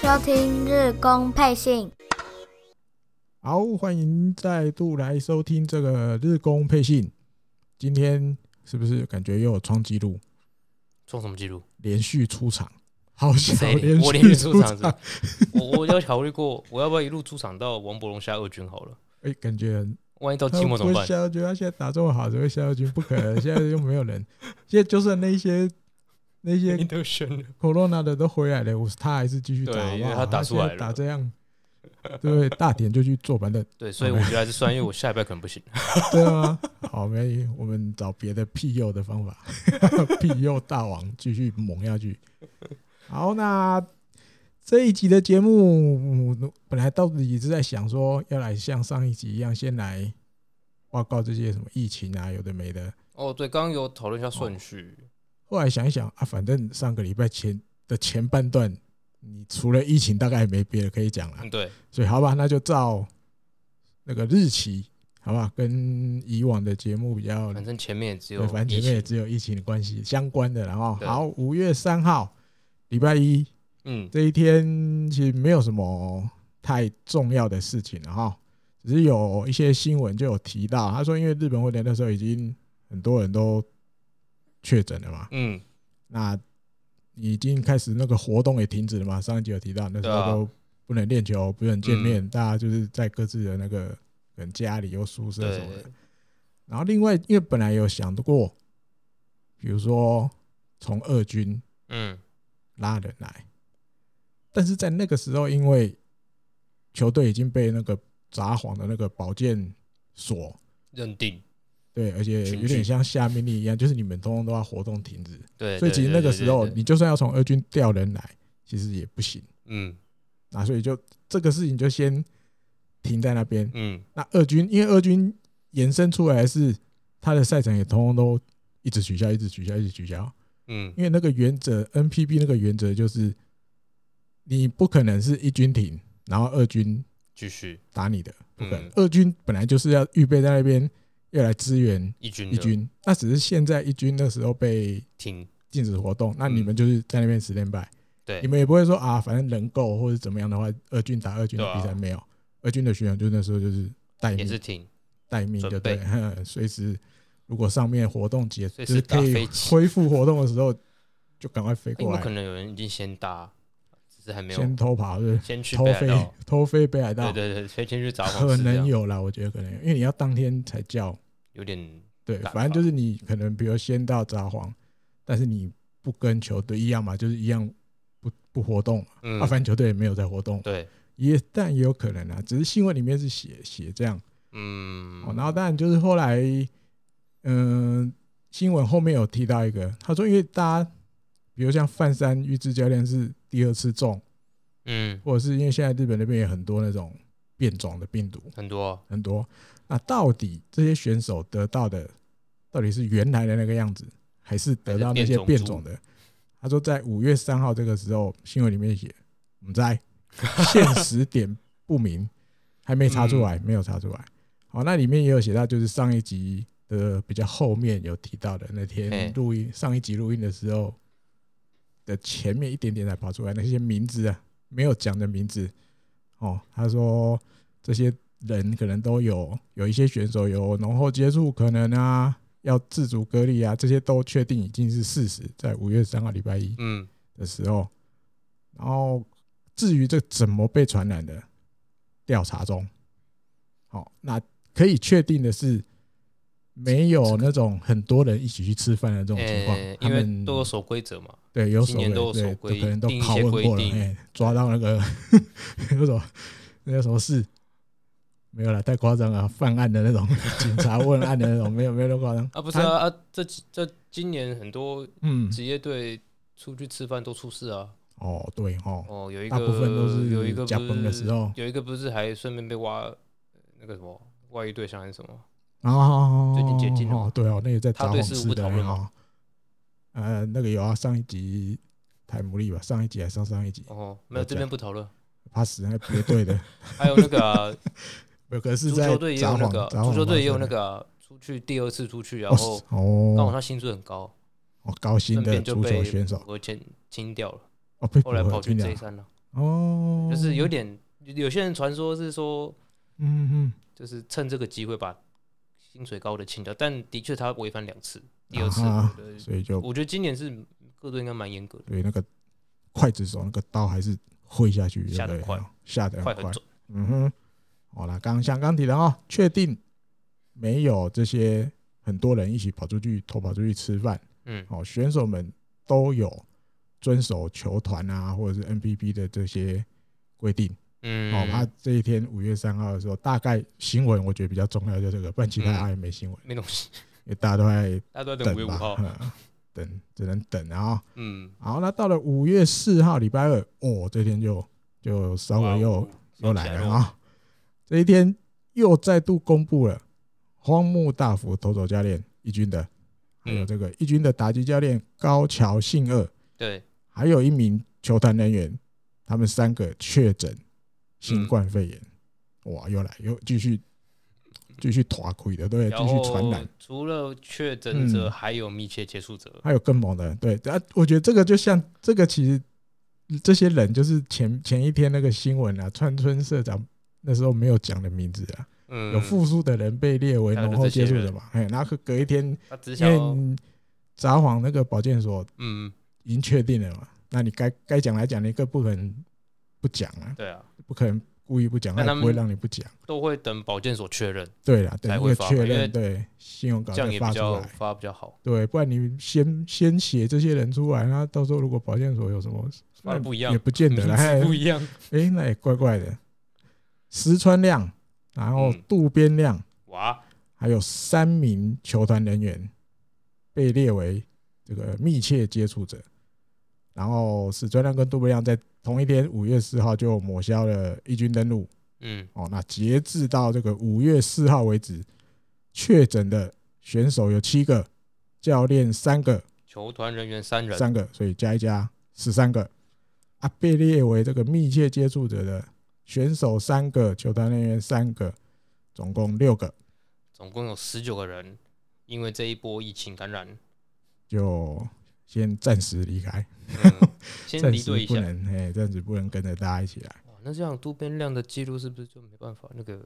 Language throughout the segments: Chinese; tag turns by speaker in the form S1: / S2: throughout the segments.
S1: 收听日工配信。
S2: 好，欢迎再度来收听这个日工配信。今天是不是感觉又有创纪录，
S3: 创什么记录？
S2: 连续出场？好想
S3: 谁
S2: 连
S3: 连？我连续
S2: 出
S3: 出场是吧？ 我我有考虑过，我要不要一路出场到王伯荣下二军好了？
S2: 哎、感觉
S3: 万一到
S2: 他
S3: 季末
S2: 们
S3: 怎么
S2: 不
S3: 办
S2: 会？肖军，他现在打这么好，只会肖军不可能，现在又没有 人，现在就算那些那些
S3: 你都选了，
S2: corona 的都回来了，我他还是继续打
S3: 对
S2: 好不
S3: 因为
S2: 好，
S3: 他打
S2: 现
S3: 出来
S2: 在
S3: 了
S2: 打这样，对，大点就去做板凳，
S3: 对，所以我觉得还是算，因为我下一拜可能不行。
S2: 对啊，好，没，我们找别的庇佑的方法， 庇佑大王继续猛下去。好，那这一集的节目，嗯本来到底是在想说要来像上一集一样，先来报告这些什么疫情啊，有的没的。
S3: 哦，对，刚刚有讨论一下
S2: 哦
S3: 顺序，
S2: 后来想一想啊，反正上个礼拜前的前半段，你除了疫情，大概也没别的可以讲了。
S3: 嗯，对，
S2: 所以好吧，那就照那个日期，好吧，跟以往的节目比较
S3: 反正前面也只有
S2: 对，反正
S3: 疫
S2: 前面也
S3: 情，
S2: 只有疫情的关系相关的，然后
S3: 对
S2: 好，五月三号，礼拜一
S3: 嗯，
S2: 这一天其实没有什么太重要的事情了哈，只是有一些新闻就有提到，他说因为日本会联那时候已经很多人都确诊了嘛，
S3: 嗯，
S2: 那已经开始那个活动也停止了嘛，上一集有提到那时
S3: 对
S2: 候
S3: 啊嗯
S2: 都不能练球，不能见面，大家就是在各自的那个可能家里有宿舍什
S3: 对
S2: 么的。然后另外，因为本来有想过，比如说从二军
S3: 嗯，
S2: 拉人来，但是在那个时候，因为球队已经被那个札幌的那个保健所
S3: 认定，
S2: 对，而且
S3: 群聚
S2: 有点像下命令一样，就是你们通通都要活动停止。
S3: 对，
S2: 所以
S3: 对
S2: 其实那个时候，，
S3: 对对对
S2: 你就算要从二军调人来，其实也不行。
S3: 嗯
S2: 那所以就这个事情就先停在那边。
S3: 嗯，
S2: 那二军，因为二军延伸出来是他的赛程也通通都一直取消，一直取消，一直取消。
S3: 嗯，
S2: 因为那个原则 NPB 那个原则就是，你不可能是一军停，然后二军
S3: 继续
S2: 打你的，不可能。
S3: 嗯
S2: 二军本来就是要预备在那边要来支援
S3: 一军
S2: 一
S3: 的
S2: 军，那只是现在一军那时候被
S3: 停，
S2: 禁止活动，那你们就是在那边 stand by。
S3: 嗯对
S2: 你，们也不会说啊，反正人够或者怎么样的话，二军打二军的
S3: 对啊
S2: 比赛没有，二军的学长就那时候就是待
S3: 也是哎
S2: 命，
S3: 停，
S2: 待命就对，
S3: 准备
S2: 哼随时如果上面活动结
S3: 随
S2: 就
S3: 时
S2: 是
S3: 打
S2: 可以
S3: 飞机
S2: 恢复活动的时候，就赶快飞
S3: 因
S2: 过
S3: 为可
S2: 来，
S3: 能有人已经先搭，只是还没有
S2: 先偷跑对，
S3: 先去
S2: 偷
S3: 北海
S2: 飞
S3: 道，
S2: 偷飞北海
S3: 对
S2: 道，
S3: 对对，先先去札幌
S2: 可
S3: 是这
S2: 能
S3: 样
S2: 有啦，我觉得可能有，因为你要当天才叫，
S3: 有点
S2: 对，
S3: 打
S2: 反正就是你可能比如先到札幌，但是你不跟球队一样嘛，就是一样不不活动嘛，啊，
S3: 嗯
S2: 反正球队也没有在活动，
S3: 对，
S2: 也但也有可能啊，只是新闻里面是写写这样、
S3: 嗯，
S2: 哦，然后当然就是后来，嗯、新闻后面有提到一个，他说因为大家，比如像范山玉志教练是第二次中，
S3: 嗯
S2: 或者是因为现在日本那边也很多那种变种的病毒，
S3: 很多啊
S2: 很多，那到底这些选手得到的到底是原来的那个样子，还是得到那些
S3: 还是变
S2: 变
S3: 种株
S2: 种的？他说在五月三号这个时候，新闻里面写，我们在 现时点不明，还没查出来，
S3: 嗯
S2: 没有查出来。好，那里面也有写到，就是上一集的比较后面有提到的那
S3: 嘿
S2: 天录音，上一集录音的时候的前面一点点才跑出来那些名字啊，没有讲的名字哦。他说这些人可能都有有一些选手有浓厚接触可能啊，要自主隔离啊，这些都确定已经是事实，在五月三号礼拜一
S3: 嗯，
S2: 的时候。然后至于这怎么被传染的，调查中。好，那可以确定的是，没有那种很多人一起去吃饭的这种情况
S3: 诶，
S2: 他
S3: 呃因
S2: 们
S3: 为都有守规则嘛，
S2: 对，有
S3: 今
S2: 所
S3: 年
S2: 谓，
S3: 都有
S2: 对，
S3: 守规
S2: 可能都
S3: 定一
S2: 拷
S3: 些
S2: 问
S3: 规
S2: 过了，
S3: 定
S2: 哎，抓到那个 那种那叫什么事？没有了，太夸张了，犯案的那种 警察问案的那种，没有没有那么夸张
S3: 啊不是
S2: 他
S3: 啊啊，这这今年很多
S2: 嗯，
S3: 职业队出去吃饭都出事啊，
S2: 哦，对哦，
S3: 哦有一
S2: 大
S3: 个
S2: 部分都
S3: 有一
S2: 是
S3: 个
S2: 加
S3: 不
S2: 崩
S3: 是
S2: 的时候，
S3: 有一个不是还顺便被挖呃那个什么外一对象还是什么，
S2: 哦，
S3: 最近解禁了
S2: 哦
S3: 嘛，
S2: 对哦，那个在
S3: 他
S2: 札
S3: 对
S2: 幌
S3: 事
S2: 市
S3: 务不
S2: 的
S3: 讨
S2: 那个
S3: 论吗
S2: 哦，呃，那个有啊，上一集台姆利吧，上一集还上上一集，
S3: 哦没有
S2: 有
S3: 这边不讨论，
S2: 怕死那别队 的，
S3: 还有那个啊
S2: 有可 是
S3: 足
S2: 在
S3: 球队也
S2: 札
S3: 有那
S2: 幌
S3: 个啊
S2: 札幌
S3: 足球队也有
S2: 发
S3: 那
S2: 生的
S3: 个啊出去第二次出去，然
S2: 哦
S3: 后
S2: 是哦，
S3: 刚好他薪水很高，
S2: 哦，高薪
S3: 顺
S2: 的
S3: 便就
S2: 足球
S3: 被
S2: 选手
S3: 我签清掉了，
S2: 哦，被捕
S3: 后来
S2: 回
S3: 跑去
S2: 进来
S3: J 三了，
S2: 哦，
S3: 就是有点有些人传说是说，
S2: 嗯嗯，
S3: 就是趁这个机会把薪水高的清掉，但的确他违反两次，第二次
S2: 啊
S3: 我觉得
S2: 所以就
S3: 我觉得今年是各队应该蛮严格的，
S2: 对那个刽子手那个刀还是挥下去，
S3: 下得
S2: 对不对哦
S3: 快，
S2: 下得很
S3: 快很准。
S2: 嗯哼，好啦，刚像刚提的哦，确定没有这些很多人一起跑出去偷跑出去吃饭，
S3: 嗯
S2: 哦，选手们都有遵守球团啊或者是 NPB 的这些规定。
S3: 嗯，
S2: 哦，他这一天五月三号的时候，大概新闻我觉得比较重要，就这个，不然其他
S3: 嗯
S2: 好像没新闻，
S3: 没东西，
S2: 因为大家都在
S3: 大家都在等五月
S2: 等吧
S3: 五号，。
S2: 嗯等只能等啊、哦。
S3: 嗯，
S2: 好，那到了五月四号礼拜二，哦，这天就就稍微又
S3: 哇哦
S2: 又来了！
S3: 哦
S2: 啊！这一天又再度公布了荒木大辅投手教练一军的，还有
S3: 嗯，
S2: 这个一军的打击教练高桥幸二，
S3: 对，
S2: 还有一名球坛人员，他们三个确诊新冠肺炎。哇，又来又继续继续垮亏的，对，
S3: 然
S2: 继续传
S3: 后
S2: 染。
S3: 除了确诊者，
S2: 嗯
S3: 还有密切接触者。
S2: 还有更猛的，对啊，我觉得这个就像这个其实这些人就是前前一天那个新闻啊，川村社长那时候没有讲的名字啊，
S3: 嗯，
S2: 有复数的人被列为浓厚接触者嘛，哎，然后隔一天，
S3: 他只
S2: 因
S3: 想要，
S2: 为札幌那个保健所
S3: 嗯，
S2: 已经确定了嘛，那你该该讲来讲，你更不可能不讲啊，
S3: 对啊，
S2: 不可能故意不讲，
S3: 但
S2: 他也
S3: 他们
S2: 不会让你不讲。
S3: 都会等保健所确认，
S2: 对啦，等
S3: 才
S2: 那
S3: 会
S2: 个
S3: 发
S2: 确
S3: 嘛因为
S2: 认，对，信用卡
S3: 这样
S2: 再
S3: 也
S2: 发
S3: 比
S2: 出
S3: 较
S2: 来，
S3: 发比较好，
S2: 对，不然你先先写这些人出来，那到时候如果保健所有什么，
S3: 发的不一样
S2: 也不见
S3: 名
S2: 得啦。
S3: 字
S2: 哎
S3: 不一样。
S2: 诶那也怪怪的。石川亮，然后
S3: 嗯
S2: 渡边亮，
S3: 哇，
S2: 还有三名球团人员被列为这个密切接触者。然后史川亮跟渡边亮在同一天，五月四号就抹消了一军登陆。
S3: 嗯，
S2: 哦，那截至到这个五月四号为止，确诊的选手有七个，教练三个，
S3: 球团人员三人，
S2: 三个，所以加一加十三个。啊，被列为这个密切接触者的选手三个，球团人员三个，总共六个，
S3: 总共有十九个人，因为这一波疫情 感染，
S2: 就先暂时离开，
S3: 嗯先
S2: 暂
S3: 离队
S2: 时
S3: 一
S2: 不
S3: 下。
S2: 能，嘿，暂时不能跟着大家一起来。
S3: 哇，那这样渡边亮的记录是不是就没办法？那个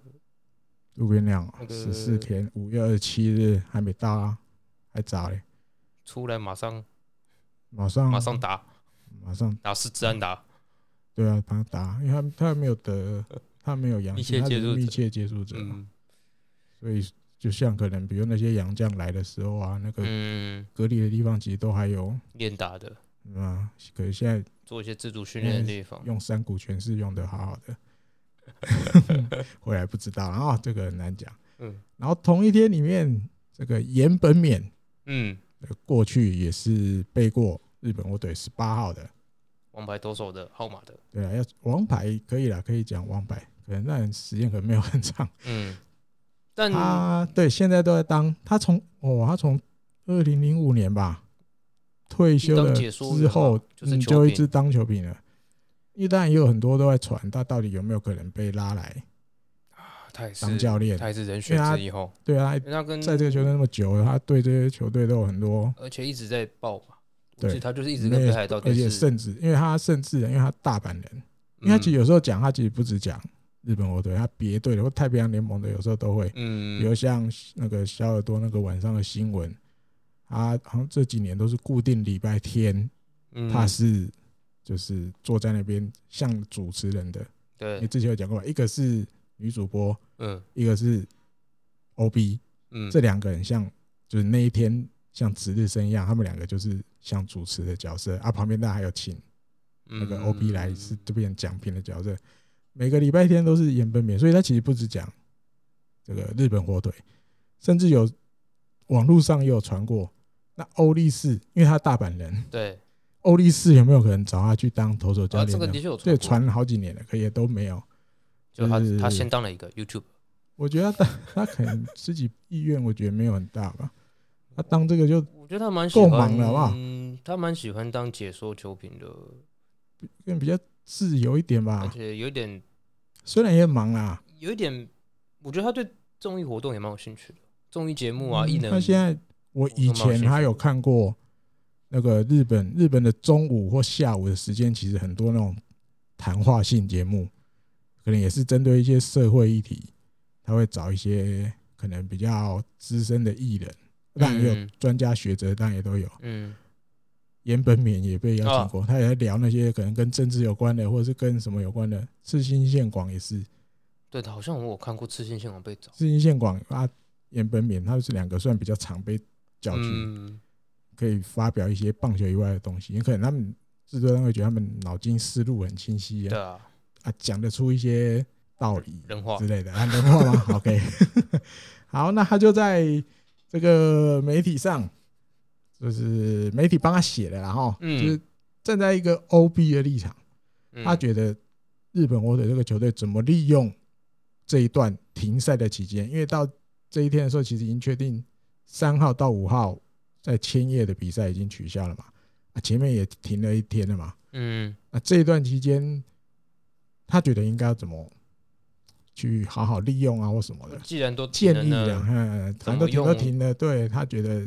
S2: 渡边亮
S3: 那个
S2: 十四天，五月二十七日还没到啊，还早嘞，
S3: 出来马上
S2: 马上
S3: 马上打，
S2: 马上，
S3: 打是治安打，
S2: 对啊，帮他打，因为他他没有 得，他没有阳
S3: 密
S2: 性，
S3: 切
S2: 他只
S3: 接触
S2: 是
S3: 者
S2: 密切接触者嘛，啊
S3: 嗯
S2: 所以就像可能比如那些洋将来的时候啊，那个
S3: 嗯，
S2: 隔离的地方其实都还有，
S3: 练打的，
S2: 嗯啊，可是现在
S3: 做一些自主训练的地方，
S2: 用山谷全是用的好好的，回来不知道啊、这个很难讲。
S3: 嗯
S2: 然后同一天里面，这个岩本勉
S3: 嗯，
S2: 呃过去也是背过日本火腿十八号的，
S3: 王牌投手的号码的，
S2: 对啊，要王牌可以啦，可以讲王牌，可能那时间可能没有很长。
S3: 嗯，但
S2: 他对现在都在当，他从哦，他从二零零五年吧退休了
S3: 当解说员
S2: 之
S3: 嘛
S2: 后，
S3: 就是
S2: 嗯
S3: 球
S2: 就一
S3: 评
S2: 直当球评了。因为当然也有很多都在传，他到底有没有可能被拉来
S3: 他也是
S2: 当教练？
S3: 他也嗯是人选
S2: 因为他
S3: 之一后，
S2: 对啊，
S3: 因为他跟
S2: 在这个球队那么久了，他对这些球队都有很多，
S3: 而且一直在爆嘛，
S2: 对
S3: 而且他就是一直跟北海道
S2: 而
S3: 电
S2: 且
S3: 视，
S2: 甚至因为他甚至啊因为他大阪人，因为他
S3: 嗯
S2: 其实有时候讲他其实不只讲日本国队，他别队的或太平洋联盟的有时候都会。比
S3: 嗯
S2: 如像那个小耳朵那个晚上的新闻，他好像这几年都是固定礼拜天，
S3: 嗯
S2: 他是就是坐在那边像主持人的。你
S3: 对，
S2: 之前有讲过嘛，一个是女主播，
S3: 嗯
S2: 一个是 OB，
S3: 嗯，
S2: 这两个人像就是那一天像值日生一样，他们两个就是像主持的角色啊，旁边当然还有请
S3: 那
S2: 那
S3: 嗯
S2: 个 OB 来是这边讲评的角色。每个礼拜天都是岩本勉，所以他其实不止讲这个日本火腿，甚至有网络上也有传过。那欧力士，因为他大阪人，
S3: 对，
S2: 欧力士有没有可能找他去当投手教
S3: 啊，
S2: 练呢？
S3: 这个的确有
S2: 对，
S3: 传过，
S2: 传了好几年了，可也都没有。
S3: 就他
S2: 是
S3: 他先当了一个 YouTube，
S2: 我觉得他他可能自己意愿，我觉得没有很大吧。他当这个就
S3: 我觉得他蛮喜
S2: 够
S3: 欢，
S2: 忙了吧
S3: 嗯，他蛮喜欢当解说球评的，
S2: 更比较自由一点
S3: 而
S2: 吧，
S3: 且有点
S2: 虽然也忙啊啦。
S3: 有一点，我觉得他对综艺活动也蛮有兴趣的，综艺节目啊，
S2: 嗯
S3: 艺能，
S2: 他现在我以前还有看过那个日本日本的中午或下午的时间，其实很多那种谈话性节目，可能也是针对一些社会议题，他会找一些可能比较资深的艺人，当然也有
S3: 嗯
S2: 专家学者，当然也都有。
S3: 嗯
S2: 岩本勉也被邀
S3: 啊
S2: 请过，他也在聊那些可能跟政治有关的，或者是跟什么有关的。赤心线广也是，
S3: 对的，好像我有看过《刺青现场》被找，
S2: 赤心线广啊，岩本勉他是两个算比较常被叫去，
S3: 嗯，
S2: 可以发表一些棒球以外的东西。也可能他们制作单位觉得他们脑筋思路很清晰
S3: 对
S2: 啊，
S3: 啊，
S2: 啊讲得出一些道理
S3: 人话
S2: 之类的，啊人话 吗？OK，好，那他就在这个媒体上，就是媒体帮他写的啦，然后
S3: 嗯
S2: 就是站在一个 OB 的立场。
S3: 嗯
S2: 他觉得日本火腿这个球队怎么利用这一段停赛的期间，因为到这一天的时候，其实已经确定三号到五号在千叶的比赛已经取消了嘛，啊，前面也停了一天了嘛，
S3: 嗯
S2: 啊，这一段期间，他觉得应该要怎么去好好利用啊，或什么的
S3: 既然都
S2: 建
S3: 停
S2: 议
S3: 了
S2: 啊，
S3: 呢，
S2: 嗯，
S3: 怎
S2: 反正
S3: 么
S2: 都停都
S3: 用
S2: 停了，对他觉得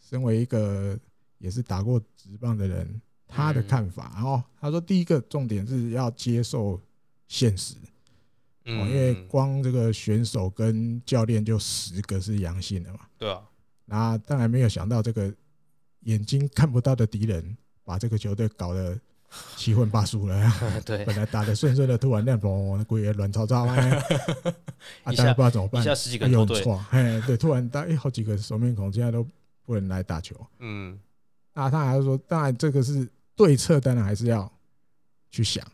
S2: 身为一个也是打过职棒的人，他的
S3: 嗯
S2: 看法。然后他说，第一个重点是要接受现实，哦因为
S3: 嗯，
S2: 光这个选手跟教练就十个是阳性的嘛，
S3: 对啊，
S2: 那当然没有想到这个眼睛看不到的敌人，把这个球队搞得七荤八素了。
S3: 对，
S2: 本来打得顺顺的，突然那嘣，鬼也乱糟糟啊！ 啊，
S3: 一
S2: 大家
S3: 下
S2: 不知道怎么办
S3: 一，下十几个
S2: 哎
S3: 人
S2: 呦
S3: 脱
S2: 很
S3: 队，
S2: 错，哎，对，突然大哎、好几个手面孔现在都不能来打球。
S3: 嗯
S2: 那他还是说，当然这个是对策，当然还是要去想。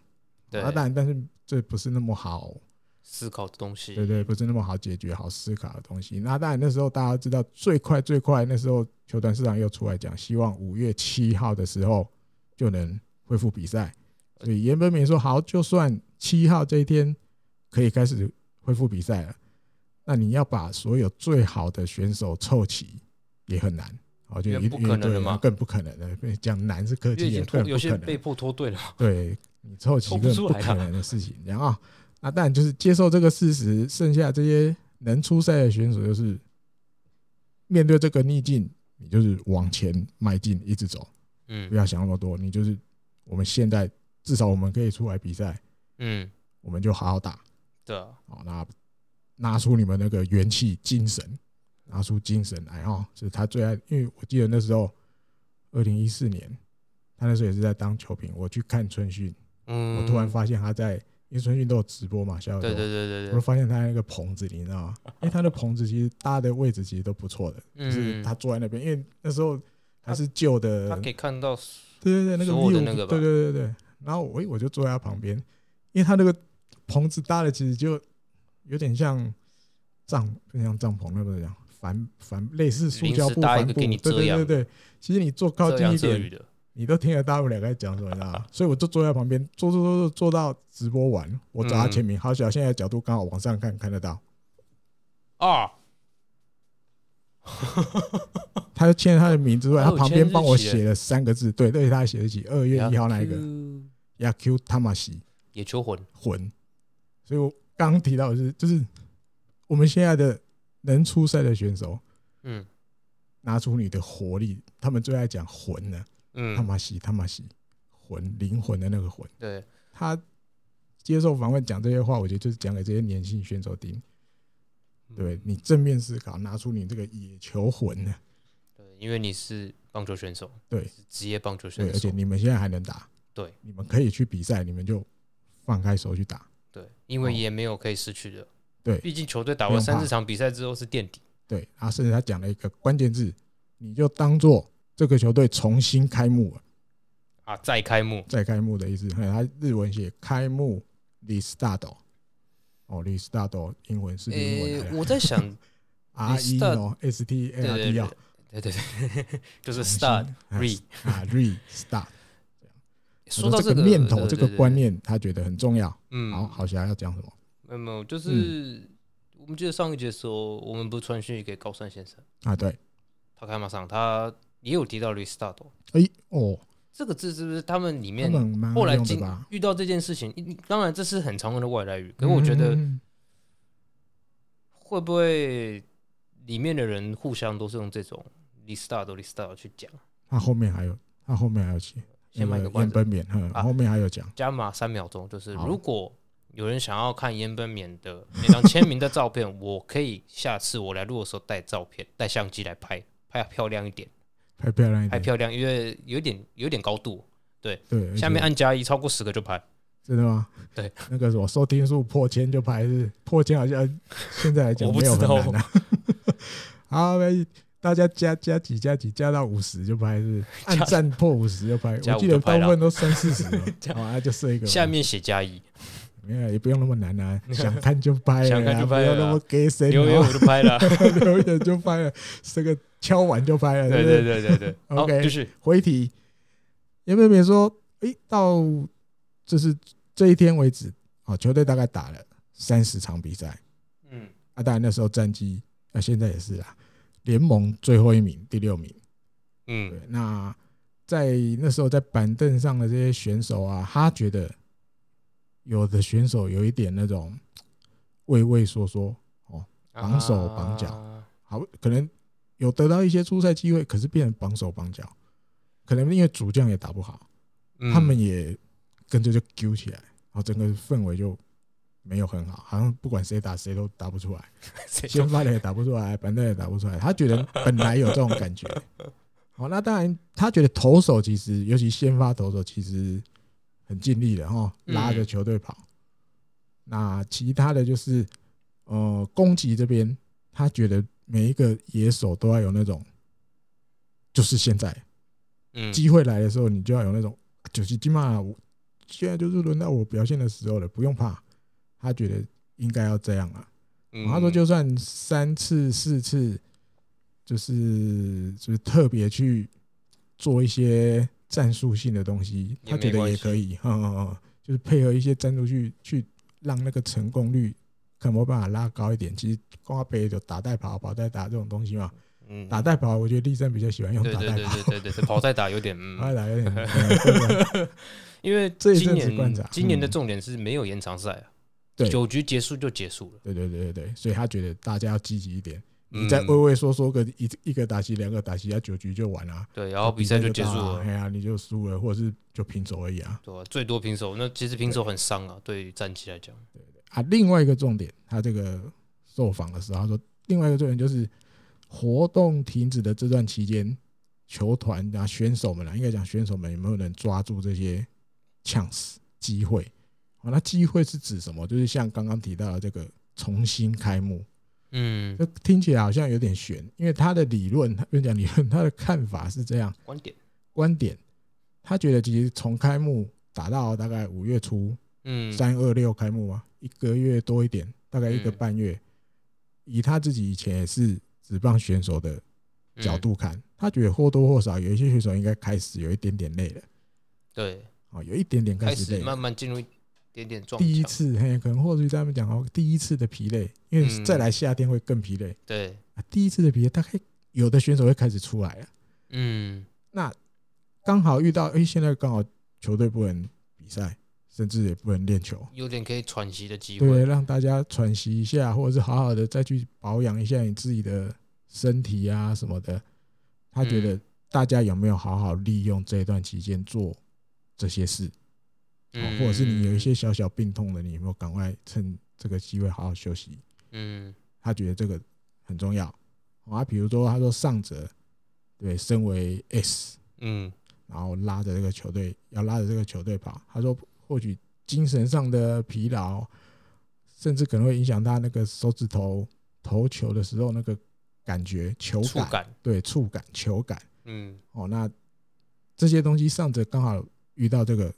S3: 对
S2: 啊，，当然，但是这不是那么好，
S3: 思考的东西，
S2: 对对，不是那么好解决、好思考的东西。那当然那时候大家知道，最快最快那时候球团市场又出来讲，希望五月七号的时候就能恢复比赛。所以严本明说，好，就算七号这一天可以开始恢复比赛了，那你要把所有最好的选手凑齐也很难。好，就
S3: 因为
S2: 一
S3: 不可能
S2: 对
S3: 了嘛
S2: 更不可能了。讲难是客
S3: 因为
S2: 气
S3: 已
S2: 的，
S3: 经
S2: 更
S3: 脱，
S2: 不
S3: 有些
S2: 可
S3: 人
S2: 能。
S3: 被迫脱队了嘛，
S2: 对你凑齐
S3: 凑不
S2: 根本
S3: 出
S2: 不
S3: 来啊
S2: 可
S3: 啦
S2: 能的事情。然后，那当然就是接受这个事实，剩下这些能出赛的选手就是面对这个逆境，你就是往前迈进，一直走，不
S3: 嗯
S2: 要想那么多，你就是我们现在至少我们可以出来比赛，
S3: 嗯，
S2: 我们就好好打，
S3: 对啊，
S2: 好，那拿出你们那个元气、精神，拿出精神来哈、哦，是他最爱。因为我记得那时候，二零一四年，他那时候也是在当球评，我去看春训。
S3: 嗯，
S2: 我突然，发现他在，因为春训都有直播嘛，下午
S3: 对对对
S2: 我
S3: 对
S2: 就
S3: 对，
S2: 发现他那个棚子，你知道吗？因为他的棚子其实搭的位置其实都不错的，就是
S3: 嗯，
S2: 他坐在那边，因为那时候还
S3: 他
S2: 是旧的
S3: 他，可以看到，
S2: 对对对，那个
S3: 所有的
S2: view，
S3: 那个吧
S2: 对对对对。然后我我就坐在他旁边，因为他那个棚子搭的其实就有点像帐，不像帐篷那么讲，帆帆类似塑
S3: 临
S2: 胶
S3: 时
S2: 布
S3: 搭
S2: 帆
S3: 一个
S2: 布，
S3: 给
S2: 对
S3: 你
S2: 对
S3: 遮
S2: 对
S3: 阳
S2: 对。其实你坐靠
S3: 遮
S2: 近
S3: 阳
S2: 一
S3: 遮
S2: 点
S3: 雨，的，
S2: 你都听得到他们两个在讲什么，你知 道吗？所以我就坐在旁边，坐坐坐坐坐到直播完，我找他签
S3: 嗯
S2: 名。好巧，现在角度刚好往上看，看得到，
S3: 啊，
S2: 他就签了他的名之外，
S3: 还有
S2: 他旁边帮我
S3: 哦签日
S2: 写了三个字，对，对，他还写得起二月一号那一个
S3: Yaku
S2: y a k u t a m a s i
S3: 野球魂，
S2: 魂。所以我刚刚提到的是，就是我们现在的能出赛的选手，
S3: 嗯
S2: 拿出你的活力，他们最爱讲魂呢，他
S3: 嗯，
S2: 妈西他妈西魂灵魂的那个魂。
S3: 对，
S2: 他接受访问讲这些话，我觉得就是讲给这些年轻选手听。
S3: 嗯
S2: 对你正面思考，拿出你这个野球魂呢、
S3: 对，因为你是棒球选手，
S2: 对
S3: 嗯是职业棒球选
S2: 对，而且
S3: 手，
S2: 你们现在还能打，
S3: 对，
S2: 你们可以去比赛，你们就放开手去打。
S3: 对，因
S2: 哦
S3: 为也没有可以失去的，
S2: 对
S3: 毕竟球队打
S2: 不
S3: 完
S2: 用
S3: 三
S2: 怕
S3: 四场比赛之后是垫底，
S2: 对，啊，甚至他讲了一个关键字，你就当做这个球队重新开幕了，
S3: 啊，再开幕，
S2: 再开幕的意思。嘿他日文写开幕 restart，哦，restart 英文是英文来
S3: 诶，
S2: 的
S3: 我在想，
S2: ，R E
S3: restart
S2: O S T A
S3: 对
S2: R
S3: 对
S2: D 哦
S3: 对，对对对，就是
S2: 重新
S3: start
S2: 啊
S3: re
S2: 啊 restart。
S3: 说到
S2: 这
S3: 个
S2: 念头、
S3: 对
S2: 这
S3: 对
S2: 个
S3: 对
S2: 观念，他觉得很重要。
S3: 嗯，
S2: 好，嗯好，想要讲什么？
S3: 没有，没有，就是我们记得上一节的时候，我们不是传讯息给高山先生，
S2: 啊，对，
S3: 他开马上他也有提到 restart 哦
S2: 哎、哦，
S3: 这个字，是不是他们里
S2: 他
S3: 面
S2: 们蛮
S3: 后
S2: 好
S3: 来
S2: 用的
S3: 经
S2: 吧？
S3: 遇到这件事情，一当然这是很常用的外来语，可是我觉得
S2: 嗯
S3: 会不会里面的人
S2: 啊
S3: 互相都是用这种 restart restart 去讲？
S2: 他后面还有，他后面还有写，
S3: 先卖个
S2: 那
S3: 关
S2: 烟
S3: 子。
S2: 奔免，哼，
S3: 啊
S2: 嗯后面还有讲，
S3: 加码三秒钟，就是
S2: 好
S3: 如果有人想要看烟奔免的 那张签名的照片， 我可以下次我来录的时候带照片，带相机来拍，拍漂亮一点，
S2: 拍漂亮一
S3: 拍
S2: 点，
S3: 漂亮，因为有点有点高度，
S2: 对，
S3: 下面
S2: 而且
S3: 按加一，超过十个就拍。
S2: 真的吗？
S3: 对，
S2: 那个什么收听数破千就拍是破千，好像现在来讲
S3: 我不
S2: 没有
S3: 知
S2: 很
S3: 道
S2: 难啊。 好，没大家加加几加几加到五十就拍是，
S3: 加
S2: 按赞破五十就拍，
S3: 加
S2: 我记
S3: 五
S2: 得
S3: 就拍
S2: 大部
S3: 啦
S2: 分都三四十 嘛，好啊，就设一个嘛
S3: 下面写加一，
S2: 没有也不用那么难 啊，想看就拍了啊，
S3: 想看就拍了啊
S2: 不要那么给谁
S3: 留言我就拍 了。
S2: 留言就拍了，这个敲完就拍了，
S3: 对
S2: 不
S3: 对对对对，好，
S2: OK
S3: 继续。
S2: 回题，有没有别说，诶，到就是这一天为止，啊，球队大概打了三十场比赛，
S3: 嗯，
S2: 啊，当然那时候战绩啊，现在也是啊，联盟最后一名，第六名。对
S3: 嗯，，
S2: 那在那时候在板凳上的这些选手啊，他觉得有的选手有一点那种畏畏缩缩，绑手绑脚
S3: 啊
S2: 好，可能有得到一些出赛机会，可是变成绑手绑脚，可能因为主将也打不好。
S3: 嗯
S2: 他们也跟着就揪起来，然后整个氛围就没有很好，好像不管谁打谁都打不出来，
S3: 谁
S2: 先发的也打不出来，板凳也打不出来。他觉得本来有这种感 觉，好，那当然他觉得投手其实，尤其先发投手其实很尽力的哈，
S3: 嗯
S2: 拉着球队跑。那其他的就是呃，攻击这边他觉得每一个野手都要有那种，就是现在。
S3: 嗯
S2: 机会来的时候，你就要有那种啊就是今嘛，我现在就是轮到我表现的时候了，不用怕。他觉得应该要这样啊。
S3: 嗯
S2: 他说，就算三次四次，就是就是特别去做一些战术性的东西，
S3: 也
S2: 他觉
S3: 没
S2: 得
S3: 关
S2: 也
S3: 系
S2: 可以。嗯嗯嗯，就是配合一些战术去去让那个成功率看有没有办法拉高一点。其实挂杯就打带跑、跑带打这种东西嘛，
S3: 嗯
S2: 打带跑，我觉得立正比较喜欢用
S3: 对
S2: 打
S3: 对
S2: 带
S3: 对
S2: 跑。
S3: 对对对对，跑再打有点嗯，
S2: 哎，来有点 嗯
S3: 因为
S2: 这一
S3: 今
S2: 阵子观察
S3: 年今年的
S2: 嗯
S3: 重点是没有延长赛啊，
S2: 对
S3: 九局结束就结束了。
S2: 对对对对对，所以他觉得大家要积极一点，你
S3: 嗯
S2: 再畏畏缩缩个一一个打席、两个打席，要九局就完了、啊
S3: 对，
S2: 哦
S3: 然后比赛就结束
S2: 到
S3: 了
S2: 哎，呀、你就输了，或者是就平手而已啊。
S3: 对吧？最多平手，那其实平手很伤啊，对于战绩来讲。
S2: 啊，另外一个重点，他这个受访的时候，他说另外一个重点就是活动停止的这段期间，球团啊选手们啊，应该讲选手们有没有能抓住这些 chance 机会？好，那机会是指什么？就是像刚刚提到的这个重新开幕，
S3: 嗯，
S2: 这听起来好像有点悬，因为他的理论，他不是讲理论，他的看法是这样
S3: 观点，
S2: 观点，他觉得其实从开幕打到大概五月初
S3: 嗯，
S2: 三二六开幕嘛，一个月多一点，大概一个
S3: 嗯
S2: 半月。以他自己以前也是职棒选手的
S3: 嗯
S2: 角度看，他觉得或多或少有一些选手应该开始有一点点累了，
S3: 嗯对，
S2: 哦，有一点点
S3: 开
S2: 开始
S3: 始
S2: 累了
S3: 慢。慢进入一点点状
S2: 第一
S3: 态。
S2: 次嘿，可能或许他们讲哦，第一次的疲累，因为
S3: 嗯
S2: 再来夏天会更疲累。
S3: 对，
S2: 啊第一次的疲累，大概有的选手会开始出来啊了。
S3: 嗯
S2: 刚好遇到，哎、现在刚好球队不能比赛，甚至也不能练球，
S3: 有点可以喘息的机
S2: 对，
S3: 会。
S2: 让大家喘息一下，或者是好好的再去保养一下你自己的身体啊什么的。他觉得
S3: 嗯
S2: 大家有没有好好利用这段期间做这些事，哦
S3: 嗯，
S2: 或者是你有一些小小病痛的，你有没有赶快趁这个机会好好休息？
S3: 嗯
S2: 他觉得这个很重要。哦啊，比如说他说上泽，对，身为 S，
S3: 嗯
S2: 然后拉着这个球队，要拉着这个球队跑。他说，或许精神上的疲劳，甚至可能会影响他那个手指头投球的时候那个感觉、球
S3: 触
S2: 感，
S3: 感，
S2: 对，触感、球感。
S3: 嗯
S2: 哦，那这些东西上者刚好遇到这个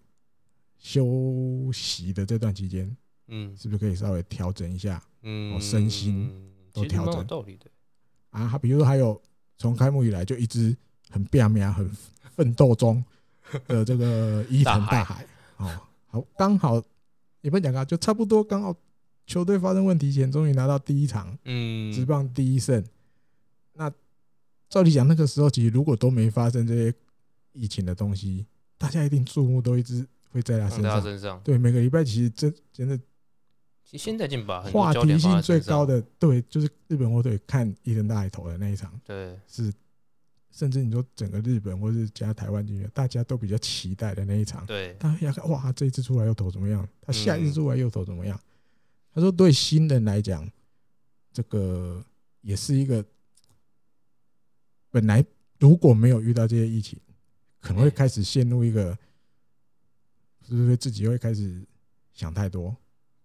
S2: 休息的这段期间，
S3: 嗯
S2: 是不是可以稍微调整一下
S3: 嗯，
S2: 哦身心都
S3: 其实
S2: 调
S3: 蛮有
S2: 整
S3: 道理的。
S2: 啊？他比如说还有从开幕以来就一直很变面、很奋斗中的这个伊藤大
S3: 大
S2: 海哦，好，刚好也不能讲刚好，就差不多刚好球队发生问题前，终于拿到第一场
S3: 嗯，
S2: 直棒第一胜。那照理讲，那个时候其实如果都没发生这些疫情的东西，大家一定注目都一直会在他身
S3: 放嗯在他
S2: 上。
S3: 身上。
S2: 对，每个礼拜其实真真的
S3: 其实现在已经啊把很多
S2: 话
S3: 焦
S2: 题
S3: 点放
S2: 性
S3: 在
S2: 最
S3: 身上
S2: 高的，对，就是日本火腿看伊藤大海投的那一场
S3: 对，
S2: 是甚至你说整个日本或是加台湾进去，大家都比较期待的那一场。
S3: 对，嗯
S2: 大家看哇，他这一次出来又投怎么样？他下一次出来又投怎么样？他说，对新人来讲，这个也是一个本来如果没有遇到这些疫情，可能会
S3: 嗯
S2: 开始陷入一个，是不是自己会开始想太多，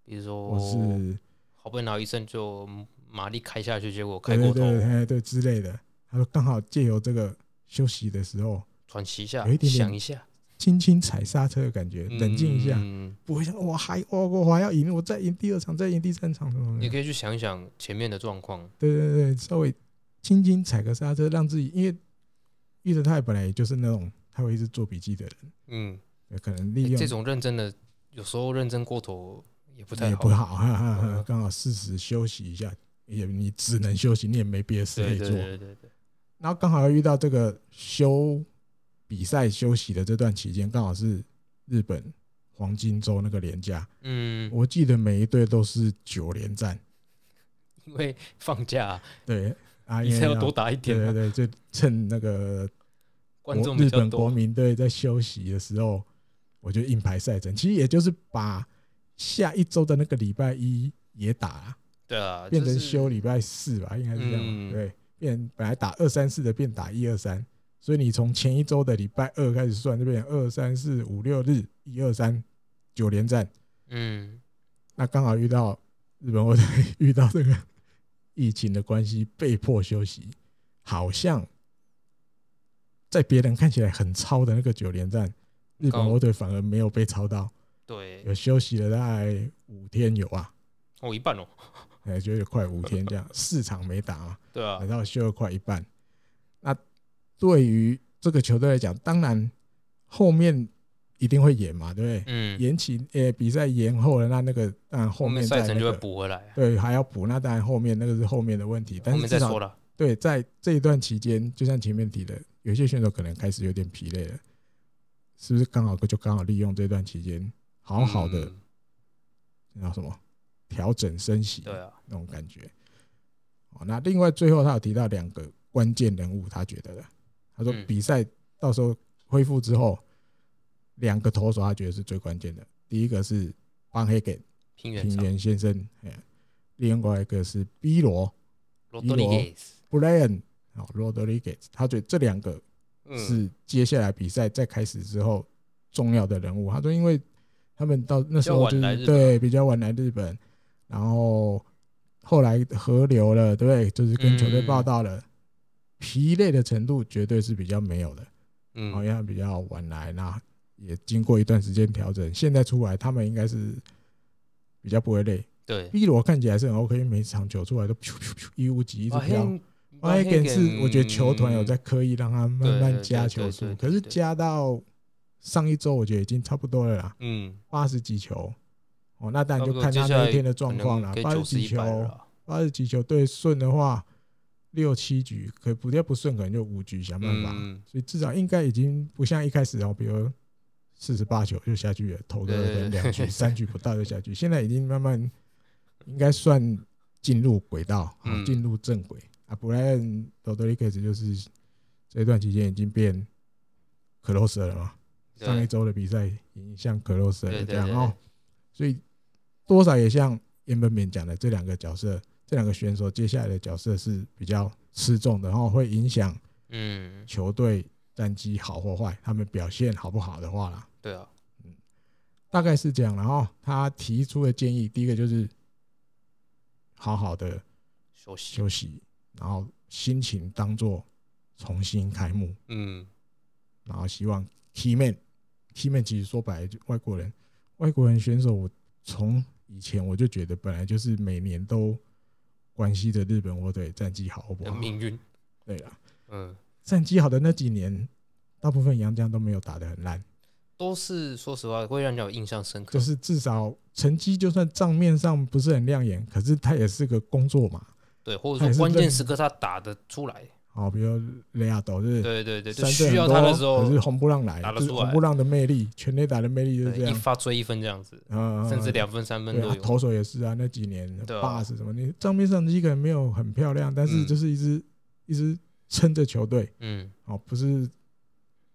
S3: 比
S2: 或
S3: 如说
S2: 是
S3: 好不容易拿医生就麻力开下去，结果开
S2: 对
S3: 过
S2: 对
S3: 头，
S2: 对哎对之类的。他说，刚好借由这个休息的时候，
S3: 喘息一下
S2: 有一，点点
S3: 想一下，
S2: 轻轻踩刹车的感觉，冷静一下，
S3: 嗯
S2: 不会像我还我我还要赢，我再赢第二场，再赢第三场什么什么的
S3: 你可以去想一想前面的状况，
S2: 对对对，稍微轻轻踩个刹车，让自己，因为玉德泰本来也就是那种他会一直做笔记的人，
S3: 嗯，
S2: 对可能利
S3: 欸
S2: 用
S3: 这种认真的，有时候认真过头也不太
S2: 也
S3: 好，
S2: 不好，哈哈哈
S3: 嗯
S2: 刚好适时休息一下，也你只能休息，你也没别的事可
S3: 对
S2: 以
S3: 对
S2: 做。
S3: 对对对，
S2: 然后刚好又遇到这个休比赛休息的这段期间，刚好是日本黄金周那个连假，
S3: 嗯，
S2: 我记得每一队都是九连战，
S3: 因为放假啊
S2: 对啊，
S3: 比
S2: 因为
S3: 赛要
S2: 要
S3: 多打一点
S2: 对
S3: 啊，
S2: 对对，就趁那个
S3: 观众
S2: 国
S3: 比
S2: 日
S3: 较
S2: 本国
S3: 多，
S2: 民队在休息的时候，我就硬排赛程，其实也就是把下一周的那个礼拜一也打了，
S3: 对啊，
S2: 变
S3: 就
S2: 成
S3: 是
S2: 休礼拜四吧，应该是这样吧，
S3: 嗯
S2: 对，变本来打二三四的变打一二三，所以你从前一周的礼拜二开始算，就变成二三四五六日一二三九连战，
S3: 嗯，
S2: 那刚好遇到日本国队遇到这个疫情的关系，被迫休息，好像在别人看起来很超的那个九连战，日本国队反而没有被超到，
S3: 对，
S2: 有休息了大概五天有啊，
S3: 哦一半哦，
S2: 哎，就有快五天这 样，四场没打嘛，
S3: 对 啊
S2: 然，后休了快一半。那对于这个球队来讲，当然后面一定会演嘛，对不对？
S3: 嗯，
S2: 延期，呃，比赛延后了，那那个当然后
S3: 后面
S2: 再
S3: 赛程
S2: 那
S3: 就会
S2: 个
S3: 补回来啊，
S2: 对，还要补。那当然后面那个是后面的问题，但
S3: 后
S2: 是
S3: 面
S2: 至
S3: 再说
S2: 少
S3: 了，
S2: 对在这一段期间，就像前面提的，有些选手可能开始有点疲累了，是不是刚好就刚好利用这段期间，好好的
S3: 嗯
S2: 那叫什么调整身形
S3: 对啊，
S2: 那种感觉。哦，那另外最后他有提到两个关键人物，他觉得的，他说
S3: 嗯
S2: 比赛到时候恢复之后，两个投手他觉得是最关键的，第一个是邦黑给
S3: 平原
S2: 平
S3: 上
S2: 原先生，哎，另外一个是 B 罗。
S3: 罗
S2: 一罗
S3: 德里盖斯，
S2: Brian 好 Rodriguez，他觉得这两个
S3: 嗯，
S2: 是接下来比赛在开始之后重要的人物。他说，因为他们到那时候就
S3: 比较晚来
S2: 是
S3: 日本
S2: 对比较晚来日本，然后后来合流了，对不对？就是跟球队报道
S3: 嗯
S2: 了，疲累的程度绝对是比较没有的，哦好
S3: 嗯，
S2: 像比较晚来，那也经过一段时间调整，现在出来他们应该是比较不会累。
S3: 对，
S2: B 罗看起来是很 OK，因为每场球出来都咻咻咻一五几一直
S3: 哇
S2: 飘。
S3: 黑
S2: 外一
S3: 黑
S2: 点是我觉得球团有在
S3: 嗯
S2: 刻意让他慢慢加球
S3: 对
S2: 数，
S3: 对对对对
S2: 可是加到上一周我觉得已经差不多了啦，
S3: 嗯，
S2: 八十几球。哦，那当然
S3: 差
S2: 就
S3: 不多
S2: 看
S3: 接
S2: 他
S3: 下
S2: 那
S3: 来
S2: 一天的
S3: 可
S2: 状
S3: 能
S2: 况啦
S3: 可。以
S2: 八十
S3: 九十
S2: 几
S3: 一百了
S2: 球，
S3: 啦，
S2: 八十几球对顺的话，六七局可不要不顺，可能就五局想办法。
S3: 嗯，
S2: 所以至少应该已经不像一开始哦，比如四十八球就下去了，投个
S3: 对对对
S2: 两 局、三局不到就下去，现在已经慢慢应该算进入轨道，啊
S3: 嗯
S2: 进入正轨啊。布莱恩·罗德里克斯就是这段期间已经变 closer 了嘛，
S3: 对
S2: 上一周的比赛已经像 closer
S3: 对
S2: 了
S3: 对
S2: 这样
S3: 对
S2: 哦，所以多少也像岩本勉讲的，这两个角色，这两个选手接下来的角色是比较吃重的，然后会影响。
S3: 嗯，
S2: 球队战绩好或坏，他们表现好不好的话啦，
S3: 对啊，
S2: 大概是这样。然后他提出的建议，第一个就是好好的
S3: 休息，
S2: 休息，然后心情当做重新开幕，
S3: 嗯，
S2: 然后希望 key man key man 其实说白了就外国人，外国人选手，我从以前我就觉得本来就是每年都关系着日本火腿战绩好或不
S3: 的
S2: 好。
S3: 命运，
S2: 对了，
S3: 嗯，
S2: 战绩好的那几年，大部分洋将都没有打得很烂。
S3: 都是说实话会让人有印象深刻
S2: 就，是至少成绩就算账面上不是很亮眼，可是它也是个工作嘛。
S3: 对，或
S2: 还是
S3: 者说关键
S2: 认
S3: 时刻他打得出来，
S2: 好，比如雷亚斗就是
S3: 对对对，就
S2: 三振
S3: 需要
S2: 很多
S3: 他的时候
S2: 可，是红布浪来，
S3: 打得
S2: 就是
S3: 出来
S2: 红布浪的魅力，全垒打的魅力就是这
S3: 对一
S2: 样。
S3: 发追一分这样子，
S2: 啊，
S3: 甚至两分三分
S2: 对
S3: 都
S2: 啊，
S3: 有，
S2: 投手也是啊，那几年
S3: 对啊
S2: b 是什么，你账面上的一个人没有很漂亮，但是
S3: 嗯
S2: 就是一支一支撑着球队
S3: 嗯，
S2: 哦，不是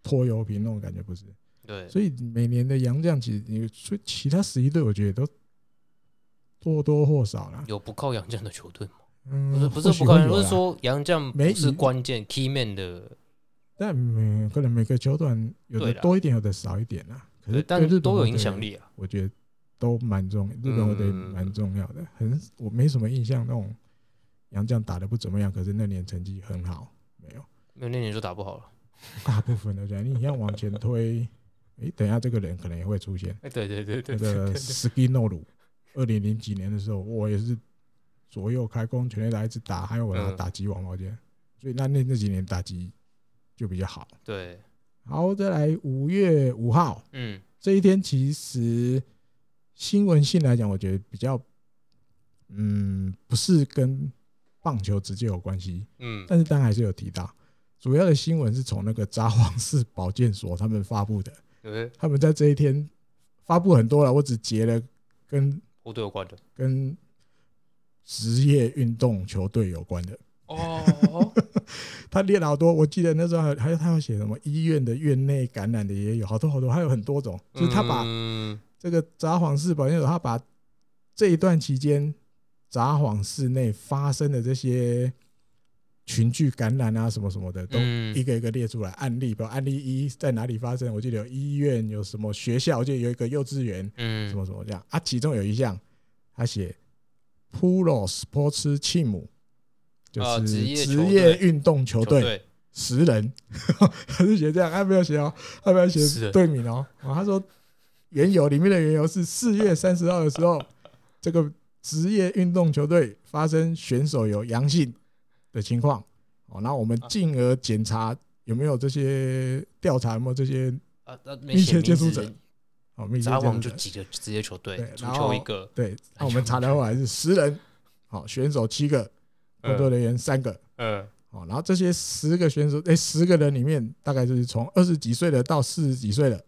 S2: 拖油瓶那种感觉，不是。
S3: 对，
S2: 所以每年的洋将其实你所以其他十一队，我觉得都或多或少啦。
S3: 有不靠杨将的球队吗？
S2: 嗯，
S3: 不是不是
S2: 或许
S3: 不靠
S2: 会
S3: 洋，
S2: 有
S3: 不
S2: 啦
S3: 是说杨将不
S2: 没
S3: 是
S2: 赢
S3: 关键 key man 的，
S2: 但每可能每个球团有的
S3: 对啦
S2: 多一点，有的少一点啦。可
S3: 对
S2: 是
S3: 但
S2: 对日本
S3: 都有
S2: 我
S3: 影
S2: 觉得
S3: 响，力嗯啊。
S2: 我觉得都蛮重，日本我觉得蛮重要的。很我没什么印象那种洋将打的不怎么样，可是那年成绩很好，没有。
S3: 没有那年就打不好了。
S2: 大部分的人，你要往前推， 诶，等一下这个人可能也会出现。
S3: 哎，对对对对
S2: 那
S3: 对对
S2: 个 Ski No 鲁，二零零几年的时候，我也是左右开弓，全力打一直打，还有我拿
S3: 嗯
S2: 打击王毛尖，所以那那那几年打击就比较好。
S3: 对，
S2: 好，再来五月五号
S3: 嗯
S2: 这一天，其实新闻性来讲，我觉得比较，嗯，不是跟棒球直接有关系，
S3: 嗯，
S2: 但是当然还是有提到。主要的新闻是从那个札幌市保健所他们发布的，
S3: 对，
S2: 他们在这一天发布很多了，我只截了跟
S3: 部队有关的。
S2: 跟职业运动球队有关的。
S3: 哦，
S2: 他列了好多，我记得那时候还还有他有写什么医院的院内感染的也有，好多好多，还有很多种。 就是他把
S3: 嗯
S2: 这个札幌市保健所，他把这一段期间札幌市内发生的这些群聚感染啊什么什么的，都
S3: 嗯
S2: 一个一个列出来案例，比如案例一在哪里发生，我记得有医院，有什么学校，我记得有一个幼稚园，什
S3: 嗯，
S2: 么什么这样啊。其中有一项，啊他写 Pro Sports Team，就
S3: 啊
S2: 是
S3: 职业球
S2: 职
S3: 队
S2: 业运动球
S3: 球
S2: 队十人， 他是写这样，他没有写哦，他没有
S3: 10
S2: 写
S3: 人
S2: 队名哦。哦他说缘由里面的缘由是四月三十号的时候，这个职业运动球队发生选手有阳性的情况哦，那我们进而检查有没有这些调查有没有这些
S3: 啊，啊没
S2: 密
S3: 写
S2: 切接
S3: 名
S2: 触
S3: 字
S2: 者，哦密切
S3: 札
S2: 接触
S3: 幌就
S2: 者。
S3: 几个职业球队
S2: 对，
S3: 足
S2: 然后
S3: 球一个，
S2: 对，那我们查的话是十人，好，选手七个，工作人员三个，
S3: 嗯，
S2: 好，哦然后这些十个选手，哎，十个人里面大概就是从二十几岁的到四十几岁的，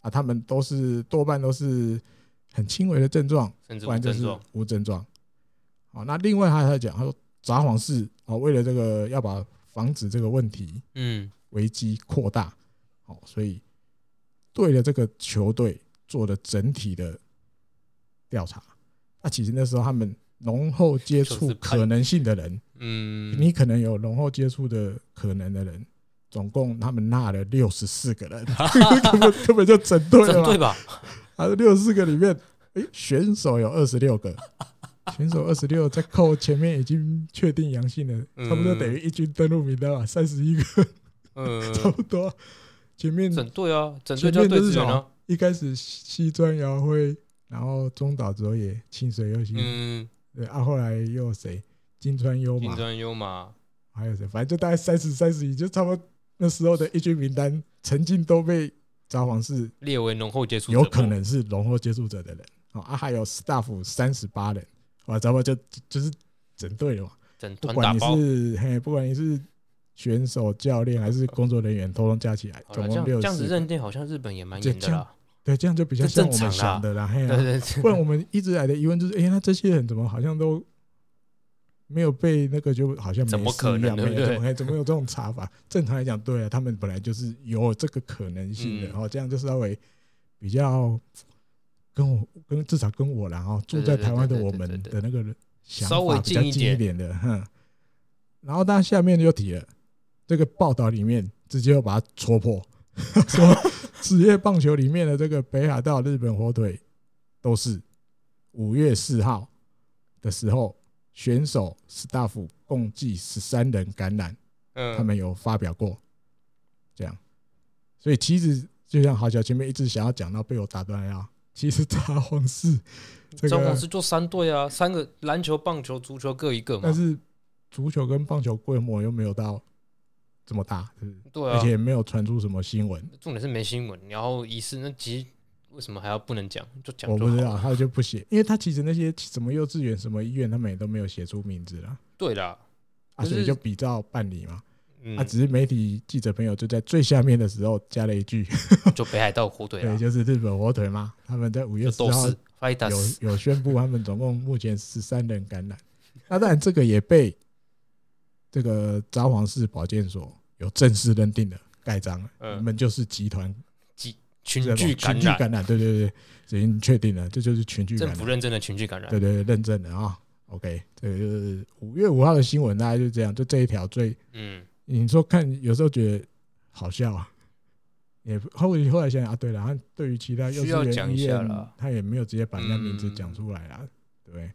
S2: 啊，他们都是多半都是很轻微的症状，
S3: 甚至
S2: 不
S3: 无
S2: 然就
S3: 症
S2: 是
S3: 状。
S2: 无症状。好，那另外他还讲，他说札幌市啊，为了这个要把防止这个问题
S3: 嗯，
S2: 危机扩大，好，所以对了这个球队做了整体的调查。那其实那时候他们浓厚接
S3: 就
S2: 触
S3: 是看
S2: 可能性的人，
S3: 嗯，
S2: 你可能有浓厚接触的可能的人，总共他们纳了六十四个 人，根本根本就整队了
S3: 针对
S2: 嘛。
S3: 吧？
S2: 啊，六十四个里面，诶，选手有二十六 个，选手二十六再扣前面已经确定阳性的，差不多等于一军登录名单嘛，三十一个。
S3: 嗯，
S2: 差不多。前面
S3: 整队啊，整队
S2: 前
S3: 叫
S2: 面
S3: 队
S2: 就是
S3: 支
S2: 什
S3: 援
S2: 么
S3: 啊。？
S2: 一开始西川遥辉，然后中岛哲也、清水优希，
S3: 嗯，
S2: 对啊，后来又有谁？金川优
S3: 金
S2: 马，
S3: 砖优马，
S2: 还有谁？哎反正就大概三十、三十一，就差不多那时候的一军名单，曾经都被札幌市
S3: 列为浓厚接触者，
S2: 有可能是浓厚接触者的人。哦啊，还有 staff 三十八人，哇，咱们就就就是整队了嘛。
S3: 整
S2: 不
S3: 团打
S2: 管你
S3: 包。
S2: 是嘿，不管你是选手、教练还是工作人员，通通加起来，
S3: 好
S2: 总
S3: 了，这
S2: 共
S3: 样
S2: 六十
S3: 这样子认定好像日本也蛮
S2: 这
S3: 严的
S2: 这样
S3: 啦。
S2: 对，这样就比较
S3: 这
S2: 像
S3: 正
S2: 我们
S3: 常啦
S2: 想的啦。嘿
S3: 对
S2: 啊
S3: 对对，
S2: 不然我们一直来的疑问就是，哎、那这些人怎么好像都没有被那个，就好像没
S3: 怎么
S2: 事
S3: 可
S2: 一
S3: 能
S2: 样
S3: 对
S2: 没
S3: 不
S2: 有
S3: 对
S2: 怎么怎么有这种查法？ 正常来讲，对啊，他们本来就是有这个可能性的，
S3: 嗯
S2: 然后、这样就稍微比较跟我跟至少跟我啦，然后住在
S3: 对对对
S2: 台湾的
S3: 对对
S2: 我
S3: 对
S2: 们
S3: 对对
S2: 的那个想
S3: 稍微
S2: 法比较
S3: 近一
S2: 近
S3: 点
S2: 一点的，哼。然后他下面就提了，这个报道里面直接又把它戳破， 说职业棒球里面的这个北海道日本火腿都是五月四号的时候，选手 staff 共计十三人感染，
S3: 嗯，
S2: 他们有发表过这样，所以其实就像好小前面一直想要讲到被我打断了，其实札幌市这
S3: 张
S2: 个
S3: 皇是做三队啊，三个篮球、棒球、足球各一个嘛
S2: 但。是足球跟棒球规模又没有到这么大，是不是？
S3: 对
S2: 而
S3: 啊
S2: 且，也没有传出什么新闻，
S3: 重点是没新闻，然后疑似那其实为什么还要不能讲？就讲
S2: 我
S3: 就
S2: 不
S3: 好
S2: 知
S3: 了。
S2: 道，他就不写，因为他其实那些什么幼稚园、什么医院，他们也都没有写出名字啦，
S3: 对啦，
S2: 啊，
S3: 可是
S2: 所以就比照办理嘛。
S3: 嗯
S2: 啊，，只是媒体记者朋友就在最下面的时候加了一句，
S3: 就北海道火腿
S2: 对，
S3: 啦，
S2: 就是日本火腿嘛，他们在五月
S3: 啊就
S2: 十
S3: 都
S2: 号
S3: 是 fighters，
S2: 有有 宣布，他们总共目前十三人感染。那当然，这个也被这个札幌市保健所有正式认定的盖章了，
S3: 嗯
S2: 你们就是集团
S3: 群聚
S2: 群
S3: 感
S2: 聚
S3: 染，
S2: 感染，对对对，已经确定了，这就是群聚感
S3: 政
S2: 染
S3: 府，认证的群聚感染。
S2: 对对对，认证了啊。OK，这个就是五月五号的新闻，大概就这样，就这一条最
S3: 嗯，
S2: 你说看，有时候觉得好笑啊，也不后后来想想啊，对了，他对于其他幼
S3: 需要
S2: 稚
S3: 讲
S2: 园
S3: 一
S2: 医
S3: 下
S2: 院
S3: 啦，嗯
S2: 他也没有直接把人家名字讲出来啦，对。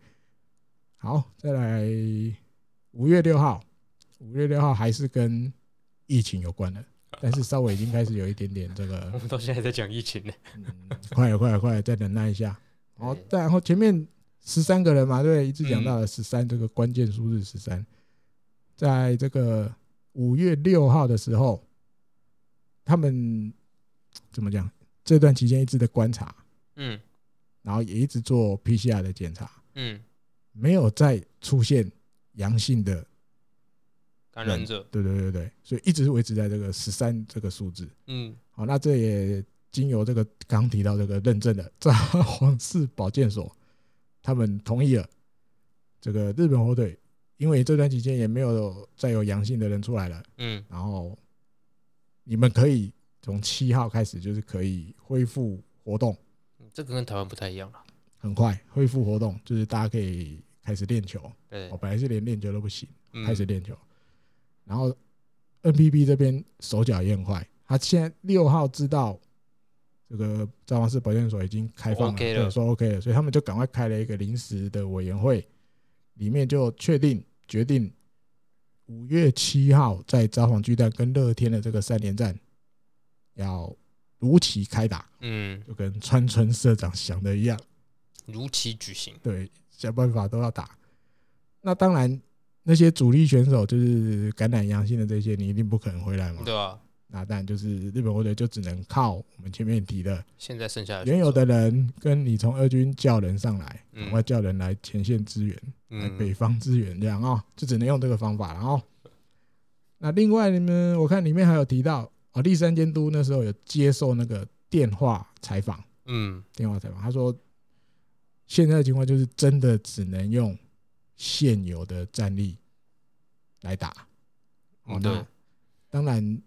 S2: 好，再来五月六号，五月六号还是跟疫情有关的，但是稍微已经开始有一点点这个
S3: 我们到现在在讲疫情呢。
S2: 嗯，快了，快了，快了，再忍耐一下。好，
S3: 对
S2: 再然后前面十三个人嘛，对不对，一直讲
S3: 嗯
S2: 到了十三、这个关键数字十三，在这个五月六号的时候，他们怎么讲？这段期间一直在观察，
S3: 嗯
S2: 然后也一直做 PCR 的检查，
S3: 嗯，
S2: 没有再出现阳性的，
S3: 感染者，
S2: 对对对对，所以一直维持在这个十三这个数字。
S3: 嗯，
S2: 好，那这也经由这个刚提到这个认证的 札幌市保健所，他们同意了这个日本火腿，因为这段期间也没有再有阳性的人出来了，
S3: 嗯
S2: 然后你们可以从七号开始就是可以恢复活动，
S3: 嗯，这个跟台湾不太一样了。
S2: 很快恢复活动，就是大家可以开始练球。
S3: 对
S2: 我、，本来是连练球都不行，
S3: 嗯
S2: 开始练球，然后 NPB 这边手脚也很快，他现在六号知道这个札幌市保健所已经开放了，
S3: OK 了
S2: 对，说 OK 了，所以他们就赶快开了一个临时的委员会，里面就确定决定五月七号在札幌巨蛋跟乐天的这个三连战要如期开打，
S3: 嗯，
S2: 就跟川村社长想的一样。
S3: 如期举行。
S2: 对，想办法都要打。那当然，那些主力选手就是感染阳性的这些，你一定不可能回来嘛。
S3: 对啊，
S2: 那当然就是日本火腿就只能靠我们前面提的
S3: 现在剩下的
S2: 原有
S3: 选
S2: 的人，跟你从二军叫人上来，
S3: 嗯
S2: 赶快叫人来前线支援，
S3: 手，
S2: 来
S3: 嗯，
S2: 北方支援这样啊、就只能用这个方法了哦。那另外呢，我看里面还有提到哦，立山监督那时候有接受那个电话采访。
S3: 嗯
S2: 电话采访，他说现在的情况就是真的只能用现有的战力来打。哦
S3: 嗯，对
S2: 那当然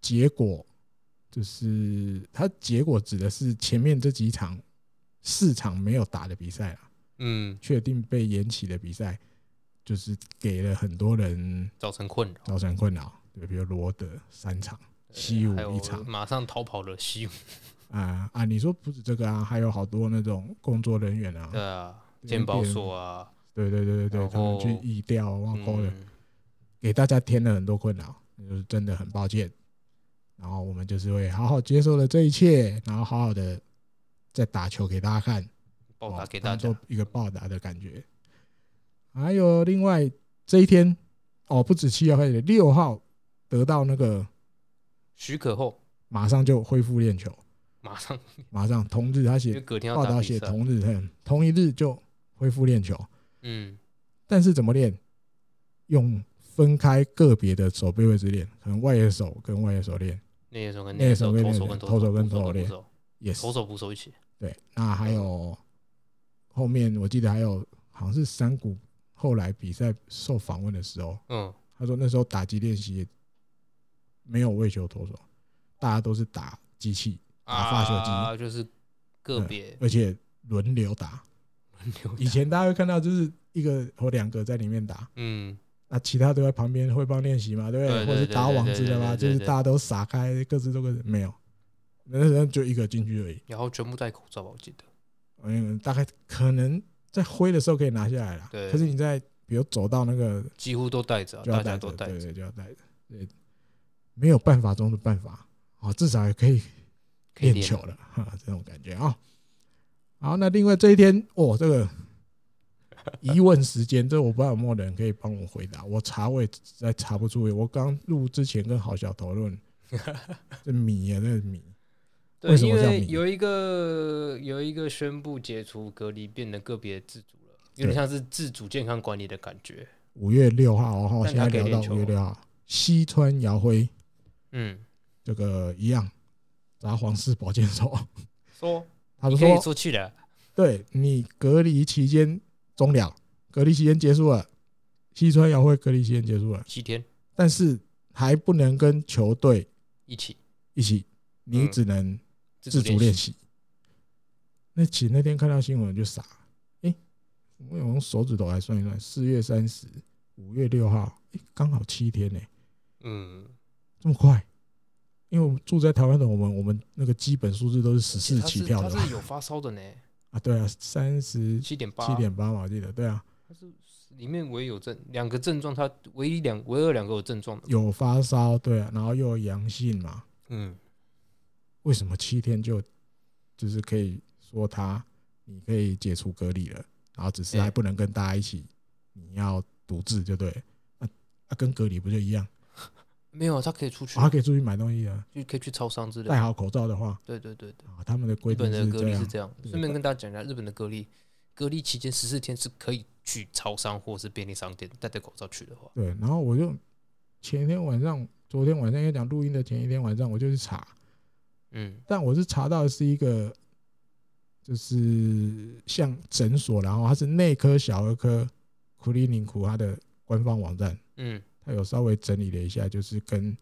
S2: 结果就是他结果指的是前面这几场四场没有打的比赛啦，
S3: 嗯，
S2: 确定被延期的比赛，就是给了很多人
S3: 造成困扰。
S2: 造成困扰。对，比如罗德三场，西
S3: 还有
S2: 武一场，
S3: 马上逃跑了西武。
S2: 啊啊！你说不止这个啊，还有好多那种工作人员啊，
S3: 对啊，
S2: 对
S3: 鉴宝所啊，
S2: 对对对对对，
S3: 然
S2: 他们去
S3: 后
S2: 移掉挖沟的，
S3: 嗯，
S2: 给大家添了很多困扰，就是真的很抱歉。然后我们就是会好好接受了这一切，然后好好的再打球给大家看，哦
S3: 报答给大
S2: 当
S3: 家
S2: 做。一个报答的感觉。还有另外这一天哦，不止七号开始，六号得到那个
S3: 许可后
S2: 马上就恢复练球，
S3: 马上，
S2: 马上同日他
S3: 因为
S2: 写
S3: 隔天要
S2: 报
S3: 打
S2: 道
S3: 比
S2: 写
S3: 赛。
S2: 同日，嗯同一日就恢复练球。
S3: 嗯，
S2: 但是怎么练？用分开个别的手背位置练，可能外野手跟外野手练，
S3: 内野手跟
S2: 内野
S3: 野
S2: 手
S3: 手，
S2: 跟内
S3: 投手
S2: 野
S3: 跟
S2: 手
S3: 投
S2: 投手跟
S3: 捕手
S2: 投手
S3: 捕
S2: 练
S3: 手，
S2: 也是
S3: 投手捕手一起。
S2: 对。那还有后面我记得还有好像是山谷后来比赛受访问的时候，
S3: 嗯，
S2: 他说那时候打击练习没有为球投手，大家都是打机器，打发球机
S3: 啊，就是个别
S2: 而且轮流打。
S3: 流
S2: 以前大家会看到就是一个或两个在里面打，
S3: 嗯，
S2: 那啊其他都在旁边汇报练习嘛，对不
S3: 对对
S2: 对？或者打网子的嘛，
S3: 对对对对
S2: 就
S3: 对
S2: 是大家都撒开，各自都各自没有，那时候就一个进去而已。
S3: 然后全部戴口罩吧，我记得。
S2: 嗯，大概可能在挥的时候可以拿下来啦，
S3: 对
S2: 可是你在比如走到那个
S3: 几乎都戴着啊，
S2: 就
S3: 大
S2: 要
S3: 家
S2: 带
S3: 都
S2: 着，
S3: 戴
S2: 对
S3: 着，
S2: 对，就要带着，对，没有办法中的办法啊，至少也可以
S3: 可以
S2: 练
S3: 练
S2: 球
S3: 了
S2: 了哈，这种感觉啊。好，那另外这一天，哦，这个疑问时间，这我不知道有没有人可以帮我回答。我查我也实在查不出，我刚录之前跟郝小讨 论，这米啊，这个米，
S3: 对
S2: 为，什么
S3: 因
S2: 叫
S3: 为
S2: 迷
S3: 有一个有一个宣布解除隔离，变得个别自主了，有点
S2: 对
S3: 像是自主健康管理的感觉。
S2: 五月六号哦，
S3: 但
S2: 现在
S3: 他可以
S2: 聊
S3: 练
S2: 到
S3: 球
S2: 五月六号，西川遥辉
S3: 嗯，
S2: 这个一样，砸皇室保健手，
S3: 说
S2: 他
S3: 你
S2: 就
S3: 可以
S2: 说，
S3: 出去了，
S2: 对你隔离期间终了，隔离期间结束了，西川遥会隔离期间结束了，
S3: 七天
S2: 但是还不能跟球队
S3: 一起
S2: 一起，你
S3: 嗯
S2: 只能自主
S3: 练
S2: 练。习。那其实那天看到新闻就傻，哎、我用手指头来算一算，四月三十，五月六号，哎、刚好七天呢、
S3: 嗯，
S2: 这么快？因为我们住在台湾的我们，我们那个基本数字都是十四
S3: 他
S2: 起
S3: 是
S2: 跳
S3: 他
S2: 的
S3: 是
S2: 嘛
S3: 有发烧的 呢，
S2: 啊，对啊，三十
S3: 七点八，
S2: 七点八嘛，我记得，对啊，
S3: 他是里面唯有症两个症状，他唯一两唯二两个有症状的。
S2: 有发烧，对啊，然后又有阳性嘛，
S3: 嗯，
S2: 为什么七天就就是可以说他你可以解除隔离了，然后只是
S3: 对
S2: 还不能跟大家一起，你要独自就对了，啊啊，跟隔离不就一样？
S3: 没有，他可以出去
S2: 啊，，他可以哎出去买东西啊，
S3: 就可以去超商之类
S2: 戴
S3: 的。
S2: 好口罩的话
S3: 对对对对，
S2: 啊，他们的规
S3: 日
S2: 定
S3: 本的
S2: 是
S3: 隔
S2: 这
S3: 离是
S2: 样，
S3: 这样。
S2: 对
S3: 顺便跟大家讲一下，日本的隔离，隔离期间十四天是可以去超商或是便利商店戴着口罩去的话，
S2: 对。然后我就前一天晚上，昨天晚上应该讲录音的前一天晚上，我就去查，
S3: 嗯，
S2: 但我是查到的是一个，就是像诊所，然后它是内科、小儿科、库利宁库它的官方网站，
S3: 嗯
S2: 它有稍微整理了一下，就是跟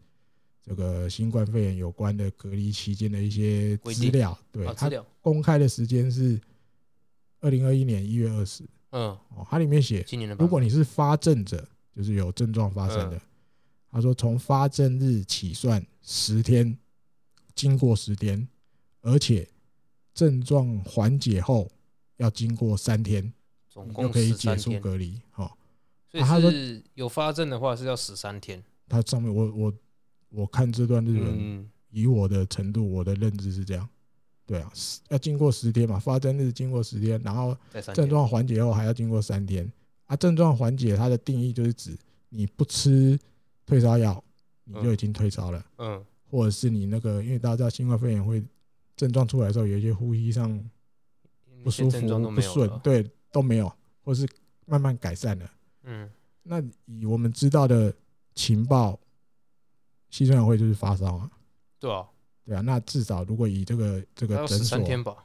S2: 这个新冠肺炎有关的隔离期间的一些
S3: 规
S2: 资
S3: 定哦
S2: 料。对
S3: 好，资
S2: 它
S3: 料，
S2: 公开的时间是二零二一年一月二十。
S3: 嗯，
S2: 哦，它里面写，
S3: 今年的吧
S2: 如果你是发症者，就是有症状发生
S3: 嗯
S2: 的，他说从发症日起算十天，经过十天，而且症状缓解后要经过三天，
S3: 总
S2: 你就
S3: 共
S2: 可以
S3: 十
S2: 解
S3: 三
S2: 除
S3: 天，
S2: 隔离。哦，
S3: 所
S2: 啊他
S3: 以
S2: 说
S3: 是有发症的话是要十三天。
S2: 它上面我我我看这段日文，
S3: 嗯，
S2: 以我的程度，我的认知是这样。对啊，十要经过十天嘛，发症日经过十天，然后
S3: 在三
S2: 症
S3: 天。
S2: 状缓解后还要经过三天。啊，症状缓解它的定义就是指你不吃退烧药，你就已经退烧了，
S3: 嗯，
S2: 或者是你那个，因为大家知道新冠肺炎会症状出来的时候，有一些呼吸上
S3: 那
S2: 不
S3: 些
S2: 舒服
S3: 症状都、
S2: 不
S3: 没有
S2: 顺，
S3: 了。
S2: 对，都没有，或是慢慢改善了。
S3: 嗯，
S2: 那以我们知道的情报，西村会就是发烧啊，
S3: 对啊，
S2: 对啊。那至少如果以这个这个
S3: 还要
S2: 诊
S3: 十
S2: 所
S3: 三，天吧，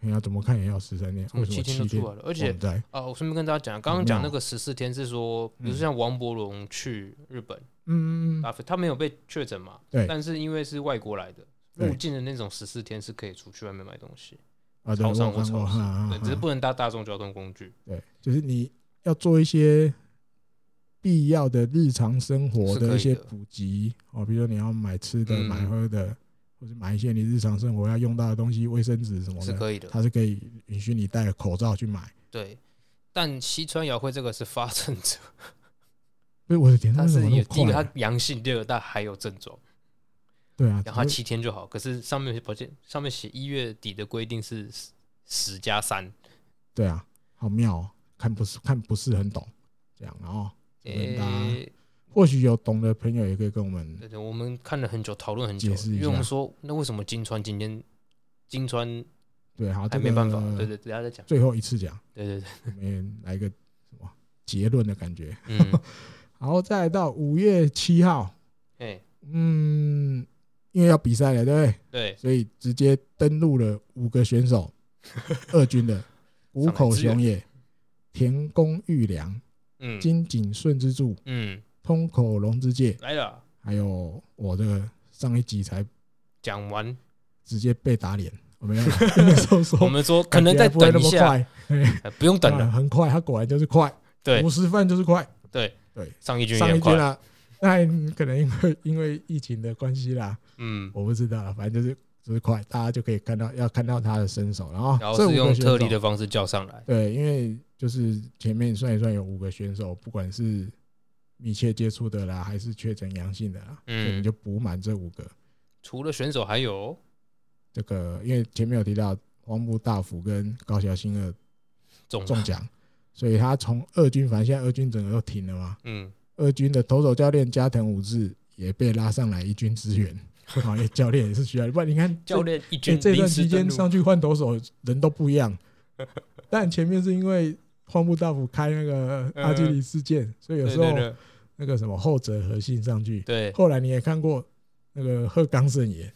S2: 你要怎么看也要十三天，
S3: 从
S2: 为什
S3: 七
S2: 么
S3: 天
S2: 七
S3: 就
S2: 天哦
S3: 出来？了。而且
S2: 在
S3: 啊，我顺便跟大家讲，刚刚讲那个十四天是说，比
S2: 嗯
S3: 如说像王伯荣去日本
S2: 嗯，
S3: 打飞，他没有被确诊嘛，
S2: 对
S3: 但是因为是外国来的，
S2: 对
S3: 入境的那种十四天是可以出去外面买东西，
S2: 啊，对，
S3: 超
S2: 我
S3: 商
S2: 有
S3: 或
S2: 看过，嗯
S3: 超市
S2: 哈哈，
S3: 对，只是
S2: 哈
S3: 不能搭大众交通工具，
S2: 啊对，就是你要做一些必要的日常生活
S3: 是可
S2: 的
S3: 以
S2: 一些
S3: 的
S2: 补给哦，比如说你要买吃的、
S3: 嗯
S2: 买喝的，或者买一些你日常生活要用到的东西，卫生纸什么
S3: 是
S2: 的，
S3: 可以的，
S2: 它是可以允许你戴着口罩去买。
S3: 对。但西川遥辉这个是发症者，
S2: 所以我的天，他
S3: 他
S2: 们怎
S3: 是
S2: 么
S3: 有
S2: 那
S3: 第一
S2: 么
S3: 个
S2: 快
S3: 他
S2: 啊？
S3: 阳性，第二个他还有症状，
S2: 对啊，
S3: 然后他
S2: 只是
S3: 七天就好。可是上面保健上面写一月底的规定是十十加三，
S2: 对啊，好妙哦，看不是看不是很懂这样，然后这边大啊家
S3: 诶，
S2: 或许有懂的朋友也可以跟我们
S3: 对对，我们看了很久，讨论很久
S2: 解，释一
S3: 因为我
S2: 下
S3: 们说，那为什么金川今天金川
S2: 对，好，
S3: 还
S2: 这
S3: 没
S2: 个呃
S3: 办法？对对，等下再讲。
S2: 最后一次讲，
S3: 对 对对，
S2: 我们也来个什么结论的感觉。
S3: 嗯，
S2: 然后再来到五月七号，
S3: 哎，
S2: 嗯，因为要比赛了，对不对？
S3: 对，
S2: 所以直接登录了五个选 手，二军的谷口雄也、田宫裕良、
S3: 嗯
S2: 金井顺之助、
S3: 嗯，
S2: 通口龙之介，
S3: 来了，
S2: 还有我这个上一集才
S3: 讲完，
S2: 哦直接被打脸，我没有 啦，那时候
S3: 我
S2: 说
S3: 们说可能再
S2: 感觉还不会
S3: 等一下，
S2: 那么快，
S3: 哎不用等
S2: 啊
S3: 了。
S2: 很快，他果然就是快，
S3: 对
S2: 五十分就是快，
S3: 对
S2: 对，
S3: 上一军
S2: 上
S3: 也
S2: 一啊局
S3: 快，
S2: 啦。那可能因为因为疫情的关系啦，
S3: 嗯，
S2: 我不知道啦，反正就是就是快，大家就可以看到要看到他的身手，然后
S3: 然后
S2: 这五个
S3: 是用特例
S2: 选手
S3: 的方式叫上来，
S2: 对，因为就是前面算一算有五个选手，不管是密切接触的啦，还是确诊阳性的啦，
S3: 嗯
S2: 所以你就补满这五个。
S3: 除了选手还有，
S2: 这个因为前面有提到荒木大辅跟高桥新二
S3: 中
S2: 中奖，所以他从二军，反正现在二军整个都停了嘛，
S3: 嗯，
S2: 二军的投手教练加藤武志也被拉上来一军支援， 啊，也教练也是需要，不然你看这
S3: 教练一
S2: 欸
S3: 军
S2: 这
S3: 临
S2: 段
S3: 时
S2: 期
S3: 登
S2: 间
S3: 陆，
S2: 上去换投手人都不一 样，但前面是因为荒木大辅开那个阿基里事件，所以有
S3: 对
S2: 时
S3: 嗯对
S2: 候
S3: 对
S2: 那个什么后者核心上去，
S3: 对，
S2: 后来你也看过那个鹤冈胜也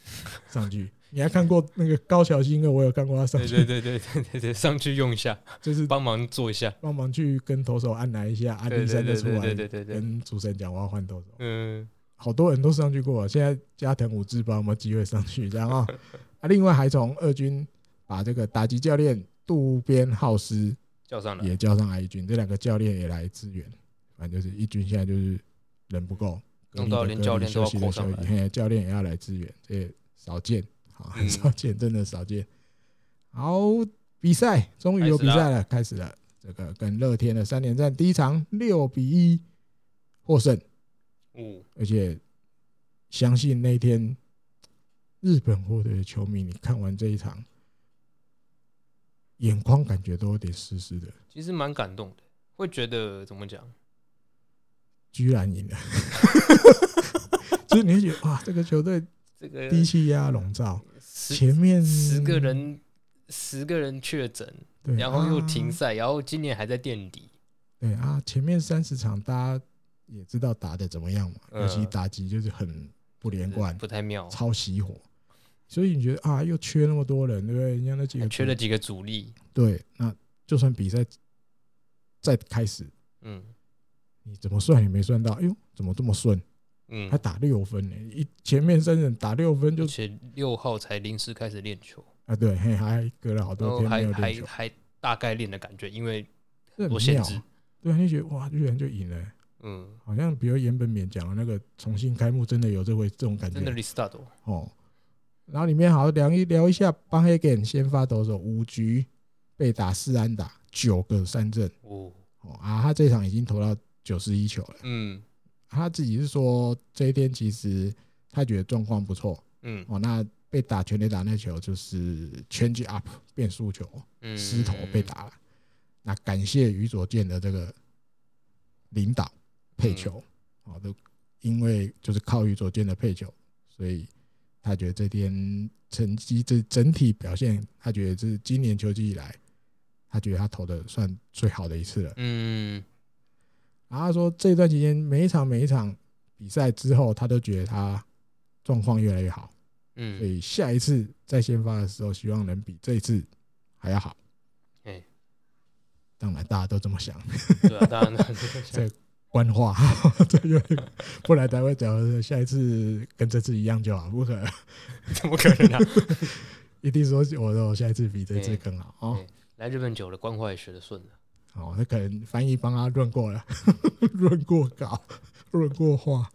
S2: 上去，你还看过那个高桥新二，我有看过他上
S3: 对
S2: 去，
S3: 对对对对对对，上去用一下，
S2: 就是
S3: 帮忙做一下。
S2: 帮忙去跟投手按来一下，安
S3: 对
S2: 定
S3: 对
S2: 三就
S3: 对
S2: 出
S3: 对对
S2: 来
S3: 对对对，
S2: 跟主持人讲我要换投手，
S3: 嗯，
S2: 好多人都上去过了。现在加藤武志不知道有没有机会上去，这样啊。啊，另外还从二军把这个打击教练渡边浩司
S3: 叫上了。
S2: 也叫上 I 军，这两个教练也来支援。反正就是一军现在就是人不够，
S3: 弄到连教练
S2: 休
S3: 都要
S2: 息的
S3: 扣上
S2: 休息，
S3: 来
S2: 嘿，教练也要来支援，这也少见，好，很
S3: 嗯
S2: 少见，真的少见。好，比赛终于有比赛了，开始了。这个跟乐天的三连战，第一场六比一获胜，
S3: 哦，
S2: 而且相信那一天日本火腿的球迷，你看完这一场，眼眶感觉都有点湿湿的，
S3: 其实蛮感动的，会觉得怎么讲？
S2: 居然赢了， 就是你会觉得哇，这个球队
S3: 这个
S2: 低气压笼罩，
S3: 十
S2: 前面
S3: 十个人，十个人确诊，
S2: 对，
S3: 然后又
S2: 啊
S3: 停赛，然后今年还在垫底。
S2: 对啊，前面三十场大家也知道打的怎么样嘛，
S3: 嗯
S2: 尤其打击就是很不连贯，
S3: 不太妙，
S2: 超熄火，所以你觉得啊，又缺那么多人，对不对？人家那几个
S3: 还缺
S2: 主
S3: 了几个主力。
S2: 对，那就算比赛再开始，
S3: 嗯
S2: 你怎么算也没算到，哎呦，怎么这么顺？
S3: 嗯
S2: 还，打六分呢、一前面三人打六分就
S3: 而且六号才临时开始练球，
S2: 啊，对，嘿，还隔了好
S3: 然
S2: 多
S3: 后
S2: 天没
S3: 哦还
S2: 有
S3: 还
S2: 练球，
S3: 还大概练的感觉，因为
S2: 这
S3: 多
S2: 很
S3: 限
S2: 妙
S3: 制
S2: 啊。。对啊，你就觉得哇，居然就赢了欸、
S3: 嗯，
S2: 好像比如原本勉讲的那个重新开幕，真的有这回这种感
S3: 真的
S2: 觉
S3: restart 哦
S2: 哦。然后里面好聊一聊一下，邦黑根先发投手五局被打四安打九个三振
S3: 哦，
S2: 哦啊，他这场已经投到九十一球了。
S3: 嗯
S2: 他自己是说这一天其实他觉得状况不错
S3: 嗯
S2: 哦，那被打全垒打那球就是 change up 变速球，
S3: 嗯，
S2: 失头被打了。那感谢于左健的这个领导配球，哦，都因为就是靠于左健的配球，所以他觉得这天成绩这整体表现，他觉得这是今年球季以来，他觉得他投的算最好的一次了。
S3: 嗯，
S2: 然后他说这段期间每一场每一场比赛之后，他都觉得他状况越来越好，
S3: 嗯
S2: 所以下一次在先发的时候，希望能比这一次还要好。
S3: 哎
S2: 当然，大家都这么想，
S3: 对啊，当然了
S2: 这官话，这就不然才会讲说下一次跟这次一样就好，不可能
S3: 怎么可能啊？
S2: 一定说我我下一次比这次更好哦
S3: 嗯。 来日本久了，官话也学得顺了。
S2: 哦，那可能翻译帮他润过了， 润过稿， 润过话。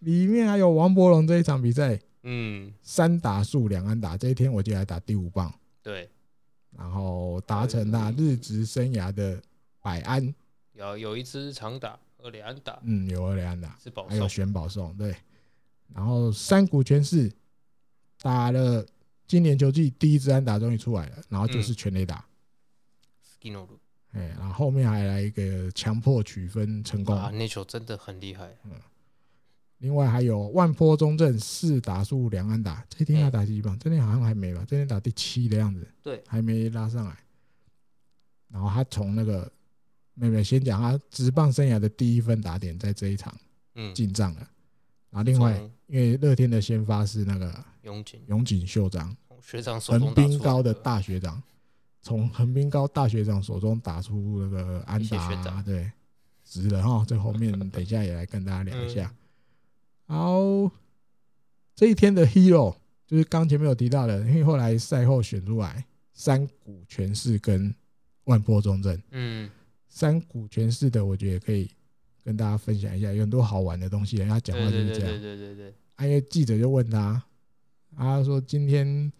S2: 里面还有王柏龙这一场比赛，
S3: 嗯，
S2: 三打数两安打，这一天我记得还打第五棒，
S3: 对，
S2: 然后达成他日职生涯的百安，
S3: 有有一支长打，二连安打
S2: 嗯，有二两安打，
S3: 是保
S2: 还有
S3: 送，
S2: 选保送，对。然后山谷全是打了今年球季第一支安打终于出来了，然后就是全垒打，
S3: 斯基诺鲁
S2: 哎、然后后面还来一个强迫取分成功，
S3: 啊，那球真的很厉害。
S2: 另外还有万坡中正四打数两安打，这一天要打几棒？这天好像还没吧？这天打第七的样子，
S3: 对
S2: 还没拉上来。然后他从那个妹妹先讲他职棒生涯的第一分打点在这一场
S3: 嗯，
S2: 进账了，然后另外
S3: 从
S2: 因为乐天的先发是那个
S3: 永井
S2: 永井秀章，
S3: 学长手中
S2: 横
S3: 打出
S2: 滨高的
S3: 来
S2: 大学长，从横滨高大学长手中打出那个安达
S3: 谢谢学
S2: 啊，
S3: 长
S2: 对，值了哈。这后面等一下也来跟大家聊一下。好，这一天的 hero 就是刚前面有提到的，因为后来赛后选出来三股全市跟万波中正，
S3: 嗯，
S2: 三股全市的我觉得也可以跟大家分享一下，有很多好玩的东西，人家讲
S3: 对
S2: 话就
S3: 对
S2: 是
S3: 对
S2: 这样
S3: 对。对对对，
S2: 啊，因为记者就问他，他说今天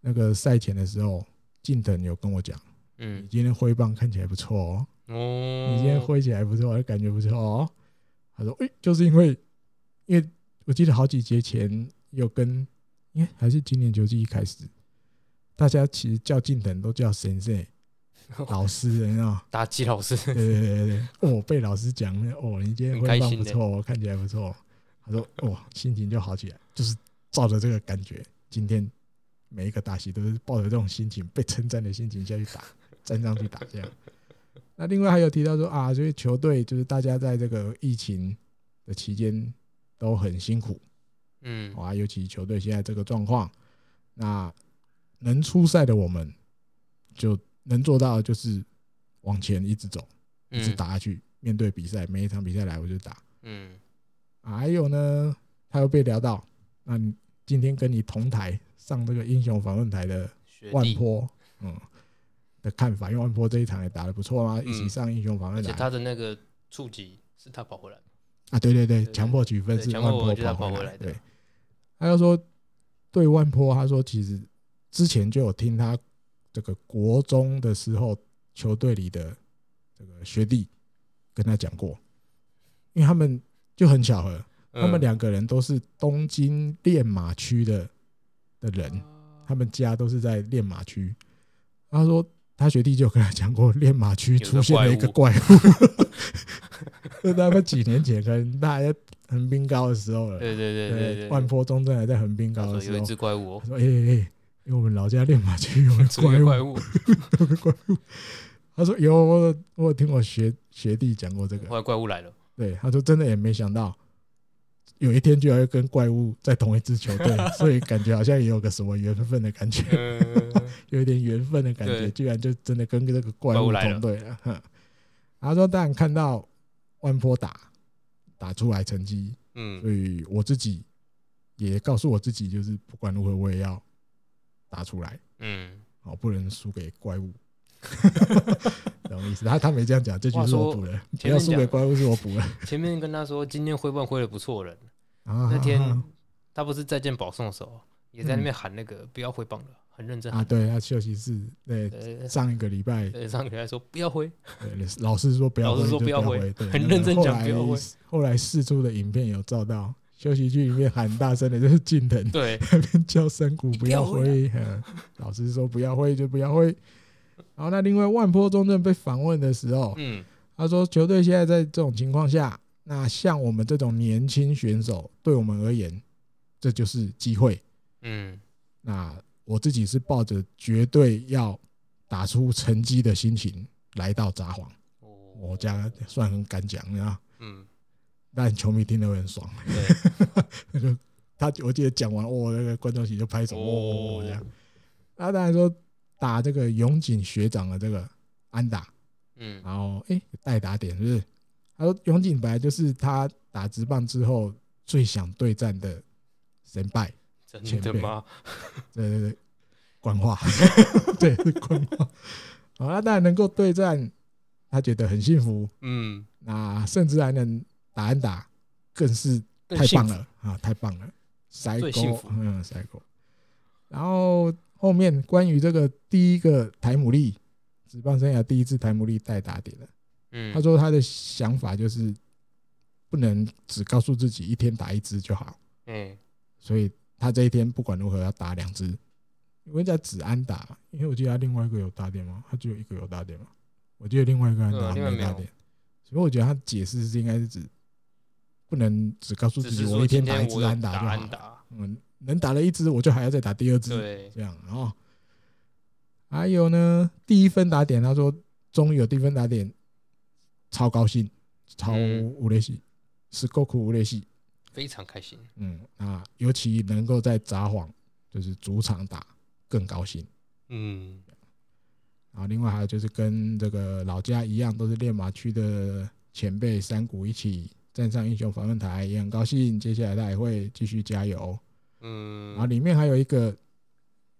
S2: 那个赛前的时候，近藤有跟我讲，你
S3: 嗯，
S2: 今天挥棒看起来不错哦，
S3: 哦，
S2: 你今天挥起来不错，感觉不错哦。他说，诶，就是因为，因为我记得好几节前有跟，因为还是今年球季一开始，大家其实叫近藤都叫神社老师人啊，
S3: 打击 老师，
S2: 对对对对对，哦，被老师讲了，哦，你今天挥棒不错，哦，看起来不错。他说，哦，心情就好起来，就是照着这个感觉，今天每一个打戏都是抱着这种心情，被称赞的心情下去打， 站上去打这样。那另外还有提到说啊，所以球队就是大家在这个疫情的期间都很辛苦
S3: 嗯
S2: 嗯哦啊，尤其球队现在这个状况，那能出赛的我们，就能做到的就是往前一直走，一直
S3: 嗯
S2: 打下去。面对比赛，每一场比赛来我就打。
S3: 嗯，
S2: 啊还有呢，他又被聊到，那你今天跟你同台上这个英雄访问台的
S3: 学
S2: 万
S3: 弟，
S2: 坡，嗯的看法，因为万坡这一场也打得不错啊，一起
S3: 嗯
S2: 上英雄访
S3: 而
S2: 问
S3: 且
S2: 台、
S3: 他的那个触及是他跑回来的，
S2: 啊，对对对，
S3: 对
S2: 强迫取分
S3: 对
S2: 是
S3: 强
S2: 万
S3: 迫
S2: 坡
S3: 我觉得他
S2: 跑
S3: 跑
S2: 回
S3: 回
S2: 来，
S3: 来的
S2: 对，他就说对万坡，他说其实之前就有听他这个国中的时候球队里的这个学弟跟他讲过，因为他们就很巧合，他们
S3: 俩
S2: 两个人都是东京练马区的的人，他们家都是在练马区。他说他学弟就有跟他讲过，练马区出现了一个怪物， 就他们几年前可能他还在横滨高的时候了，
S3: 对对对对对，
S2: 万坡中正还在横滨
S3: 他
S2: 高的
S3: 说
S2: 时
S3: 有一
S2: 候，
S3: 只怪物
S2: 他
S3: 哦，
S2: 说哎哎哎，因为我们老家练马区有个
S3: 出一
S2: 怪
S3: 个
S2: 物，
S3: 怪物，
S2: 有个怪物。他说有，我有我有听我学学弟讲过这个，
S3: 后来怪物来了，
S2: 对，他说真的也没想到，有一天居然会跟怪物在同一支球 队，所以感觉好像也有个什么缘分的感觉，
S3: 嗯，
S2: 有一点缘分的感觉，
S3: 对
S2: 居然就真的跟这个怪
S3: 怪
S2: 物
S3: 物来了
S2: 同队了。哼他说，当然看到万坡打打出来成绩，所
S3: 嗯，
S2: 以我自己也告诉我自己，就是不管如何我也要打出来，
S3: 嗯，
S2: 哦，不能输给怪 物。懂我意思？他他没这样讲，这句
S3: 话
S2: 是我
S3: 说
S2: 补的，不
S3: 前
S2: 要
S3: 面
S2: 输给
S3: 讲
S2: 怪物是我 补的。
S3: 前面跟他说今天挥棒挥的不错人，
S2: 啊
S3: 那
S2: 啊啊
S3: 天他不是再见保送的时候，也在那边喊那个不要挥棒了，很认真
S2: 啊，
S3: 喊，
S2: 对，他休息室，对，
S3: 呃，
S2: 上一个礼拜
S3: 呃上个来说不要挥，
S2: 对老师说不要
S3: 老
S2: 回，
S3: 师说
S2: 就
S3: 不
S2: 不
S3: 要回
S2: 回，对
S3: 很
S2: 那
S3: 认真
S2: 后
S3: 讲
S2: 来
S3: 不要回
S2: 后来试出的影片有照到，休息区里面喊大声的就是近藤
S3: 对，
S2: 那边叫山谷不要
S3: 你
S2: 挥，嗯老师说不要挥就不要挥。然后那另外万坡中正被访问的时候，
S3: 嗯，
S2: 他说球队现在在这种情况下，那像我们这种年轻选手，对我们而言，这就是机会。
S3: 嗯，
S2: 那我自己是抱着绝对要打出成绩的心情来到札幌，我
S3: 我
S2: 这样算很敢讲啊。
S3: 哦 嗯，
S2: 但球迷听得会很爽，
S3: 对，
S2: 那个他我记得讲完，哦，那个观众席就拍手，哦这样
S3: 哦。
S2: 那当然说打这个永井学长的这个安打，
S3: 嗯，
S2: 然后诶代打点是不是？他说永井本来就是他打直棒之后最想对战的神拜，
S3: 真的吗？
S2: 对对对，官话， 对是官话。好，那当然能够对战，他觉得很幸福。
S3: 嗯，
S2: 那甚至还能打安打，更是
S3: 更
S2: 太
S3: 幸
S2: 棒
S3: 福
S2: 了啊！太棒了，塞
S3: 最幸
S2: 狗
S3: 福，
S2: 嗯，塞狗。然后后面关于这个第一个台姆利，职棒生涯第一次台姆利代打点了。
S3: 嗯，
S2: 他说他的想法就是不能只告诉自己一天打一支就好，
S3: 哎，
S2: 所以他这一天不管如何要打两支，因为在只安打嘛，因为我记得他另外一个有打点嘛，他只有一个有打点嘛，我记得另外一个安
S3: 对
S2: 打
S3: 啊另外
S2: 没
S3: 没有
S2: 打点，所以我觉得他解释是应该是指不能只告诉自
S3: 只
S2: 己
S3: 是
S2: 我
S3: 说
S2: 一
S3: 今
S2: 打一
S3: 天
S2: 支
S3: 我有
S2: 安
S3: 打
S2: 打就好
S3: 安
S2: 了，
S3: 打，
S2: 嗯，能打了一支我就还要再打第二支，
S3: 对，
S2: 这样然后还有呢，第一分打点，他说终于有第一分打点，超高兴，超
S3: 嗯
S2: 无雷系，是够苦无雷系，
S3: 非常开心，
S2: 嗯，那尤其能够在札幌就是主场打更高兴。
S3: 嗯，
S2: 然后另外还有就是跟这个老家一样，都是练马区的前辈山谷一起站上英雄访问台，也很高兴。接下来他也会继续加油。然后
S3: 嗯，
S2: 里面还有一个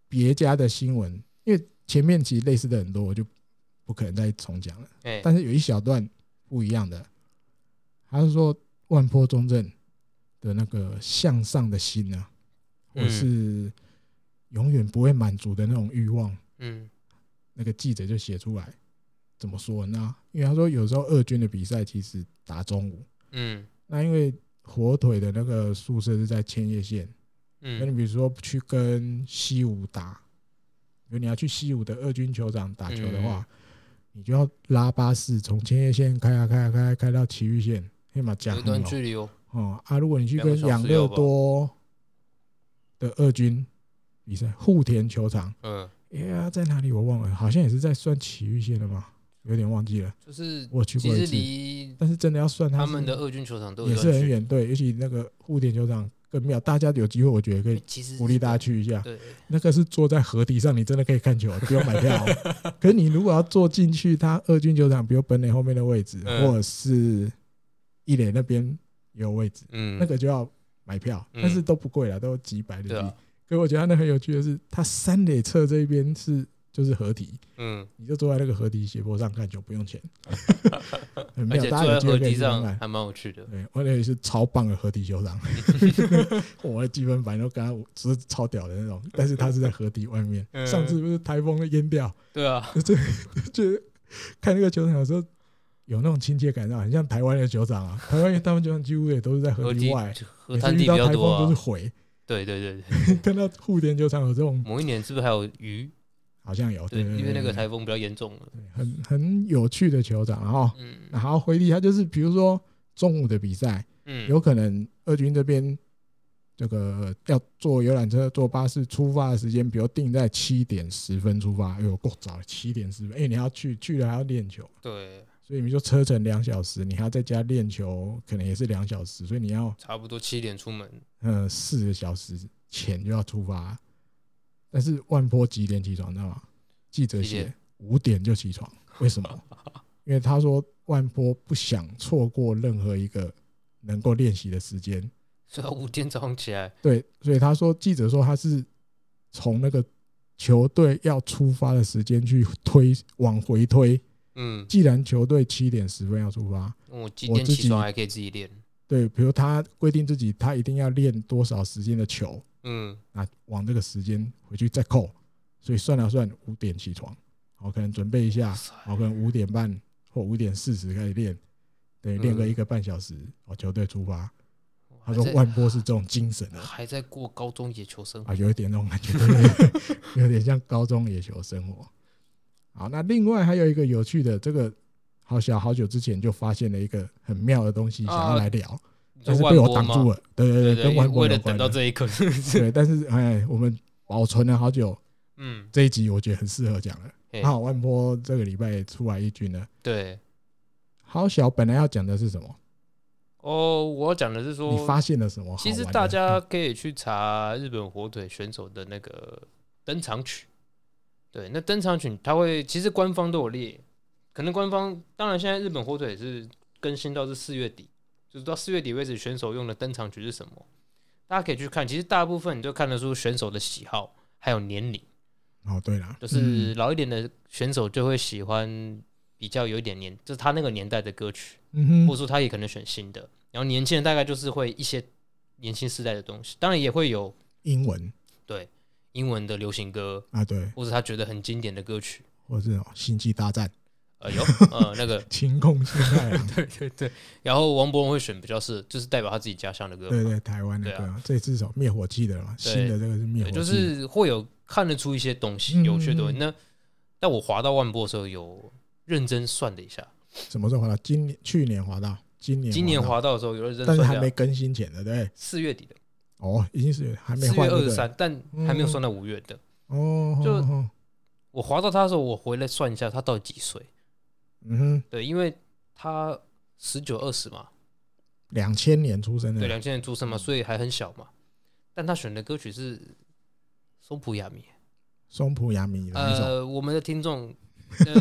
S2: 别家的新闻，因为前面其实类似的很多，我就不可能再重讲了。
S3: 哎，
S2: 但是有一小段不一样的，他是说万坡中正的那个向上的心呢、啊，
S3: 嗯
S2: 或是永远不会满足的那种欲望，
S3: 嗯，
S2: 那个记者就写出来。怎么说呢？因为他说有时候二军的比赛其实打中午，
S3: 嗯，
S2: 那因为火腿的那个宿舍是在千叶县，那你
S3: 嗯，
S2: 比如说去跟西武打，比如你要去西武的二军球场打球的话，
S3: 嗯
S2: 你就要拉巴士从千叶县开啊开啊开啊开到崎玉县，黑马加
S3: 有一段距离哦，
S2: 哦啊！如果你去
S3: 两个
S2: 跟
S3: 小时
S2: 养乐
S3: 有吧
S2: 多的二军比赛，户田球场，
S3: 嗯，
S2: 哎呀，在哪里我忘了，好像也是在算崎玉县的嘛，有点忘记了，
S3: 就是
S2: 我去
S3: 其
S2: 过一
S3: 实
S2: 次，
S3: 离
S2: 但是真的要算它
S3: 他
S2: 是
S3: 们的二军球场都有
S2: 也
S3: 一
S2: 是
S3: 段
S2: 很
S3: 距离，
S2: 远，对，尤其那个户田球场更妙。大家有机会，我觉得可以
S3: 其实
S2: 鼓励大家去一啊下。
S3: 对，
S2: 那个是坐在河堤上，你真的可以看球，不用买票哦。 可是你如果要坐进去，他二军球场，比如本垒后面的位置，
S3: 嗯
S2: 或者是一垒那边也有位置，
S3: 嗯，
S2: 那个就要买票，
S3: 嗯
S2: 但是都不贵了，都几百日
S3: 对
S2: 币
S3: 啊。，
S2: 可我觉得它那很有趣的是，它三垒侧这边是就是河堤，
S3: 嗯，
S2: 你就坐在那个河堤斜坡上看球，不用 钱，很
S3: 而
S2: 妙。
S3: 且
S2: 大
S3: 坐
S2: 家有机会
S3: 在河
S2: 可以
S3: 堤
S2: 去看
S3: 上
S2: 看。
S3: 还蛮有趣的，
S2: 对，我那也是超棒的合体球 场，我的积分板都跟他只是超屌的那种，但是他是在合体外面。
S3: 嗯
S2: 上次不是台风淹掉，
S3: 对啊，
S2: 就是看那个球场的时候有那种亲切感，很像台湾的球场啊。台湾他们球场几乎也都是在
S3: 河
S2: 合
S3: 堤
S2: 体外，
S3: 河
S2: 每
S3: 滩
S2: 次遇
S3: 地比
S2: 到
S3: 较
S2: 台
S3: 多
S2: 风都是
S3: 啊，
S2: 毁。
S3: 对对对对，
S2: 看到户田球场有这种，
S3: 某一年是不是还有鱼？
S2: 好像有，
S3: 嗯对，
S2: 对，对
S3: 因为那个
S2: 对啊
S3: 台风比较严重了，
S2: 对很很有趣的球场，然后
S3: 嗯
S2: 然后回力他就是比如说中午的比赛，
S3: 嗯，
S2: 有可能二军这边这个要坐游览车、坐巴士出发的时间，比如定在七点十分出发，哎呦够早了，七点十分，哎，你还要去去了还要练球，
S3: 对，
S2: 所以你就车程两小时，你还要在家练球，可能也是两小时，所以你要
S3: 差不多七点出门，
S2: 呃四个小时前就要出发。但是万坡几点起床，你知道吗？记者
S3: 几
S2: 写
S3: 点
S2: 五点就起床，为什 么？因为他说万坡不想错过任何一个能够练习的时间，
S3: 所以五点早上起来，
S2: 对，所以他说记者说他是从那个球队要出发的时间去推往回推。
S3: 嗯，
S2: 既然球队七点十分要出发，
S3: 我几
S2: 我
S3: 点
S2: 自
S3: 起床
S2: 己
S3: 还可以自己练，
S2: 对，比如他规定自己他一定要练多少时间的球，
S3: 嗯，
S2: 那往这个时间回去再扣，所以算了算五点起床，好，可能准备一下
S3: 哇塞，
S2: 好，可能五点半或五点四十开始练，对，练个
S3: 嗯
S2: 一个半小时，好，球队出发。他
S3: 还
S2: 说
S3: 在
S2: 万波是这种精神的，
S3: 还在过高中野球生活
S2: 啊，，有一点那种感觉， 对对对有点像高中野球生活。好，那另外还有一个有趣的，这个好小好久之前就发现了一个很妙的东西，想要
S3: 啊
S2: 来聊，
S3: 你
S2: 但
S3: 说
S2: 是
S3: 万
S2: 被我
S3: 波
S2: 挡住
S3: 吗？
S2: 了。对对
S3: 对
S2: 对，
S3: 对，
S2: 跟
S3: 因为
S2: 万波
S3: 为
S2: 有
S3: 了等
S2: 关
S3: 到
S2: 的。
S3: 这 一刻，是不是
S2: 对，但是哎，我们保存了好久，
S3: 嗯，
S2: 这一集我觉得很适合讲了。
S3: 嘿
S2: 刚好万波这个礼拜出来一军了。
S3: 对，
S2: 好小本来要讲的是什么？
S3: 哦，我要讲的是
S2: 你
S3: 说，
S2: 发现了什么好玩的？嗯
S3: 其实大家可以去查日本火腿选手的那个登场曲。对，那登场曲它会，其实官方都有列，可能官方当然现在日本火腿也是更新到是四月底，就是到四月底为止选手用的登场曲是什么，大家可以去看。其实大部分你就看得出选手的喜好还有年龄，
S2: 哦，对了，
S3: 就是老一点的选手就会喜欢比较有一点年，就是他那个年代的歌曲。
S2: 嗯嗯
S3: 或者
S2: 哼，
S3: 说他也可能选新的。然后年轻人大概就是会一些年轻世代的东西，当然也会有
S2: 英文
S3: 英文的流行歌，
S2: 啊，对，
S3: 或者他觉得很经典的歌曲。
S2: 或者是哦星际大战》
S3: 呃，有呃那个，
S2: 《晴空啊星太郎》。
S3: 对啊对对。然后王博文会选比较是，就是代表他自己家乡的歌嘛，
S2: 对对，台湾的
S3: 对啊
S2: 歌嘛，这次是灭火器的嘛，
S3: 对
S2: 新的这个是灭火
S3: 对，
S2: 器，
S3: 就是会有看得出一些东西，
S2: 嗯
S3: 有趣的东
S2: 嗯
S3: 西。那但我滑到万波的时候，有认真算了一下，
S2: 什么时候滑到？今年、去年滑到，今年
S3: 今年
S2: 滑
S3: 滑到的时候有认真
S2: 到，
S3: 算
S2: 但是还
S3: 了
S2: 没
S3: 一下，
S2: 更新前的，对不对，
S3: 四月底的，
S2: 哦，已经是还没
S3: 四月
S2: 换对嗯
S3: 二十
S2: 不对
S3: 三，但还没有算到五月的。
S2: 哦，
S3: 就
S2: 哦哦
S3: 我滑到他的时候，我回来算一下，他到底几岁？
S2: 嗯哼，
S3: 对，因为他十九二十嘛，
S2: 两千年出生
S3: 对，
S2: 的，
S3: 两千年出
S2: 嗯
S3: 生嘛，所以还很小嘛。但他选的歌曲是松浦亚弥。
S2: 松浦亚弥的那种，
S3: 呃，我们的 听众，呃，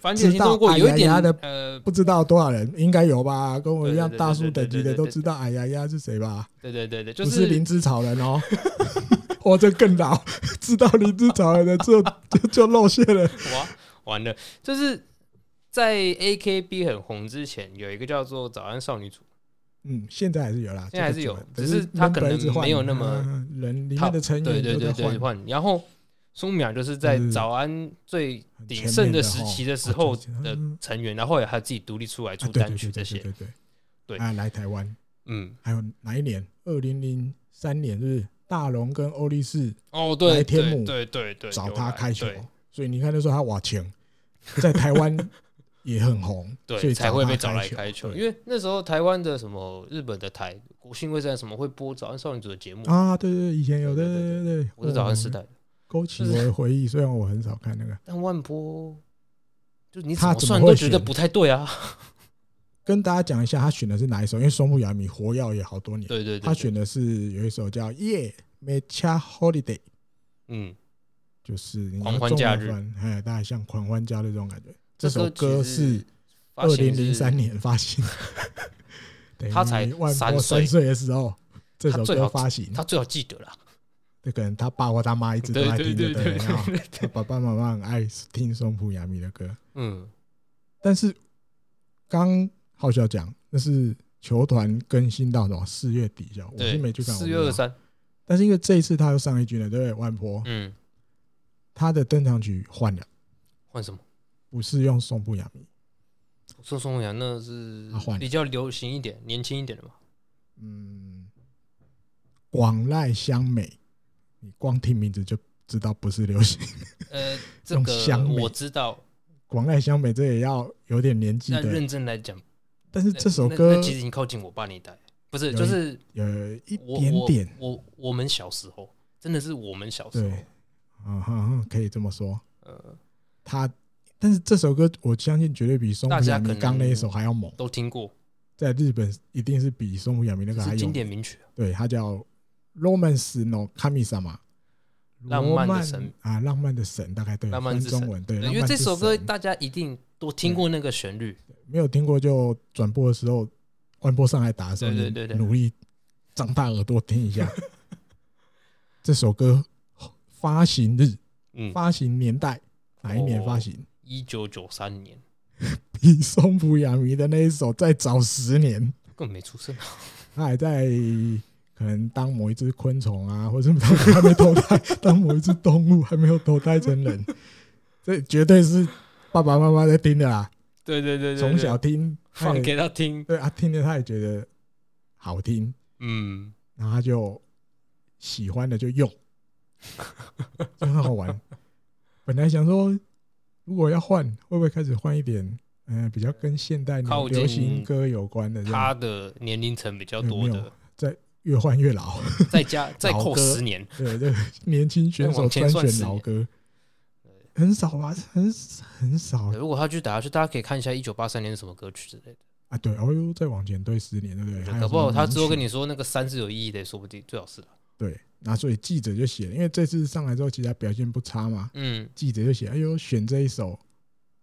S3: 反正
S2: 知
S3: 听
S2: 道
S3: 众过
S2: 哎
S3: 有一
S2: 呀
S3: 点
S2: 呀的
S3: 呃，
S2: 不知道多少人，应该有吧？跟我一样
S3: 对对对
S2: 大叔
S3: 对对
S2: 等级的
S3: 对对
S2: 都
S3: 对
S2: 知道，哎呀呀是谁吧？
S3: 对对对对，就
S2: 不是
S3: 是
S2: 灵芝草人哦。 哦，这更老， 知道灵芝草人的就 就就露馅了。
S3: 哇，完了，就是在 AKB 很红之前，有一个叫做《早安少女组》，
S2: 嗯，现在还是有啦，
S3: 现在还是
S2: 这个
S3: 有
S2: 久了
S3: 只是它可能
S2: number 一直换
S3: 没有那么
S2: 嗯人里
S3: 它
S2: 面的成
S3: 对
S2: 员
S3: 对
S2: 都
S3: 对
S2: 在
S3: 对
S2: 换，啊
S3: 换。然后松秒就是在
S2: 就是
S3: 早安最
S2: 很
S3: 鼎
S2: 前
S3: 盛
S2: 面
S3: 的
S2: 的
S3: 时
S2: 吼
S3: 期的时
S2: 哦
S3: 候
S2: 就是
S3: 的
S2: 嗯
S3: 成员，然后后来还自己独立出来
S2: 啊
S3: 出
S2: 对
S3: 单
S2: 对
S3: 曲
S2: 对
S3: 这
S2: 对
S3: 些，
S2: 对对
S3: 对
S2: 啊，来台湾
S3: 嗯，
S2: 还有哪一年？二零零三年是不是？大龙跟欧力士
S3: 哦，对，
S2: 来天
S3: 对
S2: 母
S3: 对对对，
S2: 找
S3: 有
S2: 他
S3: 来
S2: 开球
S3: 对，
S2: 所以你看那时候他瓦钱在台湾也很红，所
S3: 对，
S2: 以
S3: 才会
S2: 他
S3: 被找来
S2: 开
S3: 开球。
S2: 对
S3: 因为那时候台湾的什么日本的台国庆卫视什么会播《早安少女组》的节目，
S2: 啊，对对对，以前有
S3: 对
S2: 对
S3: 对
S2: 对对对，
S3: 我是早安时
S2: 哦
S3: 代的，
S2: 勾 起我的回忆，虽然我很少看那个，
S3: 但万波就你怎
S2: 他
S3: 么
S2: 怎么
S3: 算
S2: 会
S3: 都觉得
S2: 选
S3: 不太对啊。
S2: 跟大家讲一下他选的是哪一首，因为松木雅弥活跃也好多年，
S3: 对对对，
S2: 他
S3: 对
S2: 选的是有一首叫《夜 m e c h a Holiday》，
S3: 嗯，
S2: 就是你
S3: 狂
S2: 要
S3: 欢
S2: 中
S3: 假
S2: 文
S3: 日
S2: 翻，哎，大概像狂欢假日这种感觉。这
S3: 这
S2: 首歌是二
S3: 二
S2: 零零三，年发 行，等
S3: 他才
S2: 于万
S3: 三
S2: 波
S3: 岁
S2: 三岁的时候，这
S3: 他
S2: 首
S3: 最
S2: 歌
S3: 好
S2: 发行，
S3: 他最好记得啦。
S2: 那可能他爸或他妈一直都
S3: 对
S2: 在
S3: 对
S2: 听着
S3: 对
S2: 的，
S3: 对
S2: 对然后
S3: 对，
S2: 他爸爸妈妈很爱听松浦亚弥的歌，
S3: 嗯，
S2: 但是刚浩晓讲，那是球团更新到什么四月底下，嗯我是
S3: 对
S2: 没去，看，我
S3: 四
S2: 不
S3: 月
S2: 知道
S3: 二，三，
S2: 但是因为这一次他又上一军了，对不对？万波
S3: 嗯，
S2: 他的登场曲换了，
S3: 换什么？
S2: 不是用松浦亚弥，
S3: 宋宋阳那是
S2: 他换了
S3: 比较流行一点、年轻一点的嘛。
S2: 嗯，广濑香美，你光听名字就知道不是流行。
S3: 呃，这
S2: 用
S3: 个
S2: 香美
S3: 我知道，
S2: 广濑香美这也要有点年纪
S3: 但
S2: 的，
S3: 认真来讲，
S2: 但是
S3: 那
S2: 这首
S3: 那
S2: 歌
S3: 那其实已经靠近我爸那一代，不是，
S2: 有
S3: 就
S2: 一
S3: 是
S2: 有一
S3: 我
S2: 点点，
S3: 我我我们小时候，真的是我们小时候
S2: 对，啊哈、可以这么说。
S3: 呃，
S2: 他，但是这首歌我相信绝对比松
S3: 大
S2: 浦
S3: 家
S2: 亚弥
S3: 可能
S2: 刚那一首还要猛，
S3: 都听过，
S2: 在日本一定是比松浦亚弥那
S3: 这
S2: 个还
S3: 是
S2: 有
S3: 经
S2: 名。
S3: 典名曲。啊
S2: 对，它叫《Romance no Kami Sama》，
S3: 浪漫的神
S2: 啊，浪漫的神，大概对，
S3: 浪漫
S2: 翻
S3: 之神
S2: 中文对，
S3: 对
S2: 浪
S3: 因为
S2: 漫
S3: 这
S2: 之
S3: 首歌
S2: 神
S3: 大家一定都听过那个旋律，
S2: 没有听过就转播的时候，官播上来打的时候，
S3: 对对
S2: 你
S3: 对对
S2: 努力张大耳朵听一 下。这首歌发行日、
S3: 嗯，哦
S2: 发行年代哪一年发行？
S3: 一九九三年
S2: 比松浦亚弥的那一首再早十年，
S3: 根本没出生，啊
S2: 他还在可能当某一只昆虫啊，或者当还没投胎，当某一只动物还没有投胎成 人，这绝对是爸爸妈妈在听的啦。
S3: 对对对对，
S2: 从小听，他
S3: 放
S2: 也
S3: 给他听，
S2: 对啊，听着他也觉得好听，
S3: 嗯，
S2: 然后他就喜欢的就用， 就很好玩。本来想说，如果要换，会不会开始换一点，嗯、比较跟现代
S3: 靠近
S2: 流行歌有关的这样，
S3: 他的年龄层比较多
S2: 有没
S3: 的，
S2: 越换越老。
S3: 再 加再
S2: 老
S3: 扣
S2: 歌
S3: 十年，
S2: 对，这个年轻选手专选老歌，很少吧，很很少
S3: 对如果他去打下去，大家可以看一下一九八三年是什么歌曲之类的。嗯
S2: 啊。对，哦呦，再往前推十年，对不 对？还有
S3: 搞不
S2: 什
S3: 好
S2: 么
S3: 他
S2: 名曲
S3: 之后跟你说那个三是有意义的，说不定最好是。
S2: 对，那所以记者就写了，因为这次上来之后，其实他表现不差嘛，
S3: 嗯，
S2: 记者就写，哎呦，选这一首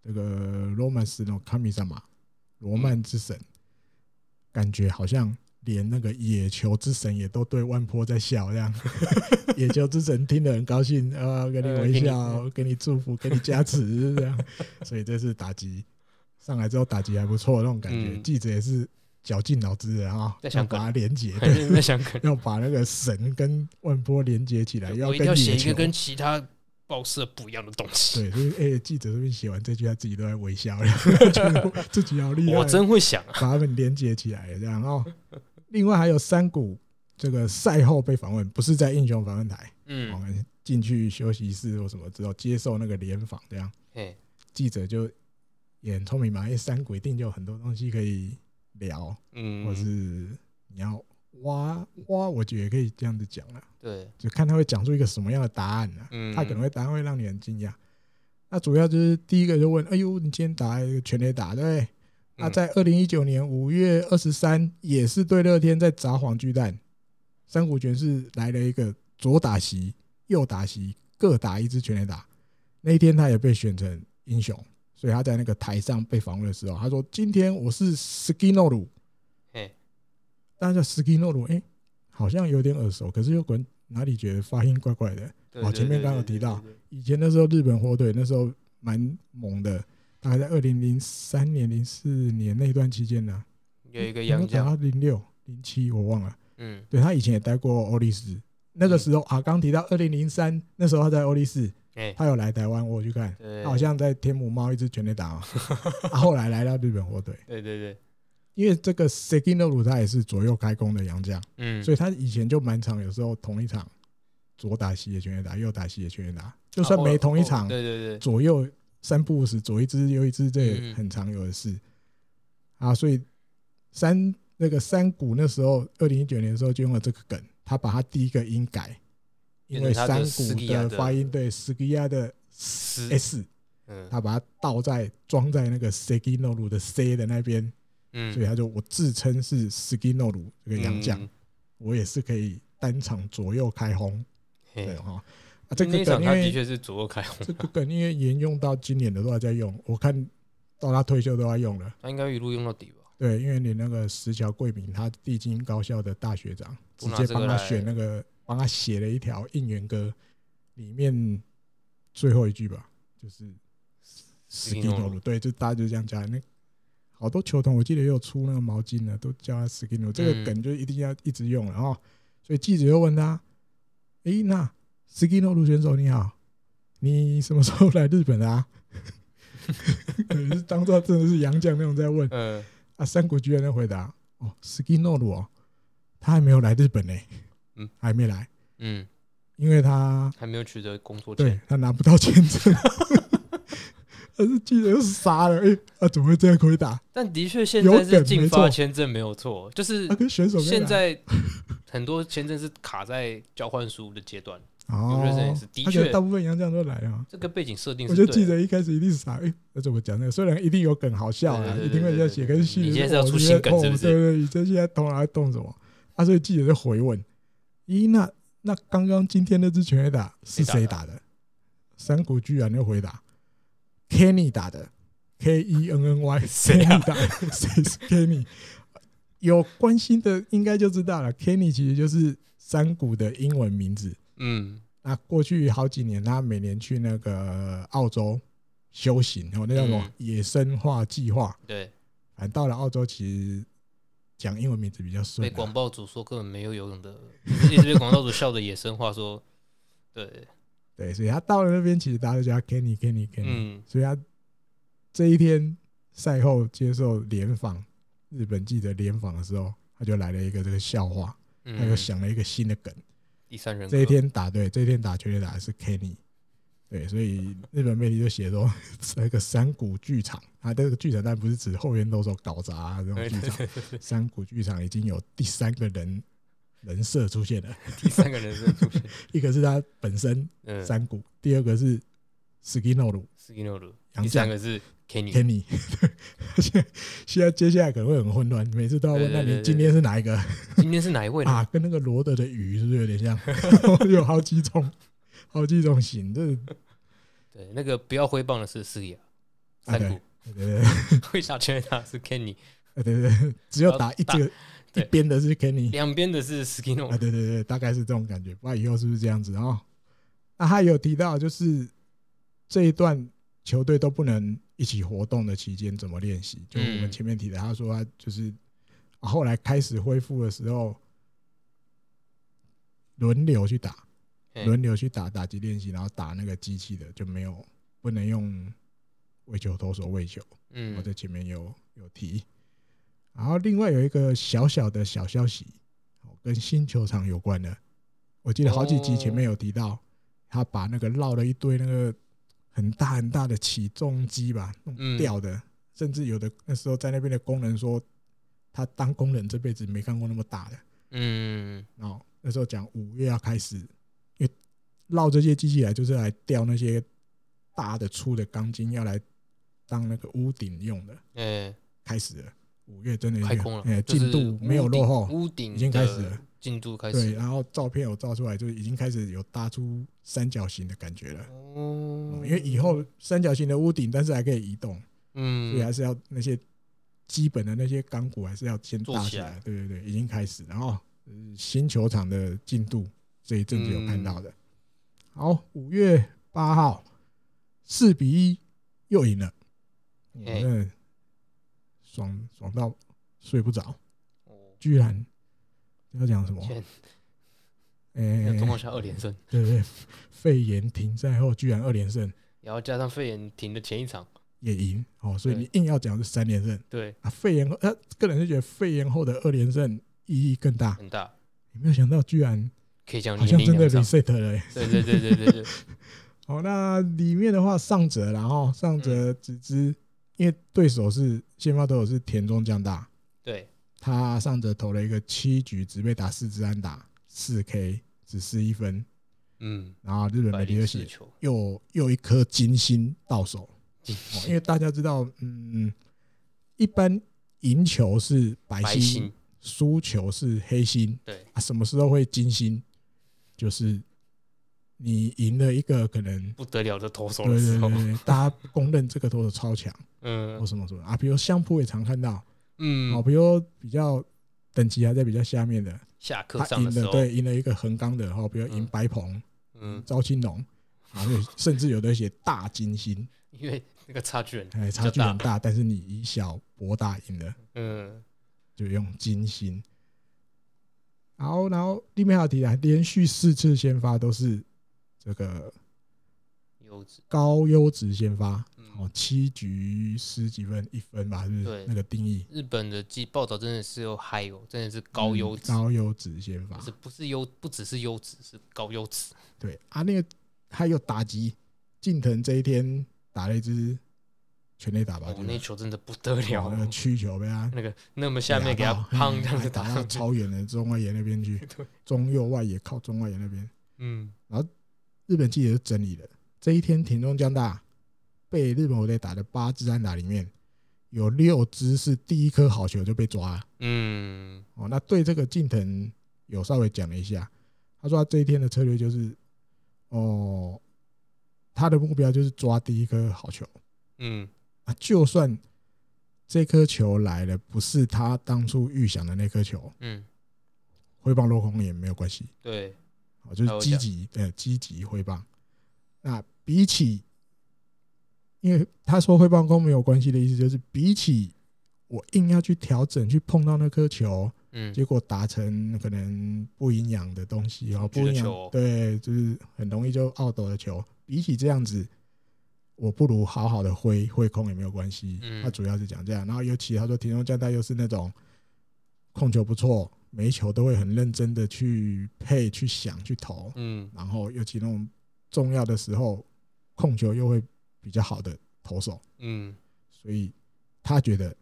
S2: 这个《罗曼斯诺卡米萨玛》罗曼之神，感觉好像连那个野球之神也都对万坡在笑这样。 野球之神听得很高兴，啊，给你
S3: 呃
S2: 微
S3: 给你
S2: 笑，给你祝福，给你加持这样。所以这次打击上来之后，打击还不错那种感觉。
S3: 嗯
S2: 记者也是绞尽脑汁的啊，
S3: 在想
S2: 要把它连 接，
S3: 很
S2: 对
S3: 认真在想可能，
S2: 要把那个神跟万坡连接起来，又
S3: 我一
S2: 跟
S3: 定要
S2: 野
S3: 写一
S2: 球
S3: 个。跟其他报社不一样的东西。
S2: 对，所以哎、记者这边写完这句，他自己都在微笑，然后 觉得自己好厉害，
S3: 我真会想啊，
S2: 把他们连接起来这样哦。 另外还有山谷这个赛后被访问，不是在英雄访问台，我
S3: 嗯，
S2: 们进去休息室或什么之后接受那个联访，这样
S3: 哎，
S2: 记者就也很聪明嘛，因为山谷一定就有很多东西可以聊，或
S3: 嗯，
S2: 是你要挖挖，我觉得也可以这样子讲啦。
S3: 对，
S2: 就看他会讲出一个什么样的答案呢、
S3: 嗯
S2: 他可能会答案会让你很惊讶。那主要就是第一个就问，哎呦，你今天打一个全垒打，对不对？那、
S3: 嗯
S2: 在二零一九年五月二十三，也是对乐天在砸黄巨蛋，山谷拳是来了一个左打席、右打席各打一支全垒打。那一天他也被选成英雄，所以他在那个台上被访问的时候，他说：“今天我是 Skinoru，
S3: 哎，
S2: 大家叫 Skinoru，哎、好像有点耳熟，可是又管哪里觉得发音怪怪的。”
S3: 对
S2: 哦前面刚刚有提到，以前那时候日本火腿那时候蛮猛的，大概在二零零三年、零四年那段期间呢、
S3: 对对对对有一个
S2: 啊，
S3: 杨
S2: 讲
S3: 将，
S2: 到零六、零七我忘了。
S3: 嗯，
S2: 对他以前也待过欧力士，那个时候啊，刚提到二零零三那时候他在欧力士，
S3: 哎，
S2: 他有来台湾，我有去看，
S3: 对，
S2: 他好，像在天母猫一支全垒 打嘛，啊，后来来到日本火腿，
S3: 对对对，
S2: 因为这个 Segino 鲁他也是左右开弓的洋将，
S3: 嗯，
S2: 所以他以前就满场，有时候同一场左打西野全垒打，右打西野全垒打，就算
S3: 啊
S2: 没
S3: 哦
S2: 同一
S3: 哦
S2: 场，
S3: 对对对，
S2: 左右三不五时，左一只右一只，这
S3: 嗯
S2: 也很常有的事啊。所以山那个山谷那时候，二零一九年的时候就用了这个梗，他把他第一个音改，因为
S3: 变成他
S2: 山
S3: 的斯
S2: 谷
S3: 基亚
S2: 的
S3: 的
S2: 发音对斯基亚的 S，
S3: 嗯，
S2: 他把它倒在装在那个 s e g i n o 的 C 的那边，
S3: 嗯，
S2: 所以他就我自称是 Skinoru 这个洋将，
S3: 嗯
S2: 我也是可以单场左右开轰，
S3: 嘿
S2: 对哈。啊，这
S3: 哎那
S2: 个
S3: 一场
S2: 梗因
S3: 他的
S2: 为
S3: 确是左右开轰，
S2: 这个梗因为沿用到今年的都还在用，我看到他退休都要用了。
S3: 他应该一路用到底吧？
S2: 对，因为你那个石桥贵明，他帝京高校的大学长，直
S3: 我拿
S2: 接
S3: 这
S2: 帮
S3: 个
S2: 他
S3: 来
S2: 选那个，帮他写了一条应援歌，里面最后一句吧，就是
S3: 斯
S2: s
S3: 基
S2: k
S3: 诺
S2: i
S3: 鲁
S2: n o 对，就大家就这样加。那好多球童，我记得也有出那个毛巾的，都叫他 s k i n o 这
S3: 嗯
S2: 个梗就一定要一直用了哦。所以记者又问他：“诶，那 s k i n o 选手你好，你什么时候来日本的啊？” 可能是当做真的是洋将那种在问。
S3: 嗯，
S2: 啊，山谷居然在回答：“哦 s k i n o 哦，他还没有来日本呢、
S3: 嗯，
S2: 还没来，
S3: 嗯，
S2: 因为他
S3: 还没有取得工作
S2: 对
S3: 签，
S2: 他拿不到签证。” 他是记者又傻了，哎、啊，怎么会这样回答？
S3: 但的确现
S2: 有
S3: 在是
S2: 梗
S3: 禁
S2: 没
S3: 发
S2: 错
S3: 签证没有错，就是
S2: 他、啊、跟选手跟
S3: 现
S2: 来
S3: 在 很多签证是卡在交换书的阶段，
S2: 哦，
S3: 有些人也是的
S2: 他觉得
S3: 确
S2: 大部分洋将都来啊。
S3: 这个背景设定
S2: 我就
S3: 是对的。
S2: 记得一开始一定是傻，哎、那怎么讲呢？虽然一定有梗好笑啦，
S3: 对对对
S2: 一定会这样写，可是心里
S3: 你
S2: 就
S3: 现在是
S2: 哦
S3: 要出新梗是不是
S2: 对对对，你这现在头脑在动什么？啊，所以记者就回问：咦，那那刚刚今天那支全垒打是谁
S3: 谁
S2: 打的？山谷居然就回答：Kenny 打的，K E N N Y，
S3: 谁啊
S2: Kenny 打的？谁是 Kenny？有关心的应该就知道了，Kenny 其实就是山谷的英文名字。
S3: 嗯，
S2: 那过去好几年，他每年去那个澳洲修行，然后那叫什么
S3: 嗯
S2: 野生化计划。
S3: 对，
S2: 反正到了澳洲，其实讲英文名字比较顺
S3: 被
S2: 啊、
S3: 广播组说根本没有 游泳的，一直被广播组笑的野生话说，对，
S2: 对，所以他到了那边，其实大家都叫他 Kenny Kenny Kenny、
S3: 嗯，
S2: 所以他这一天赛后接受联访，日本记者联访的时候，他就来了一个这个笑话，他又
S3: 嗯，
S2: 想了一个新的梗。
S3: 第三人格
S2: 这一天打对，这一天打全垒打的是 Kenny，对，所以日本媒体就写说 那个山谷剧场啊，这个剧场但不是指后援投手搞砸、啊、这种剧场，山谷剧场已经有第三个人人设出现了，
S3: 第三个人生出现，
S2: 一个是他本身
S3: 嗯
S2: 山谷，第二个是 Skinoru
S3: s k i n o r
S2: 杨
S3: 第三
S2: 将
S3: 个是 Kenny，
S2: Kenny，对，现在现在接下来可能会很混乱，每次都要问，
S3: 对
S2: 那
S3: 对对
S2: 你
S3: 对
S2: 今天是哪一个？
S3: 今天是哪一位呢？
S2: 啊，跟那个罗德的鱼是不是有点像？ 有好几种，好几种型，这
S3: 对，那个不要挥棒的是 s i a
S2: 啊
S3: 三 谷，
S2: 对对对
S3: 会打拳的是 Kenny，
S2: 对对对，只有打一
S3: 打
S2: 这个一
S3: 对
S2: 边的是 Kenny
S3: 两边的是 s k i n o
S2: 啊，对对对，大概是这种感觉，不知道以后是不是这样子哦。那他有提到就是这一段球队都不能一起活动的期间怎么练习，就我
S3: 嗯
S2: 们前面提的，他说他就是、啊后来开始恢复的时候轮流去打，轮流去打打击练习，然后打那个机器的就没有不能用喂球投手喂球。我
S3: 嗯
S2: 在前面有有提。然后另外有一个小小的小消息，哦跟新球场有关的，我记得好几集前面有提到，他把那个绕了一堆那个很大很大的起重机吧弄
S3: 嗯
S2: 掉的，甚至有的那时候在那边的工人说，他当工人这辈子没看过那么大的。
S3: 嗯，
S2: 然后那时候讲五月要开始，因为绕这些机器来就是来吊那些大的粗的钢筋，要来当那个屋顶用的。
S3: 哎，
S2: 开始了，五月真的已经
S3: 开工了
S2: 哎，，
S3: 就
S2: 进
S3: 是
S2: 度没有
S3: 屋
S2: 落
S3: 顶
S2: 后，
S3: 屋顶
S2: 已经开始
S3: 的
S2: 了
S3: 进度开
S2: 对，
S3: 始，
S2: 然后照片有照出来，就是已经开始有搭出三角形的感觉了。
S3: 哦
S2: 嗯因为以后三角形的屋顶，但是还可以移动，所以
S3: 嗯
S2: 还是要那些基本的那些钢骨还是要先搭
S3: 做
S2: 起
S3: 起来
S2: 来。对对对，已经开始，然后呃新球场的进度这一阵子有看到
S3: 嗯
S2: 的。好，五月八号，四比一又赢了，我
S3: 哎
S2: 真的爽爽到睡不着。
S3: 哦
S2: 居然要讲什么？
S3: 天
S2: 诶、
S3: 那状况下二连胜，
S2: 对对，肺炎停赛后居然二连胜
S3: 然后加上肺炎停的前一场，
S2: 也赢哦，所以
S3: 对
S2: 你硬要讲是三连胜
S3: 对，
S2: 啊。肺炎后，他个人是觉得肺炎后的二连胜意义更大。
S3: 很大，
S2: 你没有想到，居然
S3: 可以讲
S2: 好
S3: 连
S2: 像
S3: 赢
S2: 真的
S3: 两场。
S2: reset 了、欸。
S3: 对对对对对对，
S2: 哦，那里面的话，上泽然后上
S3: 嗯
S2: 泽只知，因为对手是先发投手是田中将大，
S3: 对，
S2: 他上泽投了一个七局，只被打四支安打，四 K 只失一分，
S3: 嗯，
S2: 然后日本
S3: 百
S2: 媒体
S3: 零
S2: 就
S3: 四
S2: 写
S3: 球，
S2: 又又一颗金星到手、
S3: 金
S2: 嗯哦因为大家知道，嗯，一般赢球是白
S3: 白
S2: 星，
S3: 星，
S2: 输球是黑心。
S3: 对
S2: 啊，什么时候会金星？就是你赢了一个可能，
S3: 不得了的投手
S2: 对
S3: 的
S2: 对
S3: 时候
S2: 对，对，大家公认这个投手超强，或
S3: 嗯
S2: 什么什么啊，比如相扑也常看到，哦，
S3: 嗯，
S2: 比如比较等级还在比较下面的，
S3: 下课
S2: 他
S3: 上
S2: 赢
S3: 的时
S2: 了，
S3: 候，
S2: 对，赢了一个横纲的，哦，比如赢
S3: 嗯
S2: 白鹏、
S3: 嗯，
S2: 赵青龙，然后甚至有的写大金星，
S3: 因为那个差距很，
S2: 哎，差距很大，但是你以小博大赢了，
S3: 嗯，
S2: 就用金星。然后，然后利面还有提到，连续四次先发都是这个
S3: 优质，
S2: 高优质先发，
S3: 嗯，
S2: 哦，七局十几分，一分吧，是不是
S3: 对
S2: 那个定义？
S3: 日本的记报道真的是有嗨哦，真的是高优质，
S2: 嗯高优质先发
S3: 不，是不是优，不只是优质，是高优质，
S2: 对啊，那个还有打击，近藤这一天打了一支全垒打吧，
S3: 哦
S2: 就，是
S3: 那球真的不得了
S2: 哦，那个曲球被他
S3: 那个那么下面给
S2: 压到
S3: 他砰
S2: 嗯
S3: 这样子打
S2: 打
S3: 上
S2: 到
S3: 去，
S2: 超远的中外野那边去
S3: 对，
S2: 中右外野靠中外野那边。
S3: 嗯，
S2: 日本记者就整理了这一天田中将大被日本国队打的八支安打里面，有六支是第一颗好球就被抓了。
S3: 嗯，
S2: 哦，那对这个近藤有稍微讲了一下，他说他这一天的策略就是，哦，他的目标就是抓第一颗好球
S3: 嗯，
S2: 啊，就算这颗球来了不是他当初预想的那颗球，
S3: 嗯，
S2: 挥棒落空也没有关系。
S3: 对，
S2: 哦，就是积极呃积极挥棒。那比起，因为他说挥棒空没有关系的意思，就是比起我硬要去调整去碰到那颗球，
S3: 嗯，
S2: 结果达成可能不营养的东西哦，
S3: 出
S2: 不
S3: 局
S2: 营
S3: 的
S2: 养
S3: 球
S2: 对，就是很容易就懊斗的球。比起这样子，我不如好好的挥挥空也没有关系。
S3: 嗯
S2: 他主要是讲这样，然后尤其他说田中将太又是那种控球不错，每一球都会很认真的去配、去想、去投，
S3: 嗯，
S2: 然后尤其那种重要的时候控球又会比较好的投手，
S3: 嗯，
S2: 所以他觉得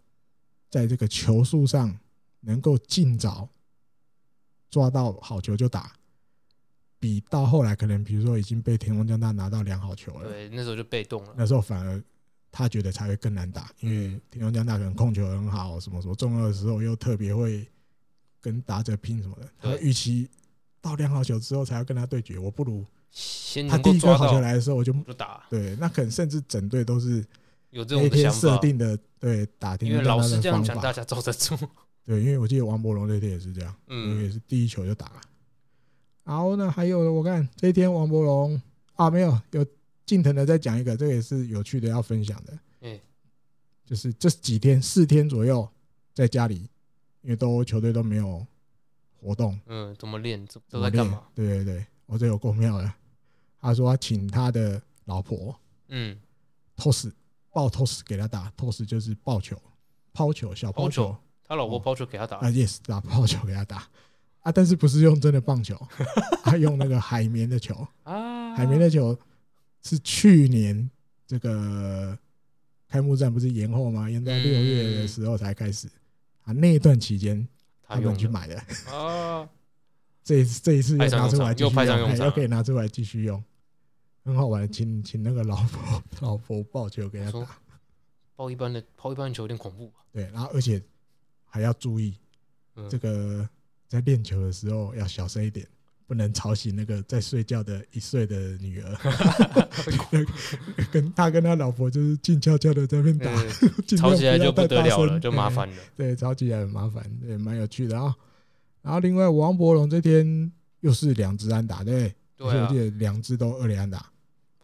S2: 在这个球速上能够尽早抓到好球就打，比到后来可能比如说已经被田中将大拿到两好球了，
S3: 对，那时候就被动了，
S2: 那时候反而他觉得才会更难打，因
S3: 嗯
S2: 为田中将大可能控球很好，什么什么重要的时候又特别会跟打者拼什么的，他
S3: 对
S2: 预期到两好球之后才要跟他对决，我不如
S3: 先
S2: 他
S3: 能
S2: 第
S3: 够
S2: 一个
S3: 嗯抓
S2: 好
S3: 到
S2: 球来的时候我就。
S3: 就打，
S2: 对，那可能甚至整队都是
S3: 有这
S2: 那
S3: 种的
S2: 天
S3: 想
S2: 设
S3: 法，
S2: 定的对打田
S3: 因为
S2: 中将大
S3: 老师
S2: 的
S3: 这样
S2: 方
S3: 讲，
S2: 法
S3: 大。家都得住，
S2: 对，因为我记得王伯荣那天也是这样，因为也
S3: 嗯，
S2: 是第一球就打了。然后呢，还有我看这一天王伯荣啊，没有有近藤的再讲一个，这个也是有趣的要分享的。
S3: 嗯，
S2: 就是这几天四天左右在家里，因为都球队都没有活动，
S3: 嗯，怎么练，怎
S2: 怎
S3: 都
S2: 么
S3: 在干
S2: 练
S3: 嘛？？
S2: 对对对，我这有够妙的。他说他请他的老婆
S3: 嗯，
S2: toss 抱 toss 给他打，toss 就是抱球、抛球、小抛
S3: 抛球
S2: 球
S3: 他老婆
S2: 哦
S3: 抛球给他打
S2: 啊，，yes，打泡球给他打啊，但是不是用真的棒球， 他用那个海绵的球，
S3: 啊，
S2: 海绵的球是去年这个开幕战不是延后吗？延到六月的时候才开始啊，那一段期间
S3: 嗯
S2: 他
S3: 他
S2: 们
S3: 用
S2: 去
S3: 的
S2: 买的，
S3: 啊，
S2: 这一次这一次又
S3: 派上
S2: 拿
S3: 用
S2: 出来
S3: 场
S2: 继
S3: 又
S2: 续
S3: 派
S2: 用，
S3: 上用
S2: 哎
S3: 场
S2: 又可以拿出来继续用，很好玩，请请那个老婆老婆抱球给他
S3: 我说
S2: 打，
S3: 抛一般的抛一般的球有点恐怖吧？
S2: 对，然后而且还要注意
S3: 嗯
S2: 这个在练球的时候要小声一点，不能吵醒那个在睡觉的一岁的女 儿。跟他跟他老婆就是静悄悄的在那边打，
S3: 嗯
S2: 尽量
S3: 吵起来
S2: 要
S3: 就不
S2: 太
S3: 得
S2: 大
S3: 了
S2: 声
S3: 了，就麻。烦了。
S2: 对，对吵起来很麻烦，对，蛮有趣的啊、然后另外王伯龙这天又是两支安打，对不对，而
S3: 对
S2: 且我
S3: 啊
S2: 记，得两支都二连安打，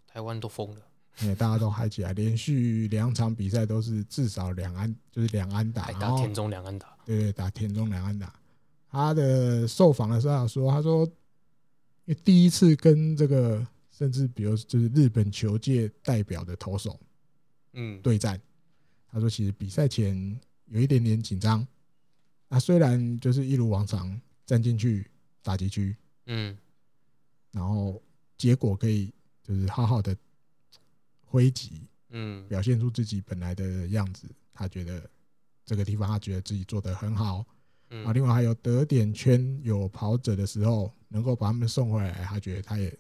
S3: 台湾都疯了，
S2: 哎，大家都嗨起来，连续两场比赛都是至少两安，就是两安打，
S3: 还
S2: 然
S3: 打
S2: 后
S3: 田中两安打，
S2: 对对，打田中两安打。他的受访的时候说，他说，因为第一次跟这个甚至比如就是日本球界代表的投手
S3: 嗯，
S2: 对战，他说其实比赛前有一点点紧张。啊，虽然就是一如往常站进去打击区，
S3: 嗯，
S2: 然后结果可以就是好好的挥击，
S3: 嗯，
S2: 表现出自己本来的样子。他觉得这个地方他觉得自己做得很好，啊，
S3: 嗯，
S2: 另外还有得点圈有跑者的时候，能够把他们送回来，他觉得他也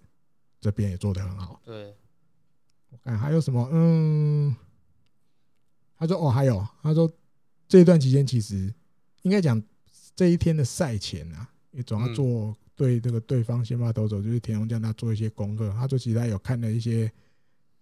S2: 这边也做得很好。
S3: 对，
S2: 我看还有什么？嗯，他说哦，还有他说这一段期间其实应该讲这一天的赛前啊，也总要
S3: 嗯
S2: 做对这个对方先发投手，就是田中将大做一些功课。他说其实他有看了一些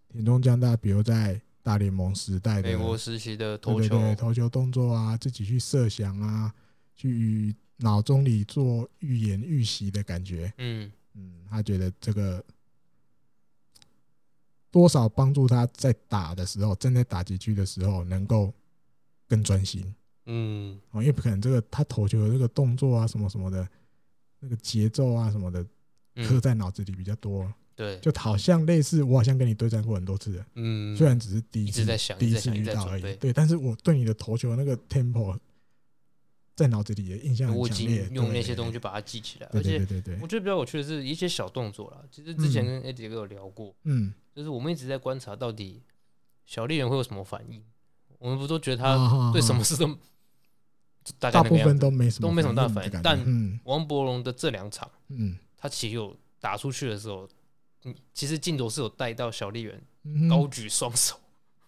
S2: 田中将大，比如在大联盟时代的
S3: 美国实习的
S2: 对
S3: 投
S2: 对
S3: 球，
S2: 对投球动作啊，自己去设想啊，去脑中里做预言预习的感觉。
S3: 嗯，
S2: 嗯，他觉得这个多少帮助他在打的时候，正在打击区的时候能够更专心
S3: 嗯，
S2: 哦，因为可能这个他投球的这个动作啊，什么什么的，那个节奏啊什么的，刻
S3: 嗯，
S2: 在脑子里比较多，
S3: 对，
S2: 就好像类似我好像跟你对战过很多次了，
S3: 嗯，
S2: 虽然只是第一
S3: 一直
S2: 次
S3: 在想
S2: 第一
S3: 一直在
S2: 次
S3: 想
S2: 遇
S3: 一直在
S2: 到
S3: 准
S2: 而
S3: 备
S2: 已，对，但是我对你的投球那个 tempo 在脑子里的印象
S3: 我
S2: 很
S3: 已
S2: 强烈
S3: 经，用
S2: 对
S3: 那些东西，把它记起来，
S2: 对
S3: 而
S2: 对
S3: 且
S2: 对对对
S3: 我，觉得比较有趣的是一些小动作啦。其实之前跟 AD 哥有聊过，
S2: 嗯，
S3: 就是我们一直在观察到底小丽人会有什么反应。我们不都觉得他
S2: 他
S3: 对什么事都就大概
S2: 嗯啊大
S3: 那个
S2: 部
S3: 样
S2: 分
S3: 子。
S2: 都没什么
S3: 都没什么大
S2: 反应的感
S3: 反应
S2: 觉
S3: 但
S2: 嗯
S3: 王伯荣的这两场，
S2: 嗯
S3: 他其实有打出去的时候，嗯，其实镜头是有带到小丽人
S2: 嗯
S3: 高举双手，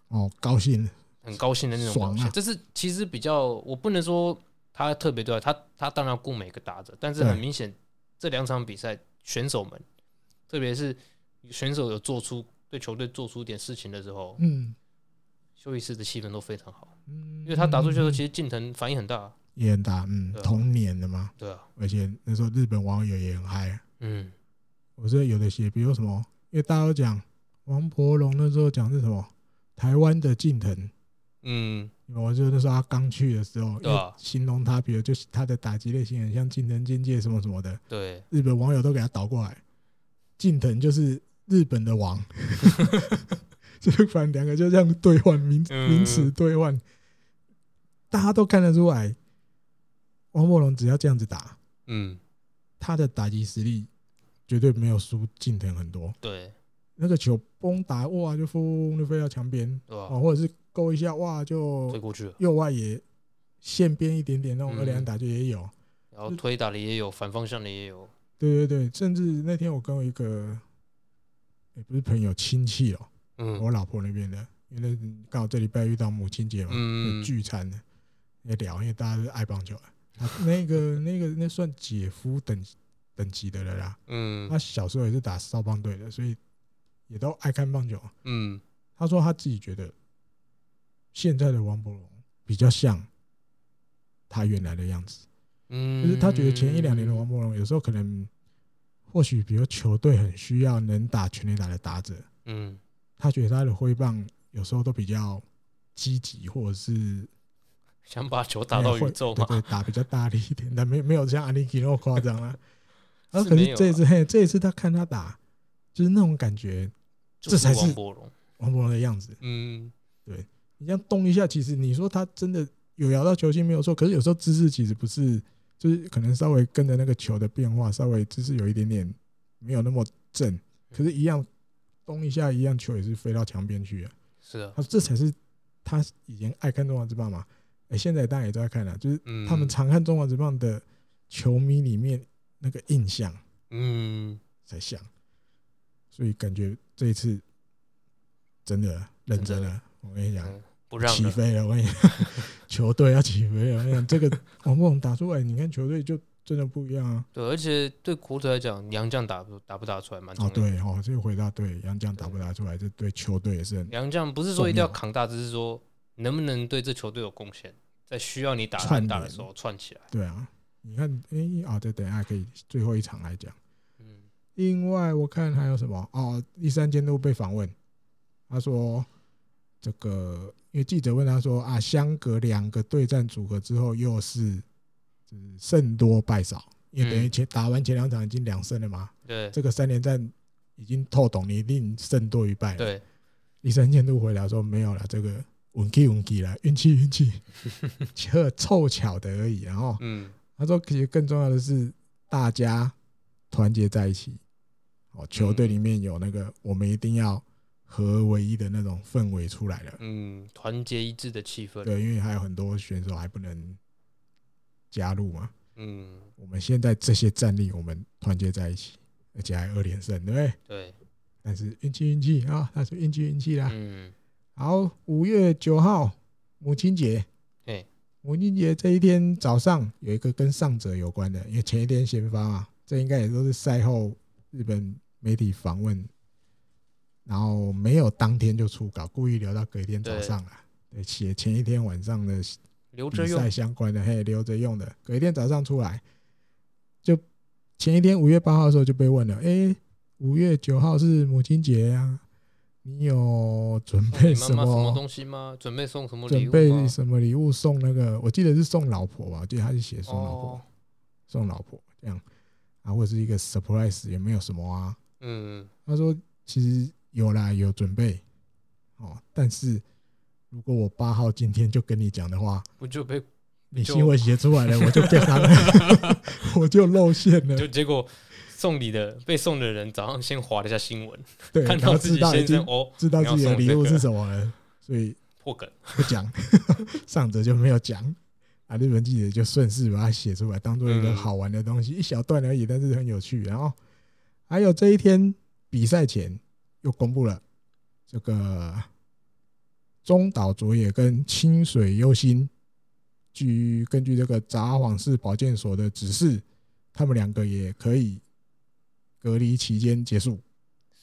S2: 哦高兴
S3: 很高兴的那种表
S2: 爽
S3: 现。
S2: 啊
S3: 这是其实比较，我不能说他特别对啊，他他当然顾每个打者，但是很
S2: 对
S3: 明显这两场比赛选手们，特别是选手有做出对球队做出点事情的时候，
S2: 嗯，
S3: 休息室的气氛都非常好，
S2: 嗯
S3: 因为他打出去的时候，其
S2: 实
S3: 实近藤反应很大，
S2: 也很大，嗯
S3: 对啊，
S2: 同年的嘛，
S3: 对啊，
S2: 而且那时候日本网友也很嗨，
S3: 嗯，
S2: 我是有的写，比如什么，因为大家都讲王伯龙那时候讲是什么台湾的近藤。
S3: 嗯，
S2: 我就那时候他刚去的时候，
S3: 对啊
S2: 因为形容他，比如就是他的打击类型很像近藤健介什么什么的，
S3: 对，
S2: 日本网友都给他倒过来，近藤就是日本的王， 就是反正两个就这样兑换名
S3: 嗯
S2: 名词兑换，大家都看得出来，王柏龙只要这样子打，
S3: 嗯，
S2: 他的打击实力绝对没有输近藤很多。
S3: 对，
S2: 那个球崩打哇就轰就飞到墙边
S3: 对吧、
S2: 哦，或者是勾一下哇
S3: 推
S2: 就
S3: 过去了，
S2: 右外野线边一点点那种
S3: 嗯
S2: 二连打就也有。
S3: 然后推打的也有，反方向的也有，
S2: 对对对，甚至那天我跟我一个，也、不是朋友亲戚哦、
S3: 嗯
S2: 我老婆那边的，因为那刚好这礼拜遇到母亲节嘛，
S3: 嗯
S2: 有聚餐的也聊，因为大家都爱棒球啊。他那个 那个那算姐夫等等级的了啦，
S3: 嗯
S2: 他小时候也是打少棒队的，所以也都爱看棒球。
S3: 嗯，
S2: 他说他自己觉得现在的王柏龙比较像他原来的样子。
S3: 嗯，
S2: 就是他觉得前一两年的王，柏荣有时候可能，或许比如球队很需要能打全垒打的打者，
S3: 嗯
S2: 他觉得他的挥棒有时候都比较积极，或者是
S3: 想把球打到宇宙
S2: 哎对
S3: 嘛，
S2: 对，打比较大力一点，但没没有像阿尼基那么夸张啊。然后可
S3: 是没
S2: 是
S3: 有
S2: 这一
S3: 啊
S2: 次，嘿，这一次他看他打，就是那种感觉，
S3: 就
S2: 这才是
S3: 王柏荣，
S2: 王柏荣的样子。
S3: 嗯，
S2: 你这样动一下，其实你说他真的有摇到球心没有错，可是有时候姿势其实不是，就是可能稍微跟着那个球的变化，稍微姿势有一点点没有那么正，可是，一样动一下，一样球也是飞到墙边去啊。
S3: 是啊
S2: 他，说这才是他以前爱看《中华之棒》嘛，哎，现在当然也都在看了、就是
S3: 嗯，
S2: 他们常看《中华之棒》的球迷里面那个印象
S3: 嗯，
S2: 才像，所以感觉这一次真的认真了。我跟你讲，
S3: 嗯不让
S2: 起
S3: 了，
S2: 飞了，我跟你讲，球队要起飞了。我跟你讲，这个王梦打出来，你看球队就真的不一样啊。
S3: 对，而且对国腿来讲，杨将打不打不打出来蛮重
S2: 哦，
S3: 要的。
S2: 对哦，这个回答对，杨将打不打出来，这对球队也是很
S3: 杨将不是说一定要
S2: 重要
S3: 扛大，只是说能不能对这球队有贡献，在需要你打
S2: 串
S3: 安打的
S2: 联
S3: 时候串起来。
S2: 对啊。你看，诶，啊，这等一下可以最后一场来讲。
S3: 嗯
S2: 另外，我看还有什么？哦，第三监督被访问，他说这个，因为记者问他说啊，相隔两个对战组合之后，又是就是胜多败少，因为等于
S3: 嗯
S2: 前打完前两场已经两胜了嘛，
S3: 对
S2: 这个三连战已经透懂，你一定胜多于败了。，
S3: 对，
S2: 第三监督回答说没有了，这个运气运气啦，运气运气，这凑巧的而已。然后
S3: 嗯
S2: 他说，其实更重要的是大家团结在一起。哦，球队里面有那个我们一定要合为一的那种氛围出来了。
S3: 嗯，团结一致的气氛。
S2: 对，因为还有很多选手还不能加入嘛。
S3: 嗯，
S2: 我们现在这些战力，我们团结在一起，而且还二连胜，对不对？
S3: 对，
S2: 但是运气运气啊，他说运气运气啦。
S3: 嗯，
S2: 好，五月九号母亲节，
S3: 哎，
S2: 母亲节这一天早上有一个跟上者有关的，因为前一天先发嘛，这应该也都是赛后日本媒体访问，然后没有当天就出稿，故意留到隔天早上了。对，写前一天晚上的
S3: 留着
S2: 比
S3: 用
S2: 赛，相关的，嘿，留着用的。隔一天早上出来，就前一天五月八号的时候就被问了，诶，五月九号是母亲节啊，你有准
S3: 送
S2: 备
S3: 你妈
S2: 什
S3: 妈什
S2: 么？
S3: 哎么东西吗？准备送什么礼
S2: 准
S3: 物
S2: 备
S3: 吗？
S2: 什么礼物送那个？我记得是送老婆吧，我记得他是写送老婆，
S3: 哦，
S2: 送老婆这样啊，或者是一个 surprise，也没有什么啊。
S3: 嗯，
S2: 他说其实有啦，有准备哦，但是如果我八号今天就跟你讲的话，
S3: 不就被
S2: 你
S3: 就
S2: 新闻写出来了，我就被他们， 我就露馅了
S3: 就。结果送礼的被送的人早上先划了一下新闻，
S2: 对，
S3: 看
S2: 然
S3: 到
S2: 后
S3: 自
S2: 知
S3: 己
S2: 道已
S3: 先生
S2: 经
S3: 哦
S2: 知道自己的礼物
S3: 你要送这个
S2: 是什么了，所以
S3: 破梗，
S2: 不讲， 上者就没有讲。啊，日本记者就顺势把它写出来，当做一个
S3: 嗯
S2: 好玩的东西，一小段而已，但是很有趣。然后还有这一天比赛前又公布了这个中岛卓也跟清水优心，据根据这个札幌市保健所的指示，他们两个也可以隔离期间结束，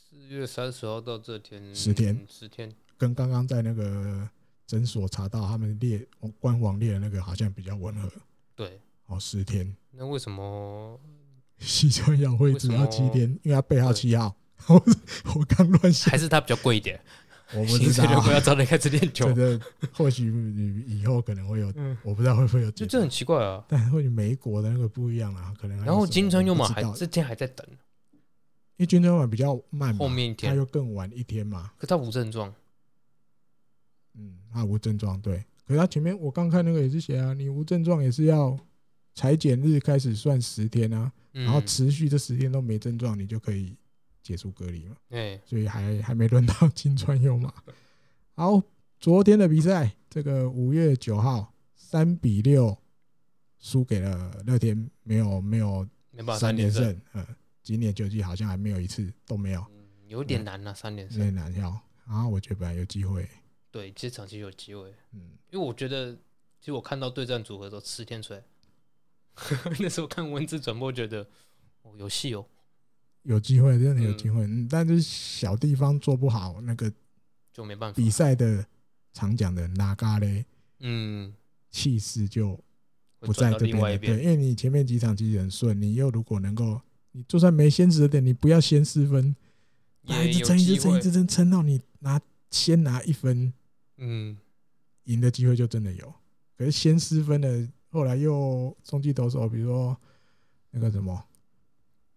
S3: 四月三十号到这天
S2: 十天，
S3: 十天，
S2: 跟刚刚在那个诊所查到他们列官网列的那个好像比较吻合。
S3: 对。
S2: 哦，十天，
S3: 那为什么
S2: 西村洋会只要
S3: 为什
S2: 七
S3: 么
S2: 天，因为他背号七号。我 我刚乱想，
S3: 还是它比较贵一点？
S2: 我不
S3: 薪
S2: 知
S3: 水就
S2: 道
S3: 不，要早点开始练球
S2: 这，个或许以后可能会有，
S3: 嗯
S2: 我不知道会不会有解决，
S3: 就这很奇怪啊。
S2: 但或许美国的那个不一样啦，可能还有
S3: 然后
S2: 什么
S3: 金川
S2: 我
S3: 优
S2: 不
S3: 马
S2: 知
S3: 还
S2: 道
S3: 这天还在等，
S2: 因为金川晚比较慢嘛，
S3: 后面
S2: 他
S3: 一天，
S2: 又更晚一天嘛，
S3: 可他无症状，
S2: 嗯，他无症状对，可是他前面我刚看那个也是写啊，你无症状也是要裁剪日开始算十天啊，
S3: 然
S2: 然后持续这十天都没症状，你就可以解除隔离嘛。
S3: 哎，
S2: 所以还还没轮到 金川优马。好，昨天的比赛，这个五月九号三比六输给了乐天，没有没有
S3: 没办法，
S2: 三
S3: 连
S2: 连，胜，呃，今年球季好像还没有一次都没有，
S3: 嗯有点难啊，三连
S2: 有点
S3: 胜。
S2: 难要。啊，我觉得本来有机会，
S3: 对，这场其实有机会，
S2: 嗯，
S3: 因为我觉得，其实我看到对战组合的时候，吃天锤， 那时候看文字转播觉得，哦，有戏哦，
S2: 有机会，真的有机会，嗯，但是小地方做不好，那个
S3: 就没办法
S2: 比。赛的常讲的哪嘎嘞
S3: 嗯，
S2: 气势就
S3: 会
S2: 不在
S3: 转到
S2: 这边
S3: 另外一
S2: 了，
S3: 边
S2: 对，。因为你前面几场其实很顺，你又如果能够，你就算没先十点，你不要先失分，啊
S3: 也
S2: 一直
S3: 有
S2: 撑，一直
S3: 机
S2: 撑，
S3: 会
S2: 一直撑，撑到你拿先拿一分，
S3: 嗯，
S2: 赢的机会就真的有。可是先失分的，后来又中继投手，比如说那个什么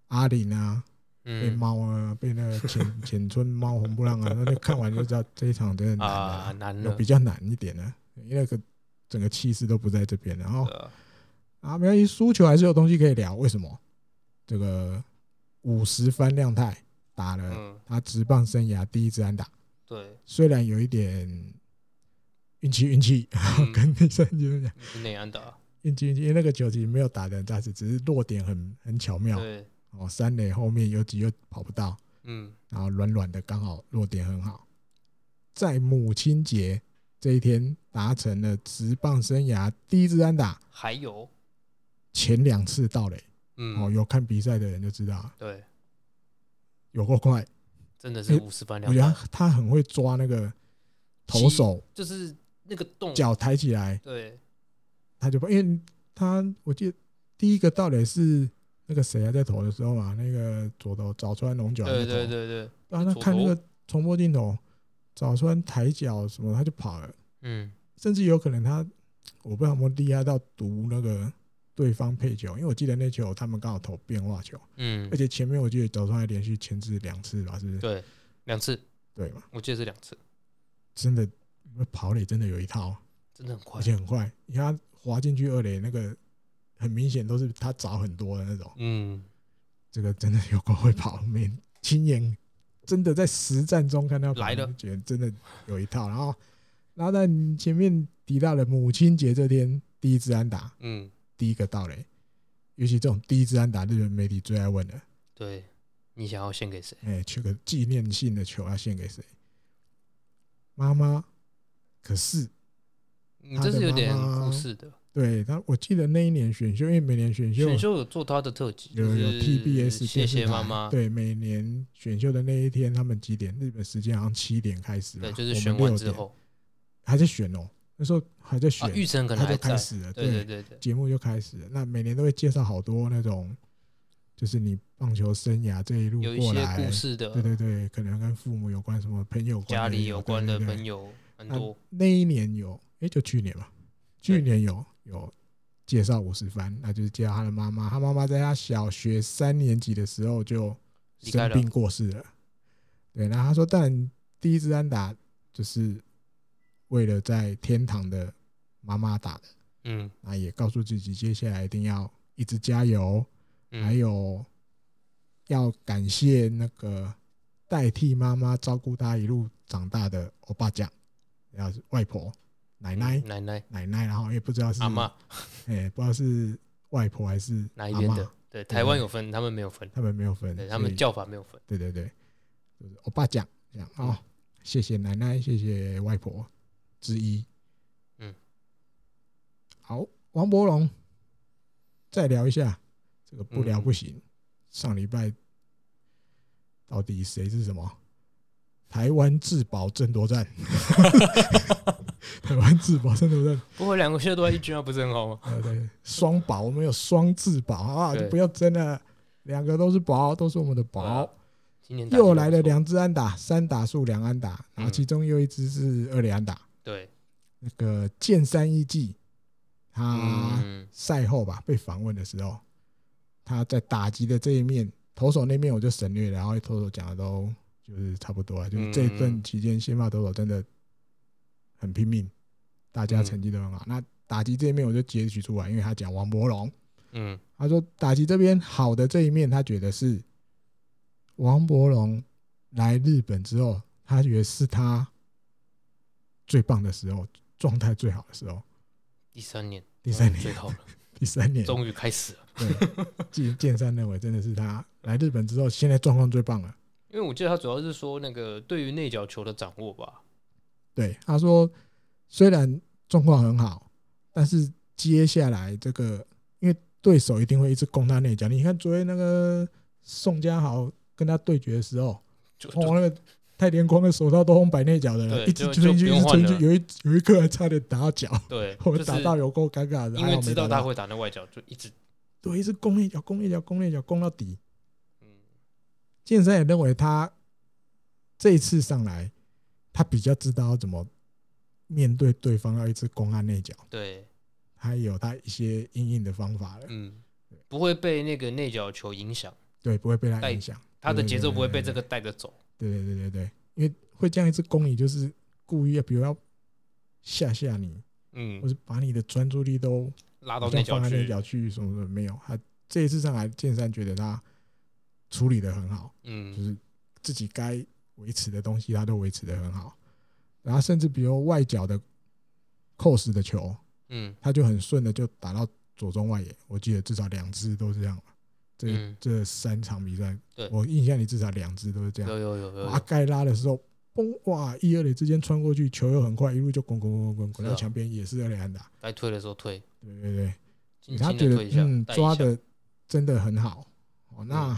S2: 阿里啊，被
S3: 嗯
S2: 猫啊，被那个浅浅村猫红布朗啊，那就看完就知道这一场真的难
S3: 啊，
S2: 了，
S3: 难
S2: 有
S3: 了
S2: 比，较难一点的，啊因为那个整个气势都不在这边，然后
S3: 对啊
S2: 啊，没关系，输球还是有东西可以聊。为什么？这个五十番亮太打了
S3: 嗯，
S2: 他职棒生涯第一支安打，
S3: 对，
S2: 虽然有一点运气运气，
S3: 嗯
S2: 跟第三局讲
S3: 是内安打，
S2: 运气运气，因为那个球其实没有打的很扎实，只是落点很很巧妙
S3: 对，
S2: 哦，三垒后面游击又跑不到，
S3: 嗯，
S2: 然后软软的刚好落点很好，在母亲节这一天达成了职棒生涯第一支安打，
S3: 还有，
S2: 前两次盗垒。哦，
S3: 嗯，
S2: 有看比赛的人就知道，啊
S3: 对，
S2: 有够快。
S3: 真的是
S2: 诶
S3: 五十番
S2: 我
S3: 两
S2: 觉得
S3: 打，
S2: 他他很会抓那个投手
S3: 就是那个洞，
S2: 脚抬起来，
S3: 对，
S2: 他就把，因为他我记得第一个到底是那个谁还在投的时候嘛，那个左投早川龙角还在
S3: 对
S2: 投
S3: 对对对，
S2: 啊，那
S3: 左
S2: 看那
S3: 投
S2: 个重播镜头，早川抬脚什么他就跑了，
S3: 嗯，
S2: 甚至有可能他我不知道有没有厉害到读那个对方配球，因为我记得那球他们刚好投变化球，
S3: 嗯
S2: 而，且前面我记得早川还连续牵制两次吧，是不是？
S3: 对，两次，
S2: 对嘛，
S3: 我记得是两次，
S2: 真的跑垒真的有一套。
S3: 真的很快
S2: 而，且很快。你看他滑进去二垒那个，很明显都是他早很多的那种。
S3: 嗯，
S2: 这个真的有够会跑，没亲眼真的在实战中看到跑
S3: 来了，
S2: 觉得真的有一套。然后，然后在前面提到了母亲节这天第一支安打，
S3: 嗯，
S2: 第一个到垒，尤其这种第一支安打，日本媒体最爱问的，
S3: 对，你想要献给谁？
S2: 哎、缺个纪念性的球要献给谁？妈妈，可是
S3: 你
S2: 他
S3: 嗯这
S2: 的
S3: 是有点
S2: 妈妈
S3: 故事的。
S2: 对他，我记得那一年选秀，因为每年选秀
S3: 选秀有做他的特辑，
S2: 有
S3: 就
S2: 有
S3: 是
S2: TBS
S3: 谢
S2: 电视
S3: 谢
S2: 台
S3: 妈妈，
S2: 对，每年选秀的那一天，他们几点？日本时间好像七点开始吧，
S3: 对，就是
S2: 我们
S3: 选完
S2: 6
S3: 之
S2: 点
S3: 后
S2: 还在选哦，那时候还在
S3: 啊
S2: 选，，
S3: 玉成可能
S2: 他
S3: 还
S2: 就
S3: 在
S2: 开，始了，
S3: 对对对对，
S2: 节目就开始了。那每年都会介绍好多那种，就是你棒球生涯这一路
S3: 有一
S2: 过
S3: 些
S2: 来，
S3: 故事的，
S2: 对对对，可能跟父母有关，什么朋友关
S3: 家
S2: 的
S3: 里
S2: 也有
S3: 有关的
S2: 对对对
S3: 朋友很
S2: 那
S3: 多，
S2: 那一年有，诶，就去年嘛，
S3: 对
S2: 去年有有介绍五十番，那就是介绍他的妈妈，他妈妈在他小学三年级的时候就
S3: 离开
S2: 生
S3: 了
S2: 病过世了。对，然后他说，但第一支安打就是为了在天堂的妈妈打的，
S3: 嗯
S2: 那也告诉自己接下来一定要一直加油，
S3: 嗯，
S2: 还有要感谢那个代替妈妈照顾她一路长大的欧巴酱，然后是外婆、奶
S3: 嗯
S2: 奶、
S3: 奶奶
S2: 奶奶，然后也不知道是
S3: 阿嬷，
S2: 哎、不知道是外婆还是
S3: 哪
S2: 阿
S3: 一边
S2: 嬷
S3: 的，？对，台湾有分，他们没有分，
S2: 他们没有分，
S3: 对他们
S2: 所以
S3: 叫法没有分，
S2: 对对对，就是欧巴酱这样哦，谢谢奶奶，谢谢外婆之一，
S3: 嗯，
S2: 好，王伯龙，再聊一下这个不聊不
S3: 嗯
S2: 行，上礼拜到底谁是什么？台湾自保争夺 战，台湾自保争夺战，
S3: 不过两个现在都在一军啊，不是很好吗？
S2: 呃，对，双保，我们有双自保啊，
S3: 对
S2: 就不要争了，两个都是保，都是我们的
S3: 对啊
S2: 保。
S3: 今年打
S2: 又
S3: 得
S2: 来
S3: 不
S2: 了
S3: 错
S2: 两支安打，三打数两安打，
S3: 嗯
S2: 然后其中又一支是二垒安打。
S3: 对，
S2: 那个剑三一季，啊他
S3: 嗯，
S2: 赛后吧被访问的时候，他在打击的这一面，投手那面我就省略了，然后投手讲的都就是差不多了，
S3: 嗯
S2: 就是这一段期间先发投手真的很拼命，大
S3: 嗯
S2: 家成绩都很好。那打击这一面我就截取出来，因为他讲王伯龙，
S3: 嗯
S2: 他说打击这边好的这一面，他觉得是王伯龙来日本之后，他觉得是他最棒的时候，状态最好的时候。
S3: 第三年，哦
S2: 第三
S3: 嗯最
S2: 年，
S3: 好了，
S2: 第三年，
S3: 终于开始了。
S2: 对，剑剑三认为真的是他来日本之后，现在状况最棒了。
S3: 因为我记得他主要是说那个对于内角球的掌握吧，
S2: 对，他说虽然状况很好，但是接下来这个因为对手一定会一直攻他内角，你看昨天那个宋家豪跟他对决的时候。
S3: 就
S2: 哦，
S3: 就
S2: 那个太田光的手套都红白内角的了，
S3: 对
S2: 一直
S3: 就
S2: 追进去，
S3: 就
S2: 一直
S3: 不用
S2: 追进
S3: 换
S2: 去，有一有一刻还差点打到脚，
S3: 对，
S2: 我
S3: 就
S2: 们打到
S3: 是
S2: 有够尴尬的，
S3: 因
S2: 还
S3: 为
S2: 好没
S3: 知
S2: 打
S3: 道他
S2: 到，
S3: 会打那外角，就一直
S2: 对，一直攻内角，攻内角，攻内角，攻到底。
S3: 嗯
S2: 健身也认为他这一次上来，他比较知道要怎么面对对方要一直攻他内角，
S3: 对，
S2: 他有他一些应应的方法了，
S3: 嗯，不会被那个内角球影响，
S2: 对，不会被他影响，
S3: 他的节奏不会被
S2: 对
S3: 这个带着走。
S2: 对对对对对，因为会这样一直攻你，就是故意要，比如要吓吓你，
S3: 嗯
S2: 或，是把你的专注力都
S3: 拉到
S2: 好
S3: 内
S2: 像
S3: 角
S2: 放在内
S3: 去，
S2: 角区域什么什么没有。他这一次上来，剑三觉得他处理的很好，就
S3: 嗯，
S2: 是自己该维持的东西他都维持的很好。然后甚至比如外角的 cos 的球，
S3: 嗯，
S2: 他就很顺的就打到左中外野。我记得至少两支都是这样。这、
S3: 嗯
S2: 这三场比赛
S3: 对，
S2: 我印象里至少两支都是这样
S3: 有。有有有
S2: 阿
S3: 有，
S2: 盖拉的时候，嘣哇，一二垒之间穿过去，球又很快，一路就滚滚滚滚滚滚到
S3: 是啊
S2: 墙边，也是二垒安打。
S3: 该推的时候推，
S2: 对对对。
S3: 轻
S2: 他
S3: 轻
S2: 觉
S3: 的
S2: 得
S3: 推一下，
S2: 嗯
S3: 带一嗯
S2: 抓
S3: 下，
S2: 的真的很好哦。那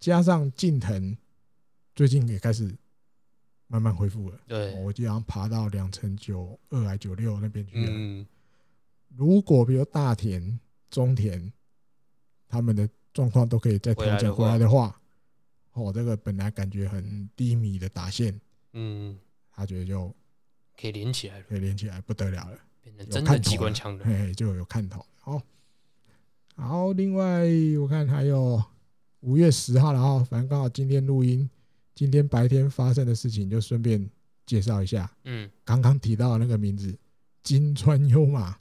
S2: 加上近藤最近也开始慢慢恢复了，哦
S3: 对，
S2: 我记得好像爬到两成九二还九六那边去了。
S3: 嗯，
S2: 如果比如大田、中田他们的状况都可以再调整回来的话，哦，这个本来感觉很低迷的打线，
S3: 嗯，
S2: 他觉得就
S3: 可以连起来了，
S2: 可以连起来不得了了。
S3: 变成
S2: 有
S3: 真的
S2: 看
S3: 机
S2: 头
S3: 关
S2: 了
S3: 枪了。
S2: 嘿，就有看头了哦。好，另外我看还有五月十号了哦，反正刚好今天录音，今天白天发生的事情就顺便介绍一下。
S3: 嗯，
S2: 刚刚提到的那个名字金川优马，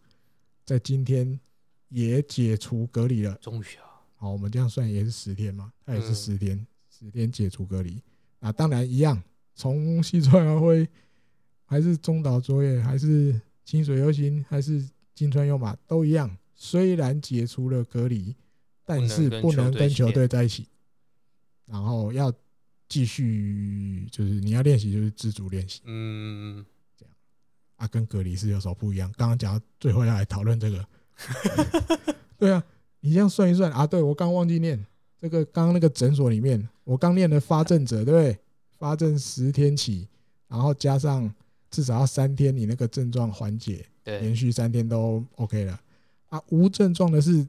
S2: 在今天也解除隔离了。
S3: 终于啊，
S2: 好，我们这样算也是十天嘛，他也是
S3: 嗯
S2: 十天，十天解除隔离。那当然一样，从西川遥辉，还是中岛卓也，还是清水优心，还是金川优马，都一样。虽然解除了隔离，但是不
S3: 不能
S2: 能
S3: 跟
S2: 跟
S3: 球队
S2: 球队在一起，然后要继续就是你要练习就是自主练习
S3: 嗯，
S2: 啊，跟隔离是有什么不一样？刚刚讲到最后要来讨论这个， 对啊，你这样算一算啊，对我刚忘记念这个，刚刚那个诊所里面，我刚念的发证者，对不对？发证十天起，然后加上至少要三天，你那个症状缓解，连
S3: 对，
S2: 续三天都 OK 了啊。无症状的是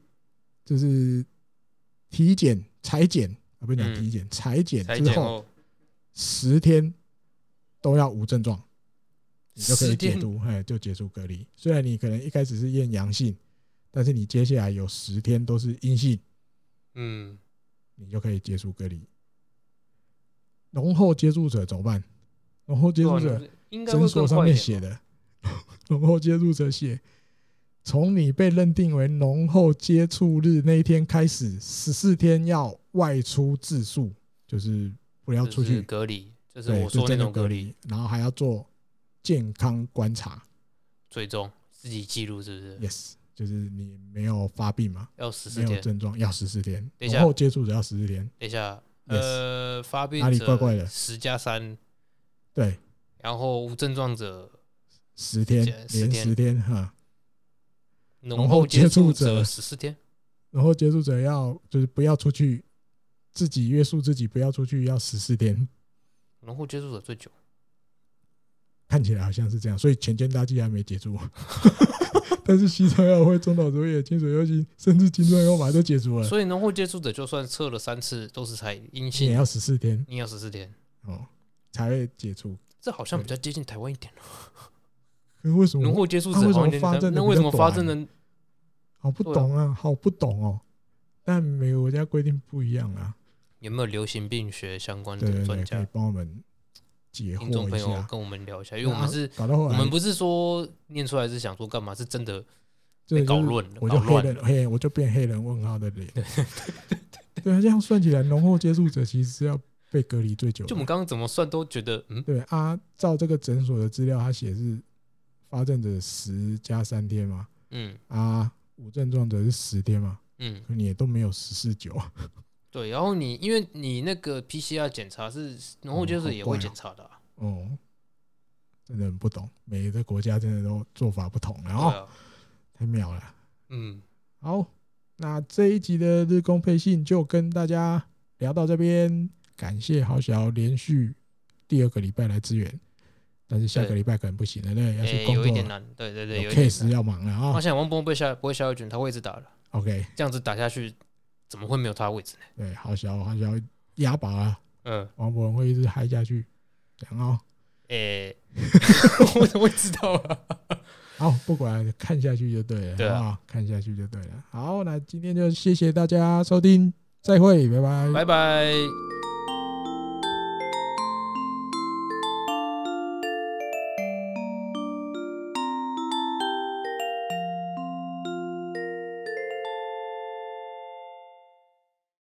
S2: 就是体检、裁剪啊，不是讲
S3: 嗯
S2: 体检，裁剪
S3: 裁
S2: 之
S3: 剪哦
S2: 后
S3: 后
S2: 十天都要无症状，你就可以
S3: 十
S2: 解
S3: 天
S2: 除，哎，就解除隔离。虽然你可能一开始是验阳性，但是你接下来有十天都是阴性，
S3: 嗯，
S2: 你就可以解除隔离。浓厚接触者怎么办？浓厚接
S3: 对
S2: 触
S3: 啊
S2: 者
S3: 你应该会
S2: 诊所
S3: 更
S2: 上
S3: 快
S2: 面
S3: 一
S2: 写
S3: 点吧。
S2: 的， 浓厚接触者写，从你被认定为浓厚接触日那一天开始，十四天要外出自述，就是不要出
S3: 就是
S2: 去，
S3: 隔离，就是
S2: 对，
S3: 我
S2: 就
S3: 说那
S2: 真的
S3: 种
S2: 隔
S3: 隔离，，
S2: 然后还要做健康观察
S3: 最终自己记录是不是？
S2: ，yes，就是你没有发病嘛，
S3: 要十四
S2: 没有
S3: 天。
S2: 症状要十四天，
S3: 等一下
S2: 浓厚接触者要十四天，
S3: 等一下，
S2: Yes
S3: 呃，发病
S2: 哪里
S3: 者
S2: 怪怪的
S3: 十加三，
S2: 对，
S3: 然后无症状者、
S2: 十天
S3: 10
S2: 连
S3: 天
S2: 十天哈，
S3: 浓
S2: 厚
S3: 厚
S2: 接
S3: 接
S2: 触
S3: 触
S2: 者
S3: 者十四天，
S2: 然后接触者要就是不要出去，自己约束自己不要出去，要十四天。
S3: 浓厚接触者最久。
S2: 看起来好像是这样，所以前肩大肌还没解除，啊 但是吸收药会、中岛卓也、清水优心，甚至金砖优马都解除了，
S3: 所以浓厚接触者就算测了三次都是才阴
S2: 也
S3: 性，
S2: 要十四天
S3: 你要十四天，
S2: 哦才会解除。
S3: 这好像比较接近台湾一点了。
S2: 可是为什
S3: 浓
S2: 么？
S3: 厚接触者
S2: 那嗯为什
S3: 好像有
S2: 么
S3: 点
S2: 发证的
S3: 那
S2: 比
S3: 为
S2: 较
S3: 什么发
S2: 短
S3: 证的
S2: 好不懂啊，好不懂哦。但每个国家规定不一样啊，
S3: 有没有流行病学相关
S2: 对
S3: 的
S2: 对对，
S3: 专
S2: 可以
S3: 家？
S2: 帮我们解
S3: 听众
S2: 惑
S3: 朋
S2: 一
S3: 友
S2: 下。
S3: 跟我们聊一下，因为我们是
S2: 啊搞到后
S3: 我
S2: 来，
S3: 们不是说念出来是想说干嘛，是真的
S2: 这
S3: 被搞
S2: 就是
S3: 乱了，
S2: 我
S3: 搞
S2: 就黑
S3: 乱
S2: 人
S3: 了。
S2: 黑，我就变黑人问号的 脸。对啊，这样算起来，浓厚接触者其实是要被隔离最久的。
S3: 就我们刚刚怎么算都觉得，嗯，
S2: 对啊，照这个诊所的资料，他写是发症者十加三天嘛，
S3: 嗯
S2: 啊，无症状者是十天嘛，
S3: 嗯，
S2: 可你也都没有十四九，
S3: 对。然后你因为你那个 PCR 检查是浓厚接触者也
S2: 好怪
S3: 会
S2: 哦
S3: 检查的啊、
S2: 哦，真的很不懂，每个国家真的都做法不同了
S3: 对
S2: 哦，
S3: 啊，
S2: 太妙了。
S3: 嗯，
S2: 好，那这一集的日工配信就跟大家聊到这边，感谢好小连续第二个礼拜来支援，但是下个
S3: 对
S2: 礼拜可能不行了，对，要去
S3: 诶、
S2: 工
S3: 哎有一
S2: 作
S3: 点
S2: 了，
S3: 难，对对对，
S2: 有
S3: 有一点
S2: case
S3: 难。
S2: 要忙了
S3: 我
S2: 啊。
S3: 想王博被下不会下一卷，他会一直打的，
S2: OK，
S3: 这样子打下去怎么会没有他的位置呢？
S2: 对，好小好小压把啊，
S3: 嗯，
S2: 王博文会一直嗨下去，哦然后
S3: 诶、我怎么会知道啊？
S2: 好不管看下去就对了，
S3: 对啊
S2: 好不好看下去就对了。好，那今天就谢谢大家收听，再会，拜拜
S3: 拜拜。